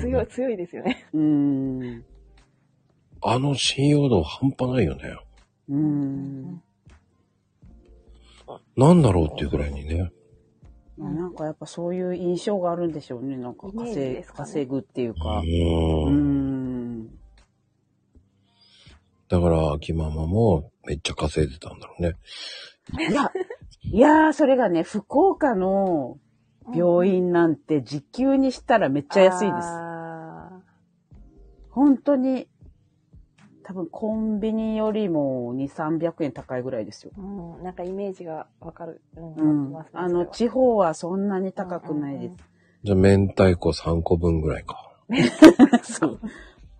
Speaker 4: 強い、強いですよね。
Speaker 3: うーん。
Speaker 1: あの信用度半端ないよね。
Speaker 3: うーん。
Speaker 1: なんだろうっていうくらいにね。
Speaker 3: まあなんかやっぱそういう印象があるんでしょうね。なんか
Speaker 4: イメージ
Speaker 3: 稼,、
Speaker 4: ですかね
Speaker 3: 稼ぐっていう
Speaker 1: う
Speaker 3: か。うー
Speaker 1: ーん。
Speaker 3: ん。
Speaker 1: だから、秋ママもめっちゃ稼いでたんだろうね。
Speaker 3: いや、いやー、それがね、福岡の病
Speaker 4: めっ
Speaker 3: 院なんて時給にしたらめっちゃ安いです。
Speaker 4: あ
Speaker 3: 本当に、多分コンビニよりも2、300円高いぐらいですよ。
Speaker 4: ーうん。なんかイメージがわかる。うん。
Speaker 3: うん
Speaker 4: わかり
Speaker 3: あの、
Speaker 4: ますねそれは
Speaker 3: 地方はそんなに高くないです。
Speaker 1: じゃあ、明太子3個分ぐらいか。
Speaker 3: そう。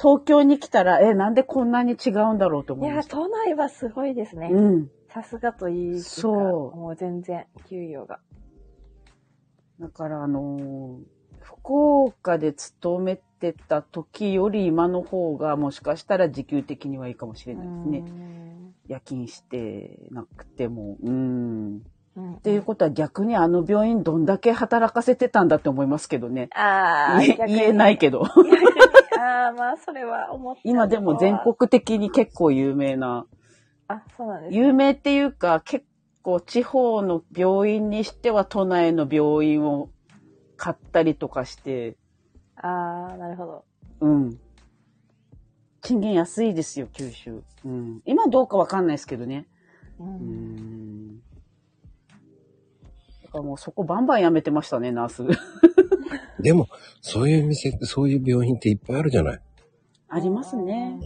Speaker 3: 東京に来たら、え、なんでこんなに違うんだろうと
Speaker 4: い
Speaker 3: 思いま
Speaker 4: や、
Speaker 3: した。
Speaker 4: 都内はすごいですね。
Speaker 3: うん。
Speaker 4: さすがといい。
Speaker 3: そう
Speaker 4: もう全然、給与が。
Speaker 3: だから、あのー福岡で勤めてた時より今の方がもしかしたら時給的にはいいかもしれないですね。
Speaker 4: ね。
Speaker 3: 夜勤してなくても。うん。
Speaker 4: うん。っ
Speaker 3: っていうことは逆にあの病院どんだけ働かせてたんだって思いますけどね。
Speaker 4: ああ、
Speaker 3: 言え言えないけど。
Speaker 4: ど。逆にああ、まあ、それは思って。
Speaker 3: 今でも全。国的に結構有名な、
Speaker 4: あ、そうなんですね。
Speaker 3: 有名っていうか結構地方の病院にしては都内の病院を買ったりとかして、
Speaker 4: ああ、なるほど。
Speaker 3: うん。賃金安いですよ、九州。うん。今どうかわかんないですけどね。
Speaker 4: う。
Speaker 3: うんん。だからもうそこバンバンやめてましたね、ナース。
Speaker 1: でも、そういう店、そういう病院っていっぱいあるじゃない。
Speaker 3: ありますね。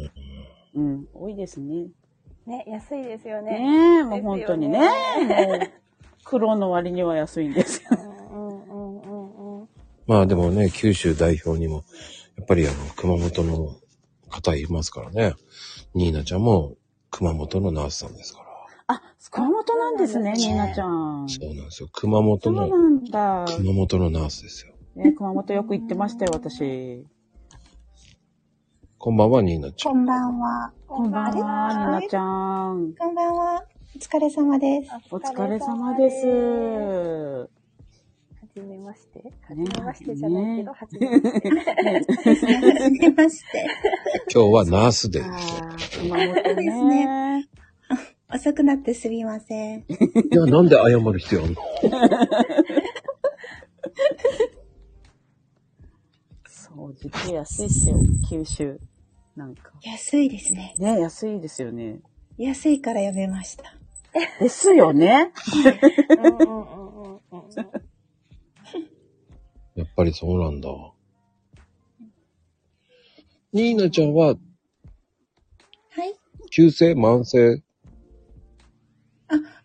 Speaker 3: うん、多いですね。
Speaker 4: ね、安いですよ
Speaker 3: ね
Speaker 4: ね。
Speaker 3: え、もう本当にね。
Speaker 4: です
Speaker 3: もう黒の割には安いんですよ。
Speaker 4: うんうんうんうん。
Speaker 1: まあでもね、九州代表にも、やっぱりあの、熊本の方いますからね。ニーナちゃんも熊本のナースさんですから。
Speaker 3: あ、熊本なんですね、
Speaker 1: そう
Speaker 3: ニー
Speaker 1: なん
Speaker 3: ナ
Speaker 1: です
Speaker 3: ちゃん。
Speaker 1: そうなんですよ。熊本
Speaker 3: そう
Speaker 1: の、
Speaker 3: なんだ。
Speaker 1: 熊本のナースですよ。
Speaker 3: ね、熊本よく行ってましたよ、私。
Speaker 1: こんばんは、ニーナちゃ
Speaker 5: こ
Speaker 1: ん。
Speaker 5: んばんは。
Speaker 3: こんばんは、ニーナちゃん。
Speaker 5: こんばんは。お疲れ様です。
Speaker 3: お疲れ様です。
Speaker 4: は
Speaker 3: ね
Speaker 4: じめまして。は
Speaker 3: ね
Speaker 4: じめましてじゃないけど、
Speaker 3: ね
Speaker 4: はじめまして。
Speaker 5: はじめまして。
Speaker 1: 今日はナースデーですよ。
Speaker 3: 熊本
Speaker 5: です
Speaker 3: ね。
Speaker 5: 遅くなってすみません。
Speaker 1: いや、なんで謝る必要あるの
Speaker 3: そう、時給安いっすよ、九州。なんか。
Speaker 5: 安いですね。
Speaker 3: ね、安いですよね。
Speaker 5: 安いからやめました。
Speaker 3: ですよね。
Speaker 4: うんうんうんうんうんうん。
Speaker 1: やっぱりそうなんだ。ニーナちゃんは、
Speaker 5: はい。
Speaker 1: 急性、慢性、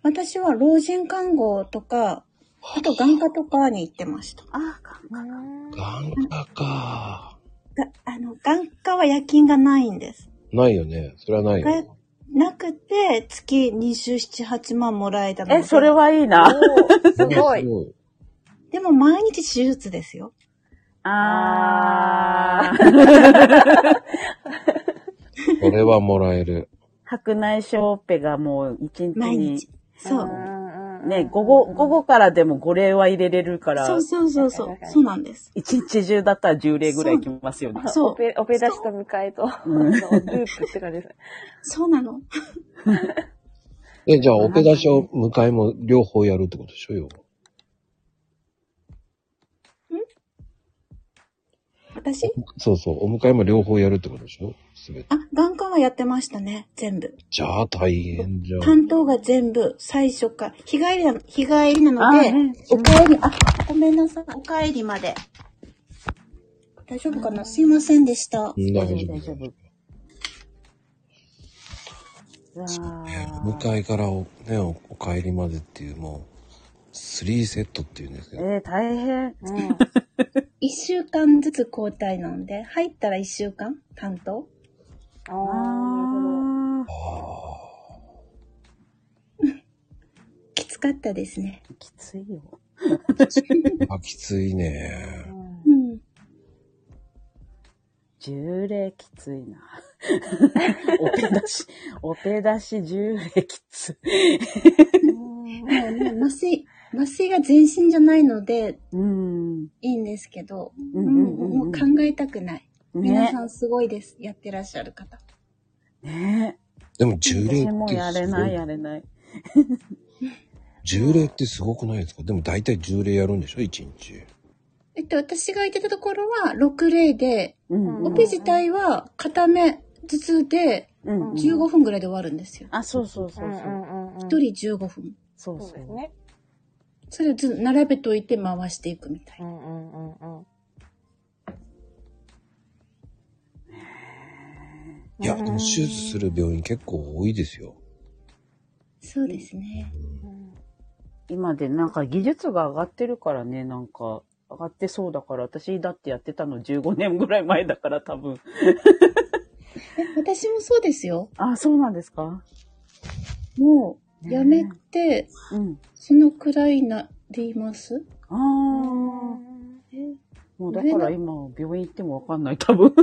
Speaker 5: 私は老人看護とか、あと眼科とかに行ってました。
Speaker 3: あ、か
Speaker 1: 眼科か。
Speaker 5: があの、眼科は夜勤がないんです。
Speaker 1: ないよね。それはないよね。
Speaker 5: なくて、月27、8万もらえたので。
Speaker 3: え、それ。はいいな。
Speaker 4: すごい。
Speaker 1: ごい。
Speaker 5: でも毎日手術ですよ。
Speaker 3: あー。
Speaker 1: これはもらえる。
Speaker 3: 白内障オペがもう一日
Speaker 5: 毎
Speaker 3: に
Speaker 5: 日。。そう。
Speaker 3: ね、午後、午後からでも5例は入れれるから、
Speaker 5: そうそうそうそう。そうなんです。
Speaker 3: 一日中だったら10例ぐらいいきますよね。
Speaker 5: そう
Speaker 4: オペ、オペ出しと迎えと、あのループって感じですね。
Speaker 5: そうなの。
Speaker 1: え、じゃあ、オペ出しを迎えも両方やるってことでしょよ。
Speaker 5: 私
Speaker 1: そうそう。お迎えも両方やるってことでしょすべて。
Speaker 5: あ、眼科はやってましたね。全部。
Speaker 1: じゃあ、大変じゃん。
Speaker 5: 担当が全部、最初から。日帰りな、日帰りな
Speaker 3: あ
Speaker 5: の
Speaker 3: ー
Speaker 5: で、
Speaker 3: ね
Speaker 5: お帰り、あ、ごめんなさい。お帰りまで。大丈夫かなすいませんでした。
Speaker 1: うん大
Speaker 3: 大
Speaker 1: 丈夫
Speaker 3: 丈夫、大丈夫。うわ
Speaker 1: お
Speaker 3: ー
Speaker 1: 迎えからお,、ね、おお帰りまでっていう、もう、3セットっていうんですけど。
Speaker 3: えー、大変。
Speaker 4: うん。
Speaker 5: 一週間ずつ交代なんで、入ったら一週間担当
Speaker 4: ああ、
Speaker 5: きつかったですね。
Speaker 3: きついよ。
Speaker 1: あ、きついね。
Speaker 5: うん。
Speaker 3: 10例きついな。オペ出し、オペ出し10例きつい。
Speaker 5: もうね、麻酔、 麻酔が全身じゃないので、
Speaker 3: うん。
Speaker 5: いいんですけど、
Speaker 3: うんうんうんうん
Speaker 5: もう考えたくない。皆
Speaker 3: ね
Speaker 5: さ。んすごいです。やってらっしゃる方。
Speaker 3: ね
Speaker 1: でも、10例
Speaker 3: 私
Speaker 1: っ
Speaker 3: も
Speaker 1: て
Speaker 3: やれ
Speaker 1: す
Speaker 3: ない、や
Speaker 1: ご
Speaker 3: れない。
Speaker 1: い、10例ってすごくないですかでも、大体10例やるんでしょ ?1 日。
Speaker 5: えっと、私が行ってたところは6例で、
Speaker 3: うん、う
Speaker 5: オ
Speaker 3: ん
Speaker 5: ペ。自体は片目頭痛で
Speaker 3: うん
Speaker 5: 15分ぐらいで終わるんですよ。
Speaker 3: あ、そうそうそううんそうう。
Speaker 4: んうんうん。
Speaker 5: 一人15分。
Speaker 3: そう
Speaker 4: そう
Speaker 3: そ
Speaker 4: です
Speaker 3: う。
Speaker 4: ね。
Speaker 5: それをずっと並べといて回していくみたいうな。
Speaker 4: んうんうんうん。
Speaker 1: いや、でも、手術する病院結構多いですよ。
Speaker 5: そうですね。
Speaker 3: 今でなんか技術が上がってるからね、なんか、上がってそうだから、私だってやってたの15年ぐらい前だから多分。
Speaker 6: 私もそうですよ。
Speaker 3: あ、そうなんですか
Speaker 6: もう、やめて、
Speaker 3: うん。
Speaker 6: そのくらいなります
Speaker 3: ああ、もうだから今、病院行ってもわかんない、多分。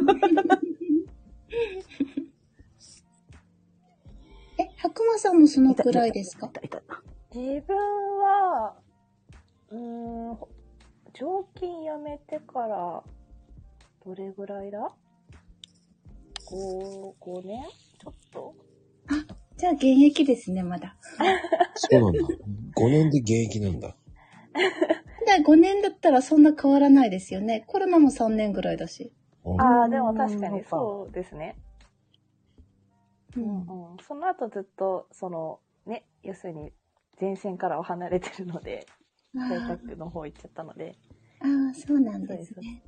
Speaker 6: え、白馬さんもそのくらいですか
Speaker 3: 痛い痛い
Speaker 4: 自分は、うーん、常勤辞めてから、どれぐらいだ ?5、5年ちょっと
Speaker 6: じゃあ現役ですね、まだ。
Speaker 1: そうなんだ。5年で現役なんだ。
Speaker 6: まだ5年だったらそんな変わらないですよね。コロナも3年ぐらいだし。
Speaker 1: うん
Speaker 4: ああ、でも確かにそうですね。
Speaker 6: う
Speaker 4: うん
Speaker 6: ん。
Speaker 4: うん。その後ずっと、その、ね、要するに、前線からは離れてるので、
Speaker 6: あ
Speaker 4: 在
Speaker 6: ー
Speaker 4: 宅の方行っちゃったので。
Speaker 6: あー、そうなんですね。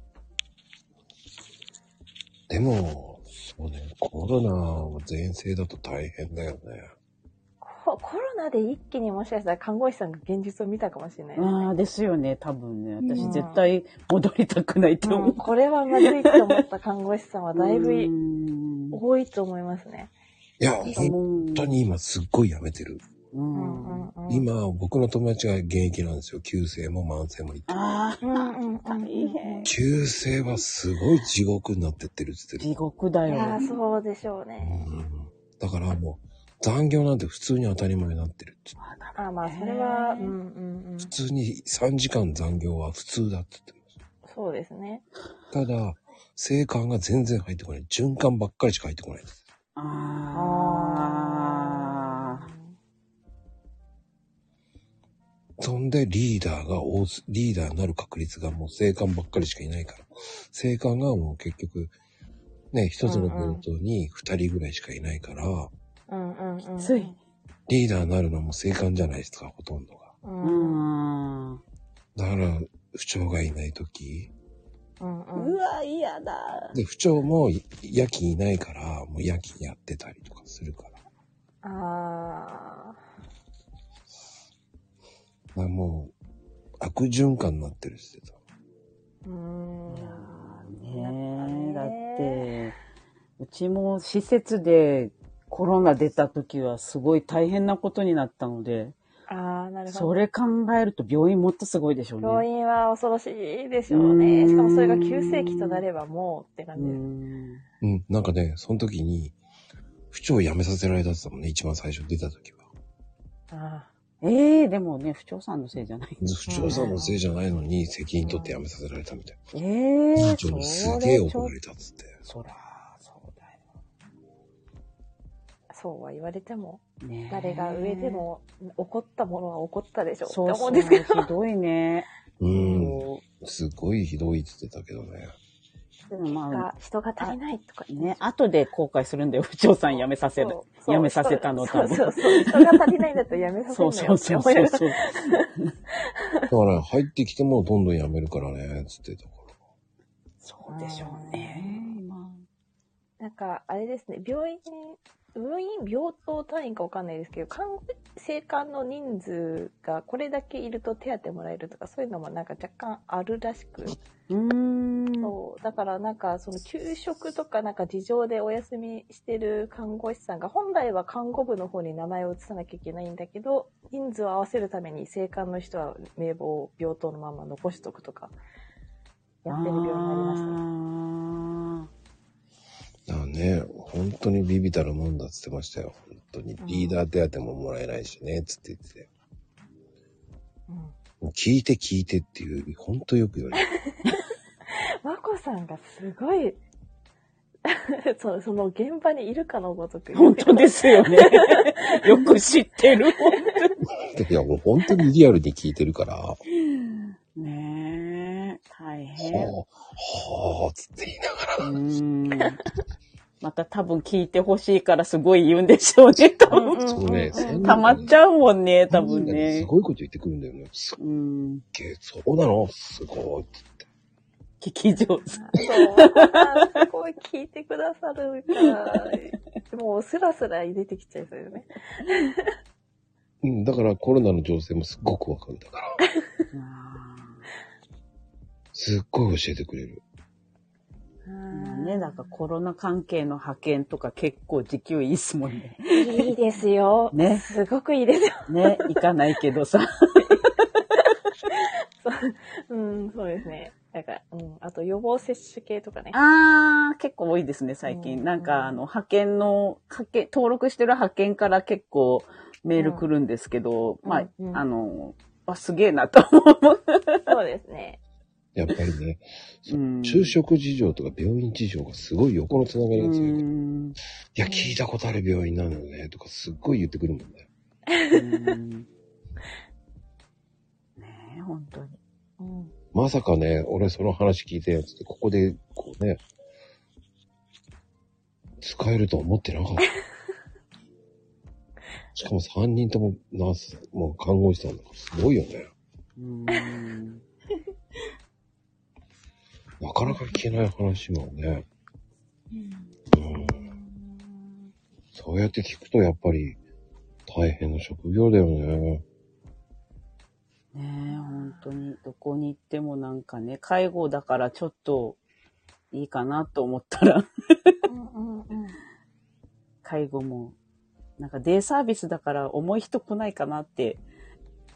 Speaker 1: でも、そうね、コロナは全盛だと大変だよね。
Speaker 4: ココロナで一気にもしかしたら看護師さんが現実を見たかもしれないですね。
Speaker 3: ああ、ですよね、多分ね。私
Speaker 4: うん
Speaker 3: 絶対戻りたくないって
Speaker 4: う
Speaker 3: 思
Speaker 4: ん
Speaker 3: う。
Speaker 4: これはまずいと思った看護師さんはだいぶ
Speaker 3: うー
Speaker 4: い
Speaker 3: ん
Speaker 4: 多いと思いますね。
Speaker 1: いや、
Speaker 6: です
Speaker 1: 本当に今すっごいやめてる。
Speaker 3: う
Speaker 4: うんんうんうん
Speaker 1: 今、僕の友達が現役なんですよ。急性も慢性もいって。
Speaker 3: あ
Speaker 4: うんうんうん
Speaker 3: あ、大変。
Speaker 1: 急性はすごい地獄になってってるって言っ
Speaker 3: 地
Speaker 1: てる。
Speaker 3: 獄だ
Speaker 4: いや
Speaker 3: よ。
Speaker 4: ーそうでしょうね。
Speaker 1: うんだからもう、残業なんて普通に当たり前になってるって。
Speaker 4: あまあ、それは、うんうんうん。
Speaker 1: 普通に3時間残業は普通だって言ってます。
Speaker 4: そうですね。
Speaker 1: ただ、生還が全然入ってこない。循環ばっかりしか入ってこない。
Speaker 3: ああ。
Speaker 1: そんでリーダーが多す、リーダーになる確率がもう生還ばっかりしかいないから。生還がもう結局、ね、一つの病棟に二人ぐらいしかいないから、
Speaker 4: うんうんうん。
Speaker 3: つい。
Speaker 1: リーダーになるのはもう生還じゃないですか、ほとんどが。
Speaker 4: う
Speaker 3: うん
Speaker 4: うん
Speaker 3: ん。う
Speaker 1: だから、不調がいないとき。
Speaker 4: うんうん。
Speaker 3: わ、嫌だ。
Speaker 1: で、不調もい夜勤いないから、もう夜勤やってたりとかするから。だか
Speaker 4: あ
Speaker 1: らもう、悪循環になってるって言ってた。
Speaker 4: ー。うーん。
Speaker 3: ねえ、だって、うちも施設でコロナ出た時はすごい大変なことになったので、
Speaker 4: あー、なる
Speaker 3: そ
Speaker 4: ほど。
Speaker 3: れ考えると病院もっとすごいでしょうね。
Speaker 4: 病院は恐ろしいでしょうね。しかもそれが急性期となればもうって感じです。
Speaker 3: うん
Speaker 1: うん、なんかね、その時に、不調をやめさせられたって言ってたもんね、一番最初出た時は。
Speaker 4: あ
Speaker 3: ええでもね、不調さんのせいじゃない。
Speaker 1: 不調さんのせいじゃないのに、責任取って辞めさせられたみたい
Speaker 3: え
Speaker 1: な。
Speaker 3: え
Speaker 1: 委
Speaker 3: ー、
Speaker 1: 員長にすげえ
Speaker 3: そ
Speaker 1: 怒ら
Speaker 3: れ
Speaker 1: れたっつって。
Speaker 3: ちょそら、そうだ
Speaker 4: ーそうは言われても、
Speaker 3: よ。ねえ
Speaker 4: 誰が上で、も怒ったものは怒ったでしょうって
Speaker 3: そう
Speaker 4: 思
Speaker 3: そうう、
Speaker 4: んですけど。
Speaker 3: ひどいね。
Speaker 1: うん。
Speaker 3: そ
Speaker 1: すごいひどいって言ってたけどね。
Speaker 3: うでもま
Speaker 4: が人が足りないとか
Speaker 3: あ、ね、後で後悔するんだよ。不調さん辞めさせる。
Speaker 4: そう
Speaker 3: 辞めさせたの
Speaker 4: そう
Speaker 3: 多分
Speaker 4: そうそう。人が足りないんだったら辞めさせ
Speaker 3: そ
Speaker 4: る
Speaker 3: う
Speaker 4: の
Speaker 3: そ
Speaker 4: よ
Speaker 3: う
Speaker 4: って
Speaker 3: そう
Speaker 4: 思い
Speaker 3: そ
Speaker 4: な
Speaker 3: う
Speaker 4: がら。
Speaker 3: そう。
Speaker 1: だから、入ってきてもどんどん辞めるからね、つってたか
Speaker 3: そうでしょうね。今
Speaker 4: なんか、あれですね、病院、病院、病棟単位かわかんないですけど、看護、生還の人数がこれだけいると手当もらえるとか、そういうのもなんか若干あるらしく。
Speaker 3: うーん。
Speaker 4: そう。だからなんか、その給食とかなんか事情でお休みしてる看護師さんが、本来は看護部の方に名前を移さなきゃいけないんだけど、人数を合わせるために生還の人は名簿を病棟のまま残しとくとか、やってる病院がありましたね。
Speaker 1: ら。だからね、本当にビビたるもんだっつってましたよ。本当に。リーダー手当ももらえないしね、つって言ってて。
Speaker 4: うん。
Speaker 1: もう聞いて聞いてっていう、本当よく言われる。
Speaker 4: まこさんがすごい そう、その現場にいるかのごとく。
Speaker 3: 本当ですよ ね。よく知ってる。
Speaker 1: いや、もう本当にリアルに聞いてるから。
Speaker 3: ねえ、大変。
Speaker 1: ほう、ほう、つって言いながら。
Speaker 3: うーん。また多分聞いてほしいからすごい言うんでしょうね、多分。
Speaker 1: そうね、
Speaker 3: 溜まっち
Speaker 1: ゃ
Speaker 3: ゃうもんね、多分
Speaker 1: す
Speaker 3: ね。
Speaker 1: ごいこと言ってくるんだよね。すっ
Speaker 3: うん。
Speaker 1: げえ、そうなのすごいって
Speaker 3: 聞き上手。
Speaker 4: そう。すごい聞いてくださるから、もうスラスラ出てきちゃいそうよね。
Speaker 1: うん、だからコロナの情勢もすっごくわかるだから。すっごい教えてくれる。
Speaker 3: まあね、なんかコロナ関係の派遣とか結構時給いいっすもんね。
Speaker 4: いいですよ。
Speaker 3: ね
Speaker 4: すごくいいですよ。
Speaker 3: ね、行かないけどさ。
Speaker 4: うん、そうですね。なんか、うん、あと予防接種系とかね。
Speaker 3: あー、結構多いですね、最近。
Speaker 4: うん
Speaker 3: なんか、あの、派遣の、派遣、登録してる派遣から結構メール来るんですけど、
Speaker 4: うん
Speaker 3: まあ、
Speaker 4: うん
Speaker 3: あの、あ、すげえなと 思う。
Speaker 4: そうですね。
Speaker 1: やっぱりね、
Speaker 3: うん
Speaker 1: 昼食事情とか病院事情がすごい横のつながりが強いから。いや、聞いたことある病院なのよね、とかすっごい言ってくるもんね。
Speaker 3: うんねえ、本当に。
Speaker 4: うん。
Speaker 1: まさかね、俺その話聞いたやつって、ここで、こうね、使えるとは思ってな かった。しかも3人ともナース、もう看護師さんだからすごいよね。
Speaker 3: うん
Speaker 1: なかなか聞けない話もね。うん。そうやって聞くとやっぱり大変な職業だよね。
Speaker 3: ねえ、本当に、どこに行ってもなんかね、介護だからちょっといいかなと思ったら、
Speaker 4: うんうん。
Speaker 3: 介護も、なんかデイサービスだから重い人来ないかなって、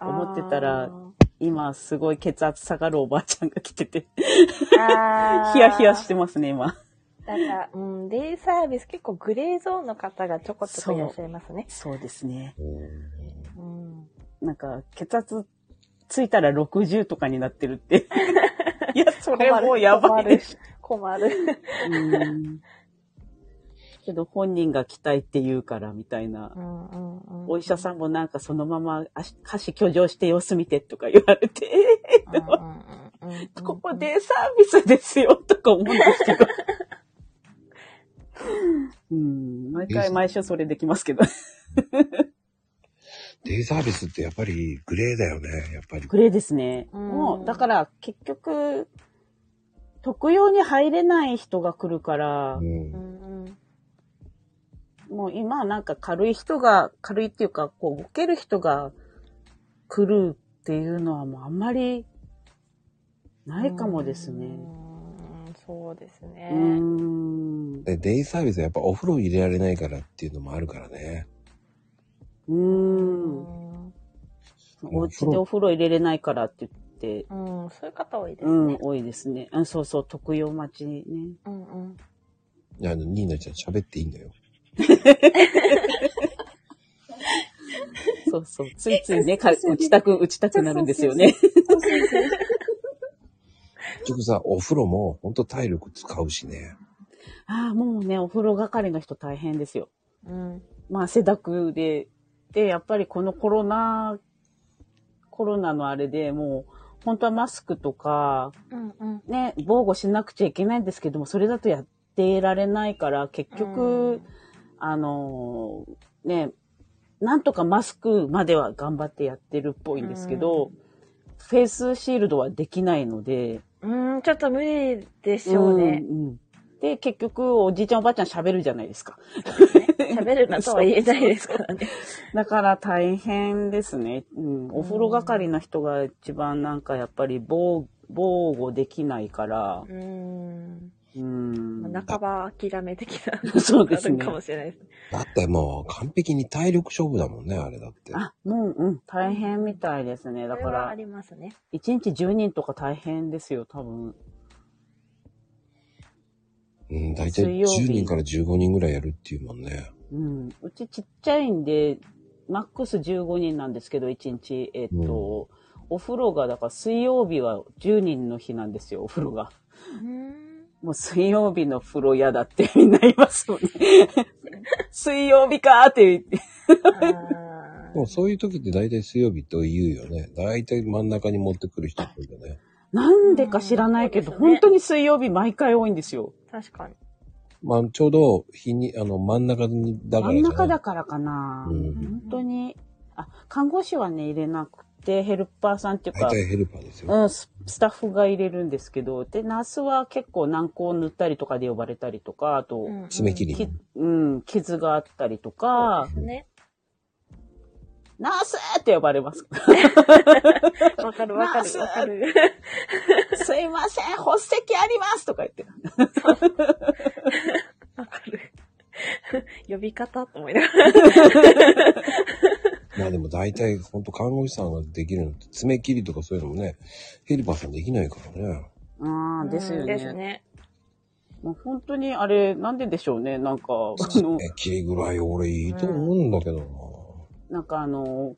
Speaker 3: 思ってたら今すごい血圧下がるおばあちゃんが来てて、
Speaker 4: あー、
Speaker 3: ヒヤヒヤしてますね、今。
Speaker 4: なんか、うん、デイサービス結構グレーゾーンの方がちょこちょこいらっしゃいますね。
Speaker 3: そうですね。
Speaker 1: うん
Speaker 4: うん。
Speaker 3: なんか、血圧ついたら60とかになってる って。いや、それもうやばい。
Speaker 4: 困る。 困る。
Speaker 3: うんけど本人が来たいって言うから、みたいな。
Speaker 4: うんうんうん。
Speaker 3: お医者さんもなんかそのまま足歌詞居上して様子見てとか言われて、え
Speaker 4: うんうんうんうん
Speaker 3: ーここデイサービスですよとか思うんですけ ど。うん、毎回毎週それできますけど。
Speaker 1: デイサービスってやっぱりグレーだよね、やっぱり。
Speaker 3: グレーですね。
Speaker 4: うん
Speaker 3: もう、だから結局、特養に入れない人が来るから
Speaker 1: う、。
Speaker 4: うんんうん
Speaker 3: もう今はなんか軽い人が、軽いっていうか、こう、ボケる人が来るっていうのはもうあんまりないかもですね。
Speaker 4: うんそうですね。
Speaker 3: うーん。う
Speaker 1: でデイサービスはやっぱお風呂入れられないからっていうのもあるからね。
Speaker 3: ーん。お家でお風呂入れれないからって言って、
Speaker 4: うん、そういう方多いです
Speaker 3: うん
Speaker 4: ね、。
Speaker 3: 多いですね。あそうそう、特用待ちね。
Speaker 4: うんうん。
Speaker 1: あの、ニーナちゃん喋っていいんだよ。
Speaker 3: そうそう、ついついね、か打ちたく、打ちたくなるんですよね。
Speaker 1: 結局さ、お風呂もほんと体力使うしね。
Speaker 3: ああ、もうね、お風呂係の人大変ですよ。
Speaker 4: うん。
Speaker 3: まあ、汗だくで、で、やっぱりこのコロナ、コロナのあれでもう、本当はマスクとか、
Speaker 4: うんうん。
Speaker 3: ね、防護しなくちゃいけないんですけども、それだとやってられないから、結局、
Speaker 4: うん
Speaker 3: あのーね、なんとかマスクまでは頑張ってやってるっぽいんですけど、フェイスシールドはできないので、
Speaker 4: うん、ちょっと無理でしょうね。
Speaker 3: うんうんで、結局、おじいちゃんおばあちゃん喋るじゃないですか。
Speaker 4: 喋るなとは言えないですからね。
Speaker 3: だから大変ですね。うん。お風呂係の人が一番なんかやっぱり防、防護できないから、
Speaker 4: うん。
Speaker 3: うん。
Speaker 4: まあ半ば諦め的な
Speaker 3: そうですね
Speaker 4: あるかもしれないです。
Speaker 1: だってもう完璧に体力勝負だもんね、あれだって。
Speaker 3: あ、もう、うん、大変みたいですね。だ
Speaker 4: それ
Speaker 3: か
Speaker 4: はあ
Speaker 3: ら、
Speaker 4: りますね。
Speaker 3: 1日10人とか大変ですよ、多分。
Speaker 1: うん、だいたい
Speaker 3: 水曜日
Speaker 1: 10人から15人ぐらいやるっていうもんね。
Speaker 3: うん。うちちっちゃいんで、マックス15人なんですけど、1日。えっと、お風呂が、だから水曜日は10人の日なんですよ、お風呂が。
Speaker 4: うん。
Speaker 3: もう水曜日の風呂嫌だってみんな言います もんね。水曜日かーって言って。
Speaker 4: あ
Speaker 1: でもそういう時ってだいたい水曜日と言うよね。だいたい真ん中に持ってくる人っているよね。
Speaker 3: なんでか知らないけど、
Speaker 4: うん
Speaker 3: 本当に水曜日毎回多いんですよ。
Speaker 4: ー確かに。
Speaker 1: まあ、ちょうど日に、あの、真ん中に、だから
Speaker 3: 真ん中だ
Speaker 1: か
Speaker 3: からかな、
Speaker 1: うん
Speaker 3: 本当に。あ、看護師はね、入れなくて、ヘルパーさんっていう
Speaker 1: だ
Speaker 3: か
Speaker 1: いた、いヘルパーですよ。
Speaker 3: うん、ススタッフが入れるんですけど、で、ナースは結構軟膏を塗ったりとかで呼ばれたりとか、あと、
Speaker 4: うん
Speaker 1: 爪切り。
Speaker 3: きうん、傷があったりとか、
Speaker 4: ね。
Speaker 3: ナースって呼ばれます。
Speaker 4: わかるわか
Speaker 3: ナース
Speaker 4: るわかる。
Speaker 3: すいません、発石ありますとか言って。
Speaker 4: わかる。 呼び方と思いながら。
Speaker 1: まあでも大体、ほんと看護師さんができるのって、爪切りとかそういうのもね、ヘリパーさんできないからね。
Speaker 3: ああ、ですよね。
Speaker 4: ですね。
Speaker 3: もう本当にあれ、なんででしょうね。なんか、あの、
Speaker 1: ね切りぐらい俺いいと思うんだけどな。
Speaker 3: なんかあの、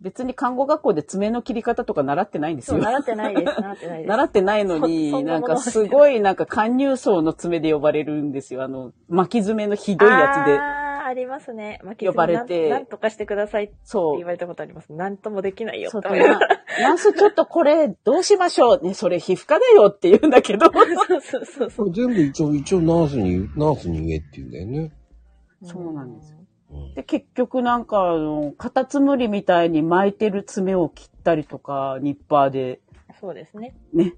Speaker 3: 別に看護学校で爪の切り方とか習ってないんです
Speaker 7: そう、
Speaker 3: よ。
Speaker 7: 習ってないです。習ってないです。
Speaker 3: 習ってないのに、
Speaker 7: そそん
Speaker 3: な
Speaker 7: なんもの
Speaker 3: かすごい、なんか貫入層の爪で呼ばれるんですよ。あの、巻き爪のひどいや
Speaker 4: ああ、ありますね。まあ、
Speaker 3: 呼ばれて
Speaker 4: なんなんとかしてくださいって
Speaker 3: つで。そう
Speaker 4: 言。われたことあります。なんともできないよ
Speaker 3: そう
Speaker 4: って
Speaker 3: だ
Speaker 4: 思いな
Speaker 3: な
Speaker 4: がら。
Speaker 3: ナースちょっとこれどうしましょうね、それ皮膚科だよって言うんだけど。
Speaker 4: そうそうそうそ
Speaker 1: これ全部一応、一応ナースに、ナースに言えって言うんだよね。
Speaker 4: う。
Speaker 3: そうなんですよ。
Speaker 1: うん
Speaker 3: で、結局なんか、あの、カタツムリみたいに巻いてる爪を切ったりとか、ニッパーで。
Speaker 4: そうですね。
Speaker 3: ね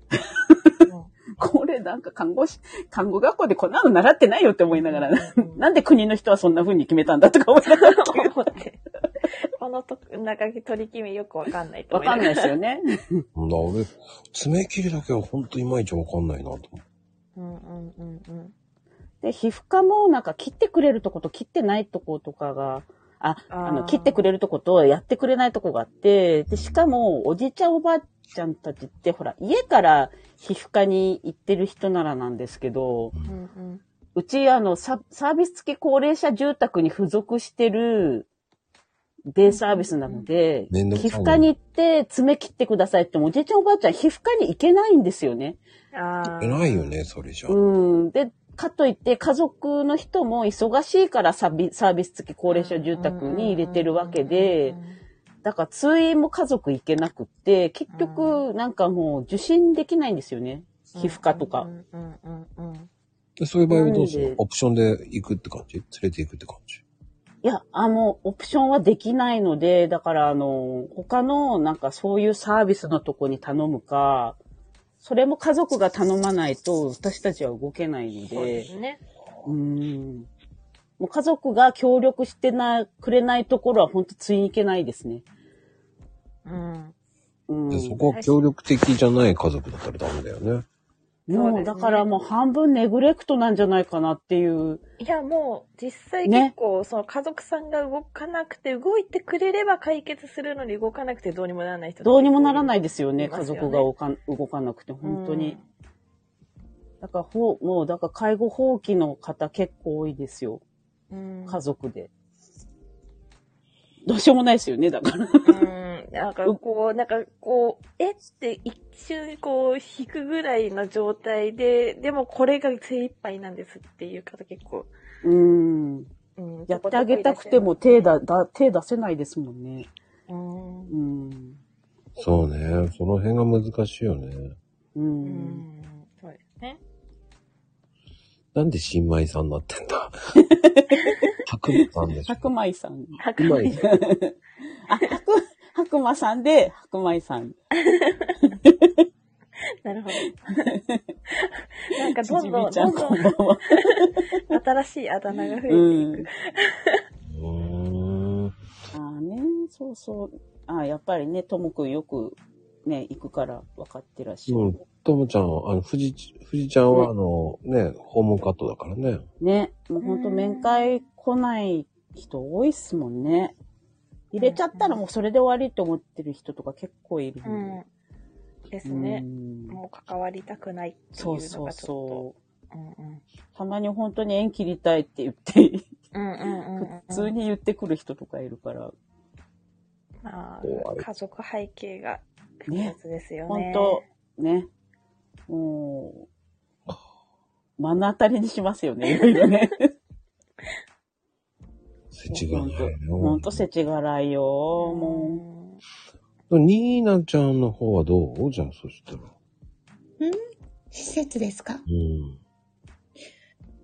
Speaker 4: うん。
Speaker 3: これなんか看護師、看護学校でこんなの習ってないよって思いながら、
Speaker 4: うんうん
Speaker 3: なんで国の人はそんな風に決めたんだとか思いながら。
Speaker 4: 思って。このと、なんか取り決めよくわかんないと
Speaker 3: わ
Speaker 4: 思い
Speaker 3: か
Speaker 4: な
Speaker 3: んない
Speaker 4: がら。
Speaker 3: ですよね。
Speaker 1: だから俺、爪切りだけはほんといまいちわかんないなと思
Speaker 4: うんうんうんうん。
Speaker 3: で、皮膚科もなんか切ってくれるとこと切ってないとことかが、あ、
Speaker 4: あー
Speaker 3: あの、切ってくれるとことやってくれないとこがあって、で、しかも、おじいちゃんおばあちゃんたちって、ほら、家から皮膚科に行ってる人ならなんですけど、
Speaker 4: うんうん。
Speaker 3: うち、あの、ササービス付き高齢者住宅に付属してるデイサービスなので、
Speaker 1: めんどくさ
Speaker 3: 皮
Speaker 1: いね
Speaker 3: 膚科に行って爪切ってくださいっても、おじいちゃんおばあちゃん皮膚科に行けないんですよね。
Speaker 4: あ
Speaker 1: っ
Speaker 4: あ。
Speaker 1: てないよね、それじゃ。
Speaker 3: うん。で、かといって家族の人も忙しいからサビサービス付き高齢者住宅に入れてるわけで
Speaker 4: うん、うんうんうん
Speaker 3: だから通院も家族行けなくって、結局なんかもう受診できないんですよね。
Speaker 4: うん、
Speaker 3: 皮膚科と
Speaker 4: う
Speaker 3: か。
Speaker 4: んうんうんうん
Speaker 1: でそういう場合はどうす
Speaker 3: なん
Speaker 1: る
Speaker 3: で
Speaker 1: オプションで行くって感じ連れて行くって感じ
Speaker 3: いや、あの、オプションはできないので、だからあの、他のなんかそういうサービスのとこに頼むか、それも家族が頼まないと私たちは動けないの
Speaker 4: そうですね。
Speaker 3: うんもう家族が協力してな、くれないところは本当ついに行けないですね。
Speaker 4: うん。
Speaker 3: うん。
Speaker 1: でそこは協力的じゃない家族だったらダメだよね。
Speaker 4: そう
Speaker 3: も
Speaker 4: で
Speaker 3: う
Speaker 4: すね
Speaker 3: だからもう半分ネグレクトなんじゃないかなっていう。
Speaker 4: いや、もう、実際
Speaker 3: ね
Speaker 4: 結構、その家族さんが動かなくて、動いてくれれば解決するのに動かなくてどうにもならない人
Speaker 3: どうにもならないですよ
Speaker 4: い
Speaker 3: ね。
Speaker 4: ま
Speaker 3: 家
Speaker 4: すよね
Speaker 3: 族が動か動かなくて、本当に。だからほう、もうだから介護放棄の方結構多いですよ。
Speaker 4: うん。
Speaker 3: 家族で。どうしようもないですよね、だから。
Speaker 4: うん。なんかこう、なんかこう、えって一瞬こう引くぐらいの状態で、でもこれが精一杯なんですっていう方結構、
Speaker 3: うん。
Speaker 4: うん。
Speaker 3: やってあげたくても手だ、だ手出せないですもんね。
Speaker 4: うん。う。
Speaker 3: うん。
Speaker 1: そうね。その辺が難しいよね。
Speaker 3: うん
Speaker 4: そうですね。
Speaker 1: なんで新米さんになってん だ白米さんでしょ
Speaker 3: 白米さん。
Speaker 4: 白
Speaker 1: うまい。
Speaker 3: あ、白、白馬さんで、白米さん。
Speaker 4: なるほど。 なんか
Speaker 3: ち
Speaker 4: ど
Speaker 3: じ
Speaker 4: んど
Speaker 3: み
Speaker 4: ん、
Speaker 3: ちゃ
Speaker 4: ど
Speaker 3: ん
Speaker 4: んど
Speaker 3: こんばんは。
Speaker 4: ん新しいあだ名が増えていく。
Speaker 3: うん。
Speaker 1: うーん。
Speaker 3: ああね、そうそう。ああ、やっぱりね、ともくんよくね、行くから分かってらっしゃ
Speaker 1: う
Speaker 3: る。
Speaker 1: ん。ともちゃんは、あの、富士、富士ちゃんは、あの、ね、訪問カットだからね。
Speaker 3: ね、もうほんと面会来ない人多いっすもんね。入れちゃったらもうそれで終わりって思ってる人とか結構いる
Speaker 4: うんん
Speaker 3: で。。
Speaker 4: です
Speaker 3: う
Speaker 4: ね。
Speaker 3: ん
Speaker 4: もう関わりたくないっていう
Speaker 3: そ
Speaker 4: の
Speaker 3: う
Speaker 4: がちょ
Speaker 3: そう
Speaker 4: っ
Speaker 3: そ
Speaker 4: と。
Speaker 3: う。
Speaker 4: うんうん
Speaker 3: たまに本当に縁切りたいって言って、
Speaker 4: うんうんうん
Speaker 3: 普通に言ってくる人とかいるから、
Speaker 4: ま
Speaker 1: こうあ
Speaker 4: あ、
Speaker 1: れ
Speaker 4: 家族背景が複
Speaker 3: ね
Speaker 4: 雑ですよ
Speaker 3: 本
Speaker 4: ね。
Speaker 3: 当ね。もう、目の当たりにしますよ ね、いろいろね。
Speaker 1: せちがないよ。
Speaker 3: ほんと世知辛いよ、も
Speaker 4: も
Speaker 1: ニーナちゃんの方はどうじゃあ、そしたら。
Speaker 5: 施設ですか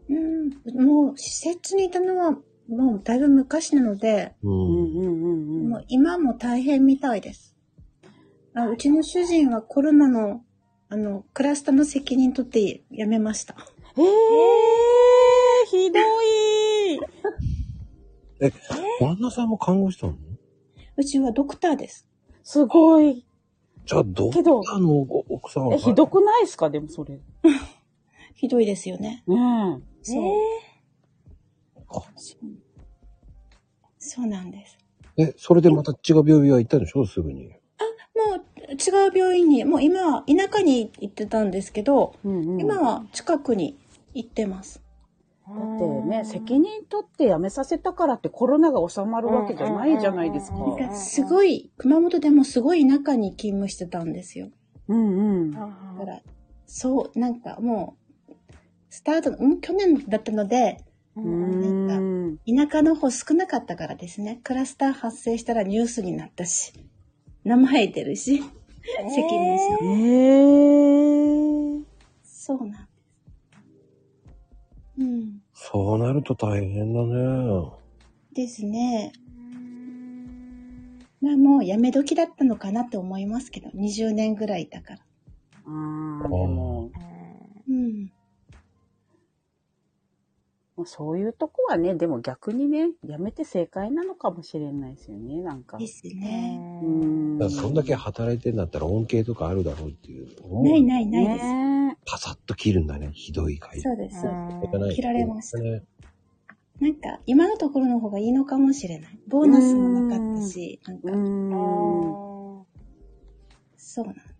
Speaker 1: うん。
Speaker 5: うん、もう施設にいたのは、もうだいぶ昔なので、
Speaker 3: う。う
Speaker 1: うん
Speaker 3: んうんうんうん。
Speaker 5: もう今も大変みたいです。あうちの主人はコロナの、あの、クラスターの責任取って辞めました。
Speaker 3: えー、ひどい。
Speaker 1: 旦那さんも看護師さんの
Speaker 5: うちはドクターです。
Speaker 3: すごい。
Speaker 1: じゃあ、どう
Speaker 3: けど
Speaker 1: あの、お奥さんは
Speaker 3: え、ひどくないですかでもそれ。ね
Speaker 5: ひどいですよね。
Speaker 3: え。
Speaker 5: そう。そうそうなんです。
Speaker 1: え、それでまた違う病院は行ったんでしょすぐに。
Speaker 5: もう違う病院に、もう今は田舎に行ってたんですけど、
Speaker 3: うんうん、
Speaker 5: 今は近くに行ってます。
Speaker 3: だってね、責任取って辞めさせたからってコロナが収まるわけじゃないじゃないですか。
Speaker 4: うんうんうんうん
Speaker 5: すごい、熊本でもすごい田舎に勤務してたんですよ。
Speaker 3: うんうん。
Speaker 5: だから、そう、なんかもう、スタートの、うん、去年だったので、
Speaker 3: うん。
Speaker 5: 田舎の方少なかったからですね。クラスター発生したらニュースになったし、名前出るし、責任者。
Speaker 3: えー。
Speaker 5: そうなんです。うん。
Speaker 1: そうなると大変だね。
Speaker 5: ですね。まあもうやめ時だったのかなって思いますけど、20年ぐらいだから。
Speaker 3: ああ、でも、
Speaker 5: うん。
Speaker 3: まあそういうとこはね、でも逆にね、やめて正解なのかもしれないですよね、なんか。
Speaker 5: ですね。
Speaker 3: うん
Speaker 1: だからそんだけ働いてんだったら恩恵とかあるだろうっていう。
Speaker 5: ないないないです。
Speaker 3: ね
Speaker 1: パサッと切るんだね。ひどい回
Speaker 5: そうです。そうです
Speaker 1: す
Speaker 5: 切られました
Speaker 1: ね。
Speaker 5: なんか、今のところの方がいいのかもしれない。ボーナスもなかったし、なん
Speaker 3: え。う
Speaker 5: か、
Speaker 3: ん。
Speaker 5: そうなんだ。うん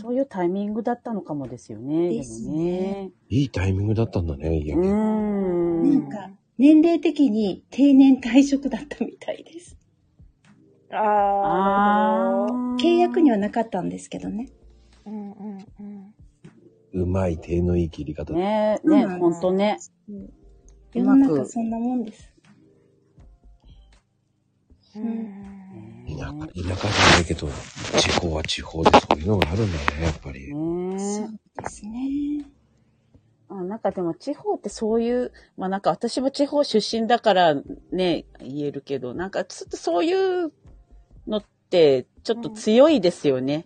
Speaker 3: そういうタイミングだったのかもですよね。
Speaker 5: です
Speaker 3: でもね。
Speaker 1: いいタイミングだったんだね。いや、
Speaker 3: うん。
Speaker 5: なんか、年齢的に定年退職だったみたいです。
Speaker 8: ああ
Speaker 3: ああ。
Speaker 5: 契約にはなかったんですけどね。
Speaker 4: うんうんうん。
Speaker 1: うまい手のいい切り方。
Speaker 3: ねえ、
Speaker 5: そう
Speaker 3: ね
Speaker 5: なんです
Speaker 3: ほんとね。う
Speaker 5: 世
Speaker 3: ま
Speaker 5: の
Speaker 3: く
Speaker 5: 中そんなもんです。
Speaker 1: 田舎、田舎じゃないけど、地方は地方でそういうのがあるんだね、やっぱり。
Speaker 5: そう
Speaker 3: ね
Speaker 5: ですね。
Speaker 3: あなんかでも地方ってそういう、まあなんか私も地方出身だからね、言えるけど、なんかちょっとそういうのってちょっと強いですよね。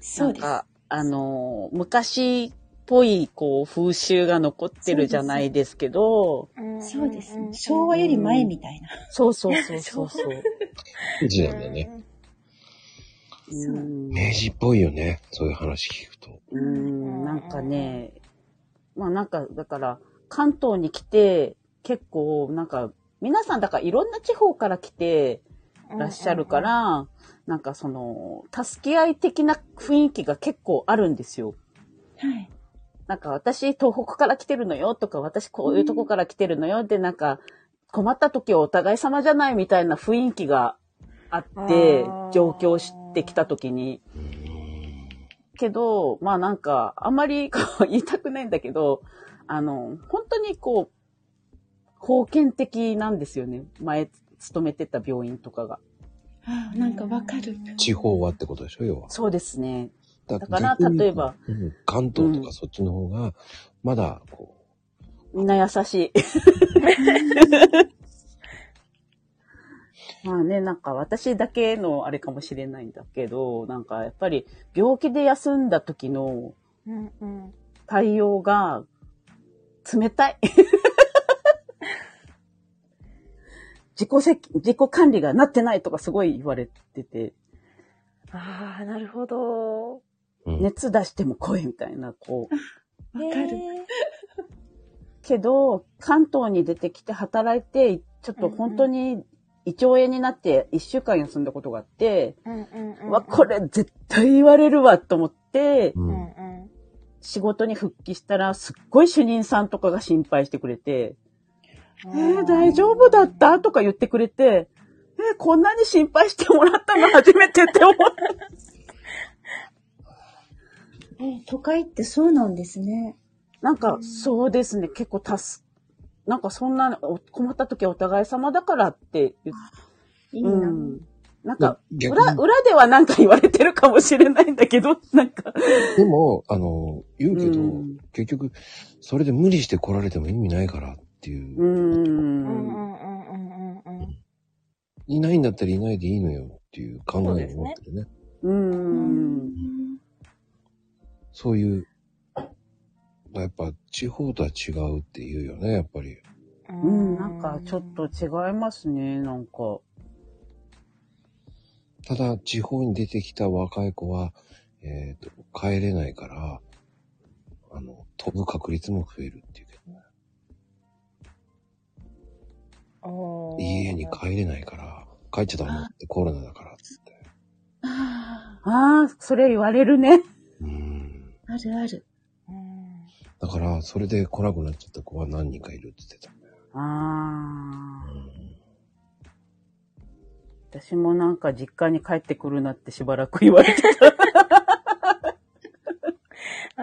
Speaker 5: そうです。
Speaker 3: なんか、あのー、昔っぽいこう風習が残ってるじゃないですけど、
Speaker 5: そうですね。昭和より前みたいな。
Speaker 3: そうそうそうそうそう。
Speaker 1: 明治なんだよね。
Speaker 3: うん
Speaker 1: 明治っぽいよね。そういう話聞くと。
Speaker 3: うーん、なんかね、まあなんか、だから、関東に来て、結構、なんか、皆さん、だからいろんな地方から来てらっしゃるから、なんかその、助け合い的な雰囲気が結構あるんですよ。
Speaker 5: はい。
Speaker 3: なんか私、東北から来てるのよとか、私こういうとこから来てるのよで、なんか、困った時はお互い様じゃないみたいな雰囲気があって、上京してきた時に。けど、まあなんか、あんまりこう言いたくないんだけど、あの、本当にこう、封建的なんですよね。前、勤めてた病院とかが。
Speaker 5: ああ、なんかわかる。
Speaker 1: 地方はってことでしょ、要は。
Speaker 3: そうですね。
Speaker 1: だ
Speaker 3: だから
Speaker 1: 逆に
Speaker 3: 例えば
Speaker 1: うん関東とかそっちの方が、まだ、こう、
Speaker 3: みんな優し い。まあね、なんか私だけのあれかもしれないんだけど、なんかやっぱり病気で休んだ時の
Speaker 4: うんうん。
Speaker 3: 対応が冷たい。 自己責自己管理がなってないとかすごい言われてて、
Speaker 4: ああ、なるほど。
Speaker 1: うん
Speaker 3: 熱出しても来いみたいな、こう、
Speaker 5: わかる。
Speaker 3: けど、関東に出てきて働いて、ちょっと本当に胃腸炎になって1週間休んだことがあって、
Speaker 4: うんうんうん。
Speaker 3: うわ、これ絶対言われるわと思って、
Speaker 1: う
Speaker 4: うん
Speaker 1: ん
Speaker 4: うん。
Speaker 3: 仕事に復帰したら、すっごい主任さんとかが心配してくれて、えー、大丈夫だったとか言ってくれて、えー、こんなに心配してもらったの初めてって思 った。
Speaker 5: え都会ってそうなんですね。
Speaker 3: なんか、そうですね、結構助なんかそんな、お困った時はお互い様だからって言っ
Speaker 5: いいな。
Speaker 3: うん、なんか、
Speaker 1: 逆に
Speaker 3: 裏、裏ではなんか言われてるかもしれないんだけど、 なんか。
Speaker 1: でも、あの、言うけど、
Speaker 3: うん。
Speaker 1: 結局、それで無理して来られても意味ないからっていう、
Speaker 4: うんうんんうんうんうんうん。
Speaker 1: いないんだったらいないでいいのよっていう考
Speaker 4: そう
Speaker 1: え
Speaker 4: です
Speaker 1: を持っ
Speaker 4: ね
Speaker 1: てるね。
Speaker 3: う。
Speaker 5: うんん
Speaker 1: そういう、やっぱ地方とは違うっていうよね、やっぱり。
Speaker 3: うん、なんかちょっと違いますね、なんか。
Speaker 1: ただ、地方に出てきた若い子は、えっ、と、帰れないから、あの、飛ぶ確率も増えるっていうけどね。
Speaker 4: おー
Speaker 1: 家に帰れないから、帰っちゃダメってコロナだからっつって。
Speaker 6: あ
Speaker 3: ああ、それ言われるね。
Speaker 1: うん。
Speaker 6: あ、あるある。
Speaker 4: うん
Speaker 1: だから、それで来なくなっちゃった子は何人かいるって言ってた。
Speaker 3: ああ。
Speaker 1: うん
Speaker 3: 私もなんか実家に帰ってくるなってしばらく言われてた。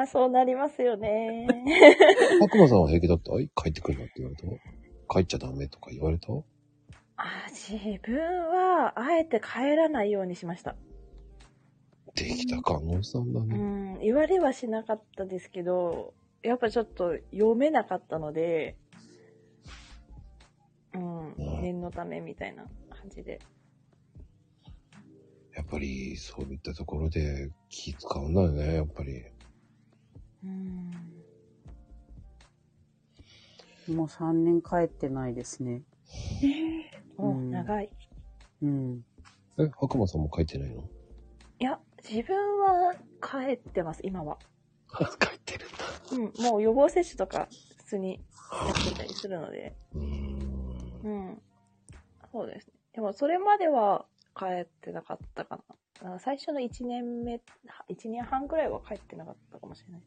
Speaker 4: あ、そうなります よね。
Speaker 1: 悪魔さんは平気だった はい帰ってくるなって言われた帰っちゃダメとか言われた
Speaker 4: あ、自分は、あえて帰らないようにしました。
Speaker 1: できた観音さんだ
Speaker 4: う
Speaker 1: ね。
Speaker 4: ん、言われはしなかったですけど、やっぱちょっと読めなかったので、うん、念のためみたいな感じで。
Speaker 1: やっぱり、そういったところで気使うんだよね、やっぱり。
Speaker 4: うん、
Speaker 3: もう3年帰ってないですね。
Speaker 4: お、
Speaker 3: うん
Speaker 4: 長い。
Speaker 3: うん。
Speaker 1: え、白馬さんも帰ってないの
Speaker 4: いや、自分は帰ってます、今は。
Speaker 1: 帰ってるんだ。
Speaker 4: うん、もう予防接種とか普通にやってたりするので。
Speaker 1: うーん。
Speaker 4: うん。そうですね。でも、それまでは帰ってなかったかな。あ最初の1年目、1年半ぐらいは帰ってなかったかもしれない。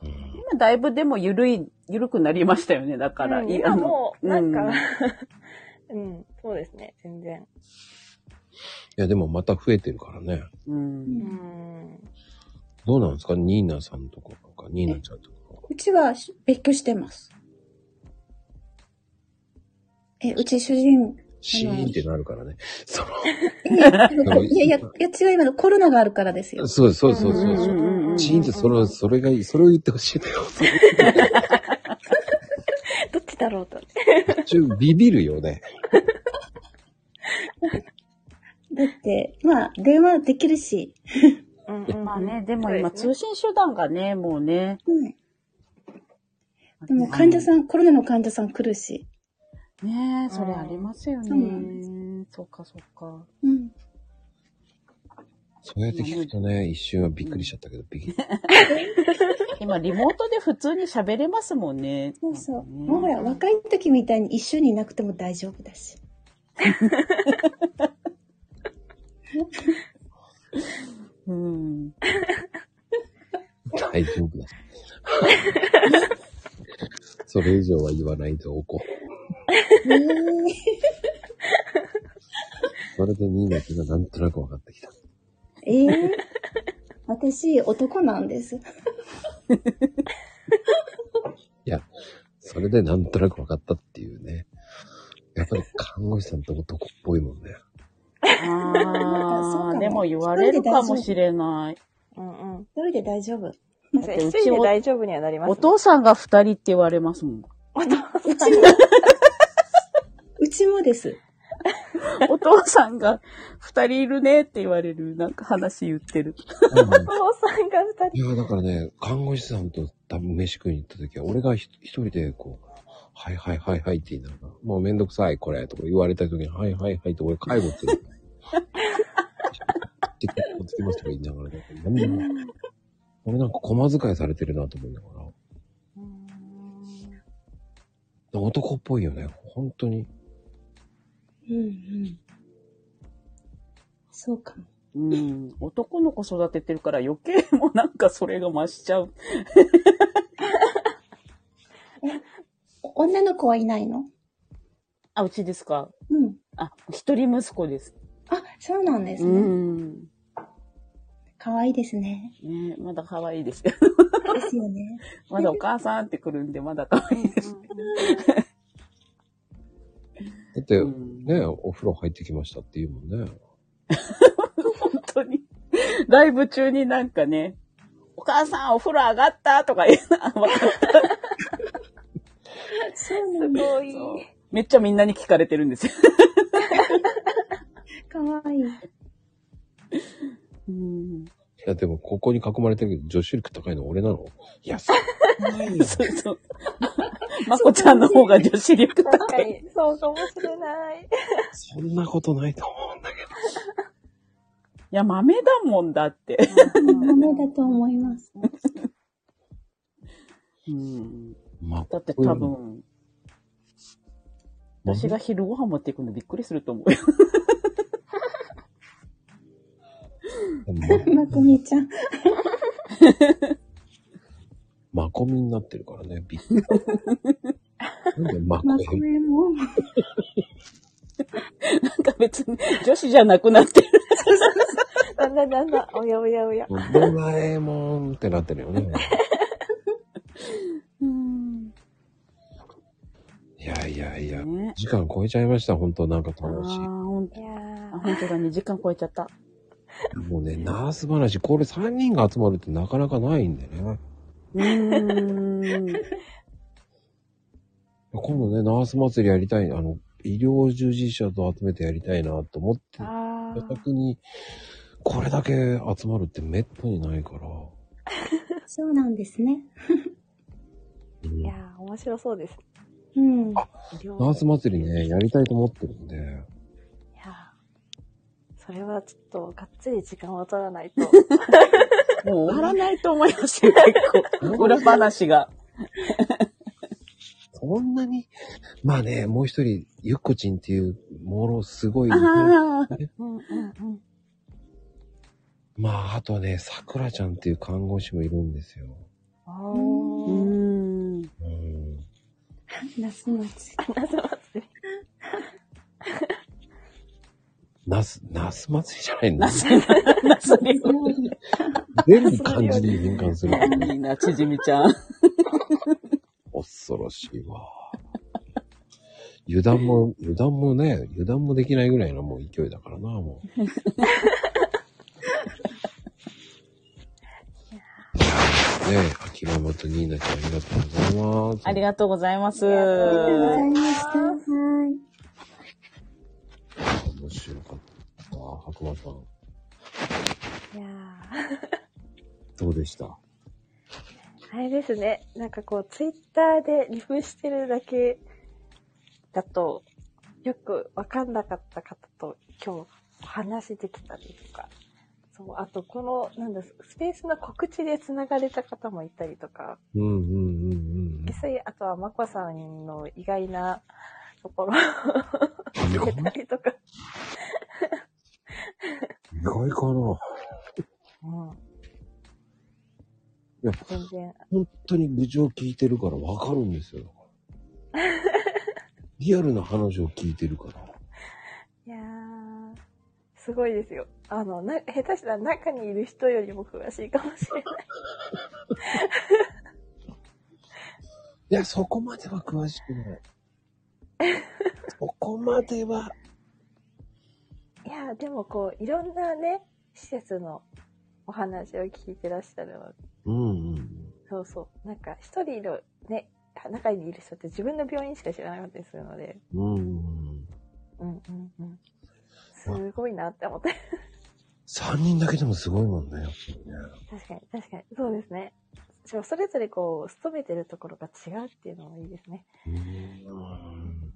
Speaker 1: うん
Speaker 3: 今だいぶでも緩い、緩くなりましたよね。だから、
Speaker 4: うん
Speaker 3: い
Speaker 4: 今もう、
Speaker 3: あ
Speaker 4: な
Speaker 3: の
Speaker 4: んか、 うん、そうですね、全然。
Speaker 1: いや、でもまた増えてるからね。
Speaker 3: うん。うん
Speaker 4: う
Speaker 6: うん
Speaker 4: ん。
Speaker 1: どうなんですかニーナさんとかなんか、ニーナちゃんとか。
Speaker 5: うちはし別居してます。え、うち主人、
Speaker 1: シーンってなるからね。そ
Speaker 5: いやいや、いやいや、違います。コロナがあるからですよ
Speaker 1: の、。そうそうそうそう
Speaker 3: う
Speaker 1: そう。
Speaker 3: んうんうん
Speaker 1: シーンってそれ、それがいい。それを言ってほしいのよ。
Speaker 4: どっちだろうと。
Speaker 1: ちょビビるよね。
Speaker 5: だって、まあ、電話できるし。
Speaker 4: うんうんうん
Speaker 3: まあね、でも今
Speaker 4: そう
Speaker 3: 通
Speaker 4: です
Speaker 3: 信手段がね、もうね。
Speaker 5: うん。でも患者さん、コロナの患者さん来るし。
Speaker 3: ねえ、それありますよね。
Speaker 5: そうなん
Speaker 3: そうか、そうか。
Speaker 5: うん。
Speaker 1: そうやって聞くとね、一瞬はびっくりしちゃったけど、びっくり。
Speaker 3: 今、リモートで普通に喋れますもんね。
Speaker 5: そうそう。
Speaker 3: ね
Speaker 5: もうほら、若い時みたいに一緒にいなくても大丈夫だし。
Speaker 3: うん。
Speaker 1: 大丈 夫だ。それ以上は言わないでおこう。 それでニーナちゃんがなんとなく分かってきた。
Speaker 5: ええー私、男なんです。
Speaker 1: いや、それでなんとなく分かったっていうね。やっぱり看護師さんって男っぽいもんね。
Speaker 3: ああ、でも言われるかもしれない。
Speaker 4: うんうん。
Speaker 5: 一人で大丈夫。う
Speaker 4: 確かに一人で大丈夫にはなります、
Speaker 3: お父さんが二人って言われます もん。
Speaker 5: ちも、うちもです。
Speaker 3: お父さんが二人いるねって言われる、なんか話言ってる。
Speaker 4: お父さんが二人。
Speaker 1: いや、だからね、看護師さんと多分飯食いに行った時は、俺がひ一人でこう、はいはいはいはいって言いながら、もうめんどくさいこれとか言われた時に、はいはいはいって俺介護する。ってこつきますとか言いながらね、なんでも俺なんか駒遣いされてるなと思いながら。男っぽいよね、本当に。
Speaker 5: うんうん。そうかも。
Speaker 3: うん。男の子育ててるから余計もうなんかそれが増しちゃう。
Speaker 5: 女の子はいないの
Speaker 3: あ、うちですか
Speaker 5: うん。
Speaker 3: あ、一人息子です。
Speaker 5: あ、そうなんです
Speaker 3: う
Speaker 5: ね。
Speaker 3: ん。
Speaker 5: 可愛いですね。
Speaker 3: ねまだ可愛いですよ。
Speaker 5: ですよね。
Speaker 3: まだお母さんって来るんで、まだ可愛いです。
Speaker 1: だって、
Speaker 3: うん
Speaker 1: ね、お風呂入ってきましたって言うもんね。
Speaker 3: 本当に。ライブ中になんかね、お母さんお風呂上がったとか言う な。わかる
Speaker 5: そう
Speaker 4: す
Speaker 5: なんだ。
Speaker 4: ごい。
Speaker 3: めっちゃみんなに聞かれてるんですよ。
Speaker 5: 可愛い。
Speaker 3: うん。
Speaker 1: いや、でも、ここに囲まれてるけど、女子力高いの俺なのいや、そうないよ。
Speaker 3: そうそう。まこちゃんの方が女子力高い
Speaker 4: 確かに、そうかもしれない。
Speaker 1: そんなことないと思うんだけど。
Speaker 3: いや、豆だもんだって。
Speaker 6: ダメだと思います。
Speaker 3: うん。
Speaker 1: まあ、
Speaker 3: だって多分、
Speaker 1: 豆
Speaker 3: 私が昼ご飯持っていくのびっくりすると思うよ。
Speaker 1: ま
Speaker 6: まこみちゃん。
Speaker 1: まこみになってるからね、びっくり。なんでまこ
Speaker 6: まこ
Speaker 1: み
Speaker 6: み も。
Speaker 3: なんか別に女子じゃなくなってる。
Speaker 4: だんだんだんだん、おやおやおや。
Speaker 1: ドラえもんってなってるよ ね。
Speaker 3: うん。
Speaker 1: いやいやいや、
Speaker 3: ね。
Speaker 1: 時間超えちゃいました、本当なんか
Speaker 3: ああ
Speaker 1: 楽しい。
Speaker 3: ー、ほん
Speaker 4: い
Speaker 3: と。
Speaker 4: や
Speaker 3: あ、
Speaker 4: ー
Speaker 3: ほんとだ、2時間超えちゃ った。
Speaker 1: もうね、ナース話、これ3人が集まるってなかなかないんでね。
Speaker 3: うーん。
Speaker 1: 今度ね、ナース祭りやりたい、あの、医療従事者と集めてやりたいなと思って、
Speaker 4: あー
Speaker 1: 逆に、これだけ集まるってめったにないから。
Speaker 6: そうなんですね。
Speaker 1: うん
Speaker 4: いやー面白そうです。
Speaker 6: うん。
Speaker 1: ナ
Speaker 4: ナ
Speaker 1: ース祭りね、やりたいと思ってるんで。
Speaker 4: いやーそれはちょっと、がっつり時間を取らないと。
Speaker 3: もう終わらないと思いますよ、結構。 裏話が。
Speaker 1: そんなに、まあね、もう一人、ゆっこちんっていう、ものすごい、
Speaker 3: ああ。
Speaker 4: うんうんうん。
Speaker 1: まあ、あとね、さくらちゃんっていう看護師もいるんですよ。
Speaker 4: お
Speaker 3: う
Speaker 4: ー。
Speaker 3: ん。
Speaker 1: うん。
Speaker 6: ナス祭り。
Speaker 4: 謎祭り。
Speaker 1: ナス、ナス祭りじゃないんだ。
Speaker 3: それよ
Speaker 1: 出る感じに変換する。
Speaker 3: いいな、ちじみちゃん。
Speaker 1: 恐ろしいわ。油断も、油断もね、油断もできないぐらいのもう勢いだからな、もう。いやねえ、秋山とニーナちゃんありがとうございます。
Speaker 3: ありがとうございます。
Speaker 6: ありがとうございました。はい。
Speaker 1: 面白かった。白馬さん、
Speaker 4: いや
Speaker 1: どうでした
Speaker 4: ーあれですね。なんかこう、ツイッターでリプしてるだけだと、よくわかんなかった方と今日話できたりとか。そう、あとこの、なんだ、スペースの告知で繋がれた方もいたりとか。
Speaker 1: うんうんうんうん
Speaker 4: 実際、あとはまこさんの意外なところ
Speaker 1: うん。意
Speaker 4: を
Speaker 1: 外
Speaker 4: 出たりとか。
Speaker 1: 意外かな
Speaker 4: うん。
Speaker 1: いや
Speaker 4: 全然、
Speaker 1: 本当に愚痴を聞いてるからわかるんですよ。だからリアルな話を聞いてるから。
Speaker 4: いやー、すごいですよ。あの、な、下手したら中にいる人よりも詳しいかもしれない。
Speaker 1: いや、そこまでは詳しくない。そこまでは。
Speaker 4: いやー、でもこう、いろんなね、施設のお話を聞いてらっしゃるの。
Speaker 1: うんうん。
Speaker 4: そうそう。なんか、一人のね、中にいる人って自分の病院しか知らなかったりするので、
Speaker 1: うんうん。
Speaker 4: うんうんうん。すごいなって思って。
Speaker 1: 三人だけでもすごいもんね、やっぱりね。
Speaker 4: 確かに、確かに。そうですね。しかもそれぞれこう、勤めてるところが違うっていうのもいいですね。
Speaker 1: うーん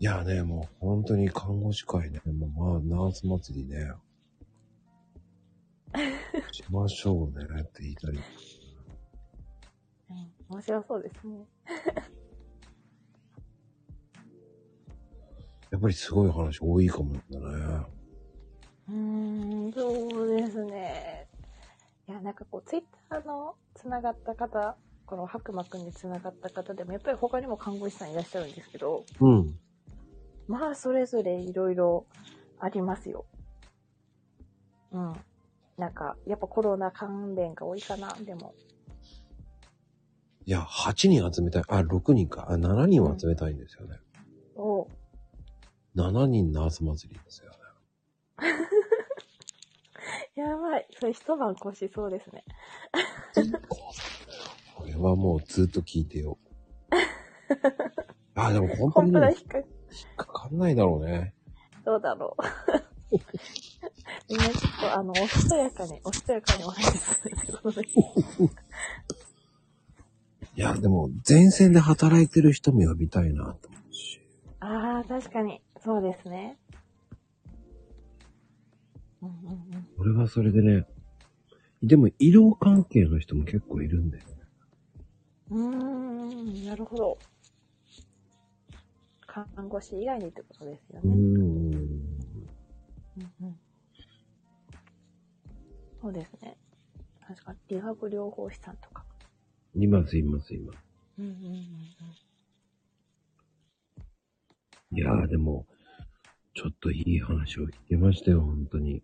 Speaker 1: いやね、もう本当に看護師会ね、もうまあ、ナース祭りね。しましょうねって言いたり。
Speaker 4: うん。面白そうですね。
Speaker 1: やっぱりすごい話多いかもだね。
Speaker 4: うーん、そうですね。いや、なんかこう、ツイッターのつながった方、この白馬くんにつながった方でも、やっぱり他にも看護師さんいらっしゃるんですけど、
Speaker 1: うん。
Speaker 4: まあ、それぞれいろいろありますよ。うん。なんか、やっぱコロナ関連が多いかな、でも。
Speaker 1: いや、8人集めたい。あ、6人か。あ、7人を集めたいんですよね。
Speaker 4: お
Speaker 1: 7人ナース祭りですよね。
Speaker 4: やばい。それ一晩越しそうですね。
Speaker 1: これはもうずっと聞いて よ。あ、でもコン
Speaker 4: 本
Speaker 1: プ
Speaker 4: 当
Speaker 1: ラ
Speaker 4: だ、
Speaker 1: に
Speaker 4: 引っか
Speaker 1: かかんないだろうね。
Speaker 4: どうだろう。 みんなちょっとあの、おしとやかに、おしとやかにお話しするってことです。
Speaker 1: いや、でも前線で働いてる人も呼びたいなと思うし。
Speaker 4: ああ、確かに。そうですね。うんうんうん。
Speaker 1: れはそれでね、でも医療関係の人も結構いるんだよね。
Speaker 4: うーん、なるほど。看護師以外にってことですよ
Speaker 1: う
Speaker 4: ね。
Speaker 1: ん。
Speaker 4: うんうんそうですね。確か、理学療法士さんとか。
Speaker 1: います、います、います。
Speaker 4: うんうんうん
Speaker 1: いやーでも、ちょっといい話を聞けましたよ、本当に。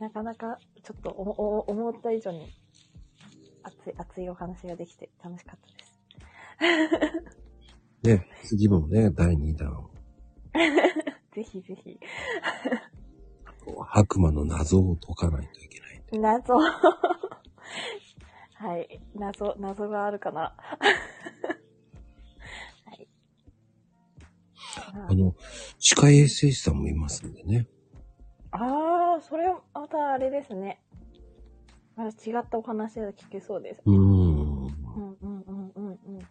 Speaker 4: なかなか、ちょっとおお思った以上に熱い、熱いお話ができて楽しかったです。
Speaker 1: ね、次もね、第2弾を。
Speaker 4: ぜひぜひ、
Speaker 1: 白馬の謎を解かないといけない。
Speaker 4: 謎 をはい、謎、謎があるかな。 はい。
Speaker 1: あの、歯科衛生士さんもいますんでね。
Speaker 4: ああ、それ、またあれですね。また違ったお話が聞けそうです。
Speaker 1: うーん。
Speaker 4: うんうんうんうんうん。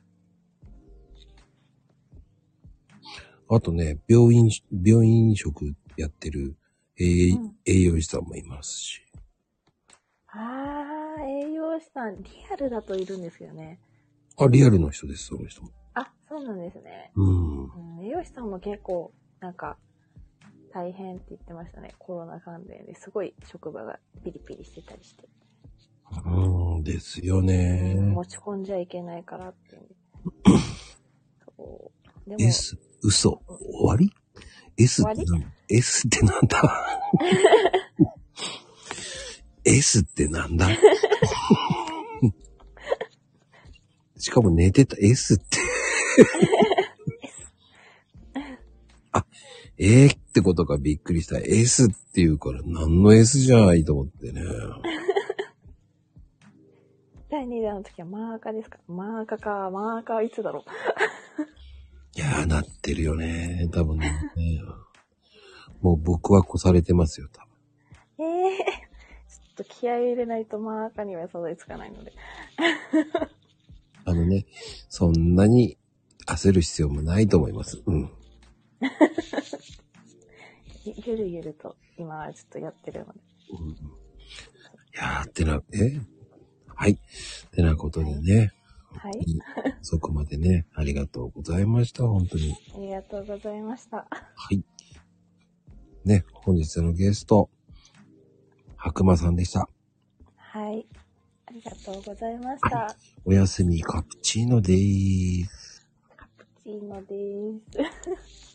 Speaker 1: あとね、病院、病院食やってる栄,、
Speaker 4: うん
Speaker 1: 栄養士さんもいますし。
Speaker 4: ああ、栄養士さん、リアルだといるんですよね。
Speaker 1: あ、リアルの人です、その人も。
Speaker 4: あ、そうなんですね。
Speaker 1: うん。
Speaker 4: うん、栄養士さんも結構、なんか、大変って言ってましたね。コロナ関連ですごい職場がピリピリしてたりして。
Speaker 1: うんですよね。
Speaker 4: 持ち込んじゃいけないからっていう。そう。でも、
Speaker 1: S、嘘、終わり ?S って
Speaker 4: 終
Speaker 1: 何 ?S ってなんだ ?S ってなんだしかも寝てた S って。あ、えー、ってことかびっくりした。S っていうから何の S じゃないと思ってね。
Speaker 4: 第2弾の時はマーカーですかマーカーか、マーカーいつだろう。
Speaker 1: いやー、なってるよね。多分ね。もう僕は越されてますよ、多分。
Speaker 4: ええちょっと気合い入れないとマーカーにはたどり着かないので。
Speaker 1: あのね、そんなに焦る必要もないと思います。うん。
Speaker 4: ゆるゆると、今はちょっとやってるので。
Speaker 1: うん、いやー、てな、えはい。てなことでね、
Speaker 4: はい。
Speaker 1: そこまでね、ありがとうございました、本当に。
Speaker 4: ありがとうございました。
Speaker 1: はい。ね、本日のゲスト、白馬さんでした。
Speaker 4: はい。ありがとうございました。
Speaker 1: おやすみカプチーノでーす。
Speaker 4: チーノでーす。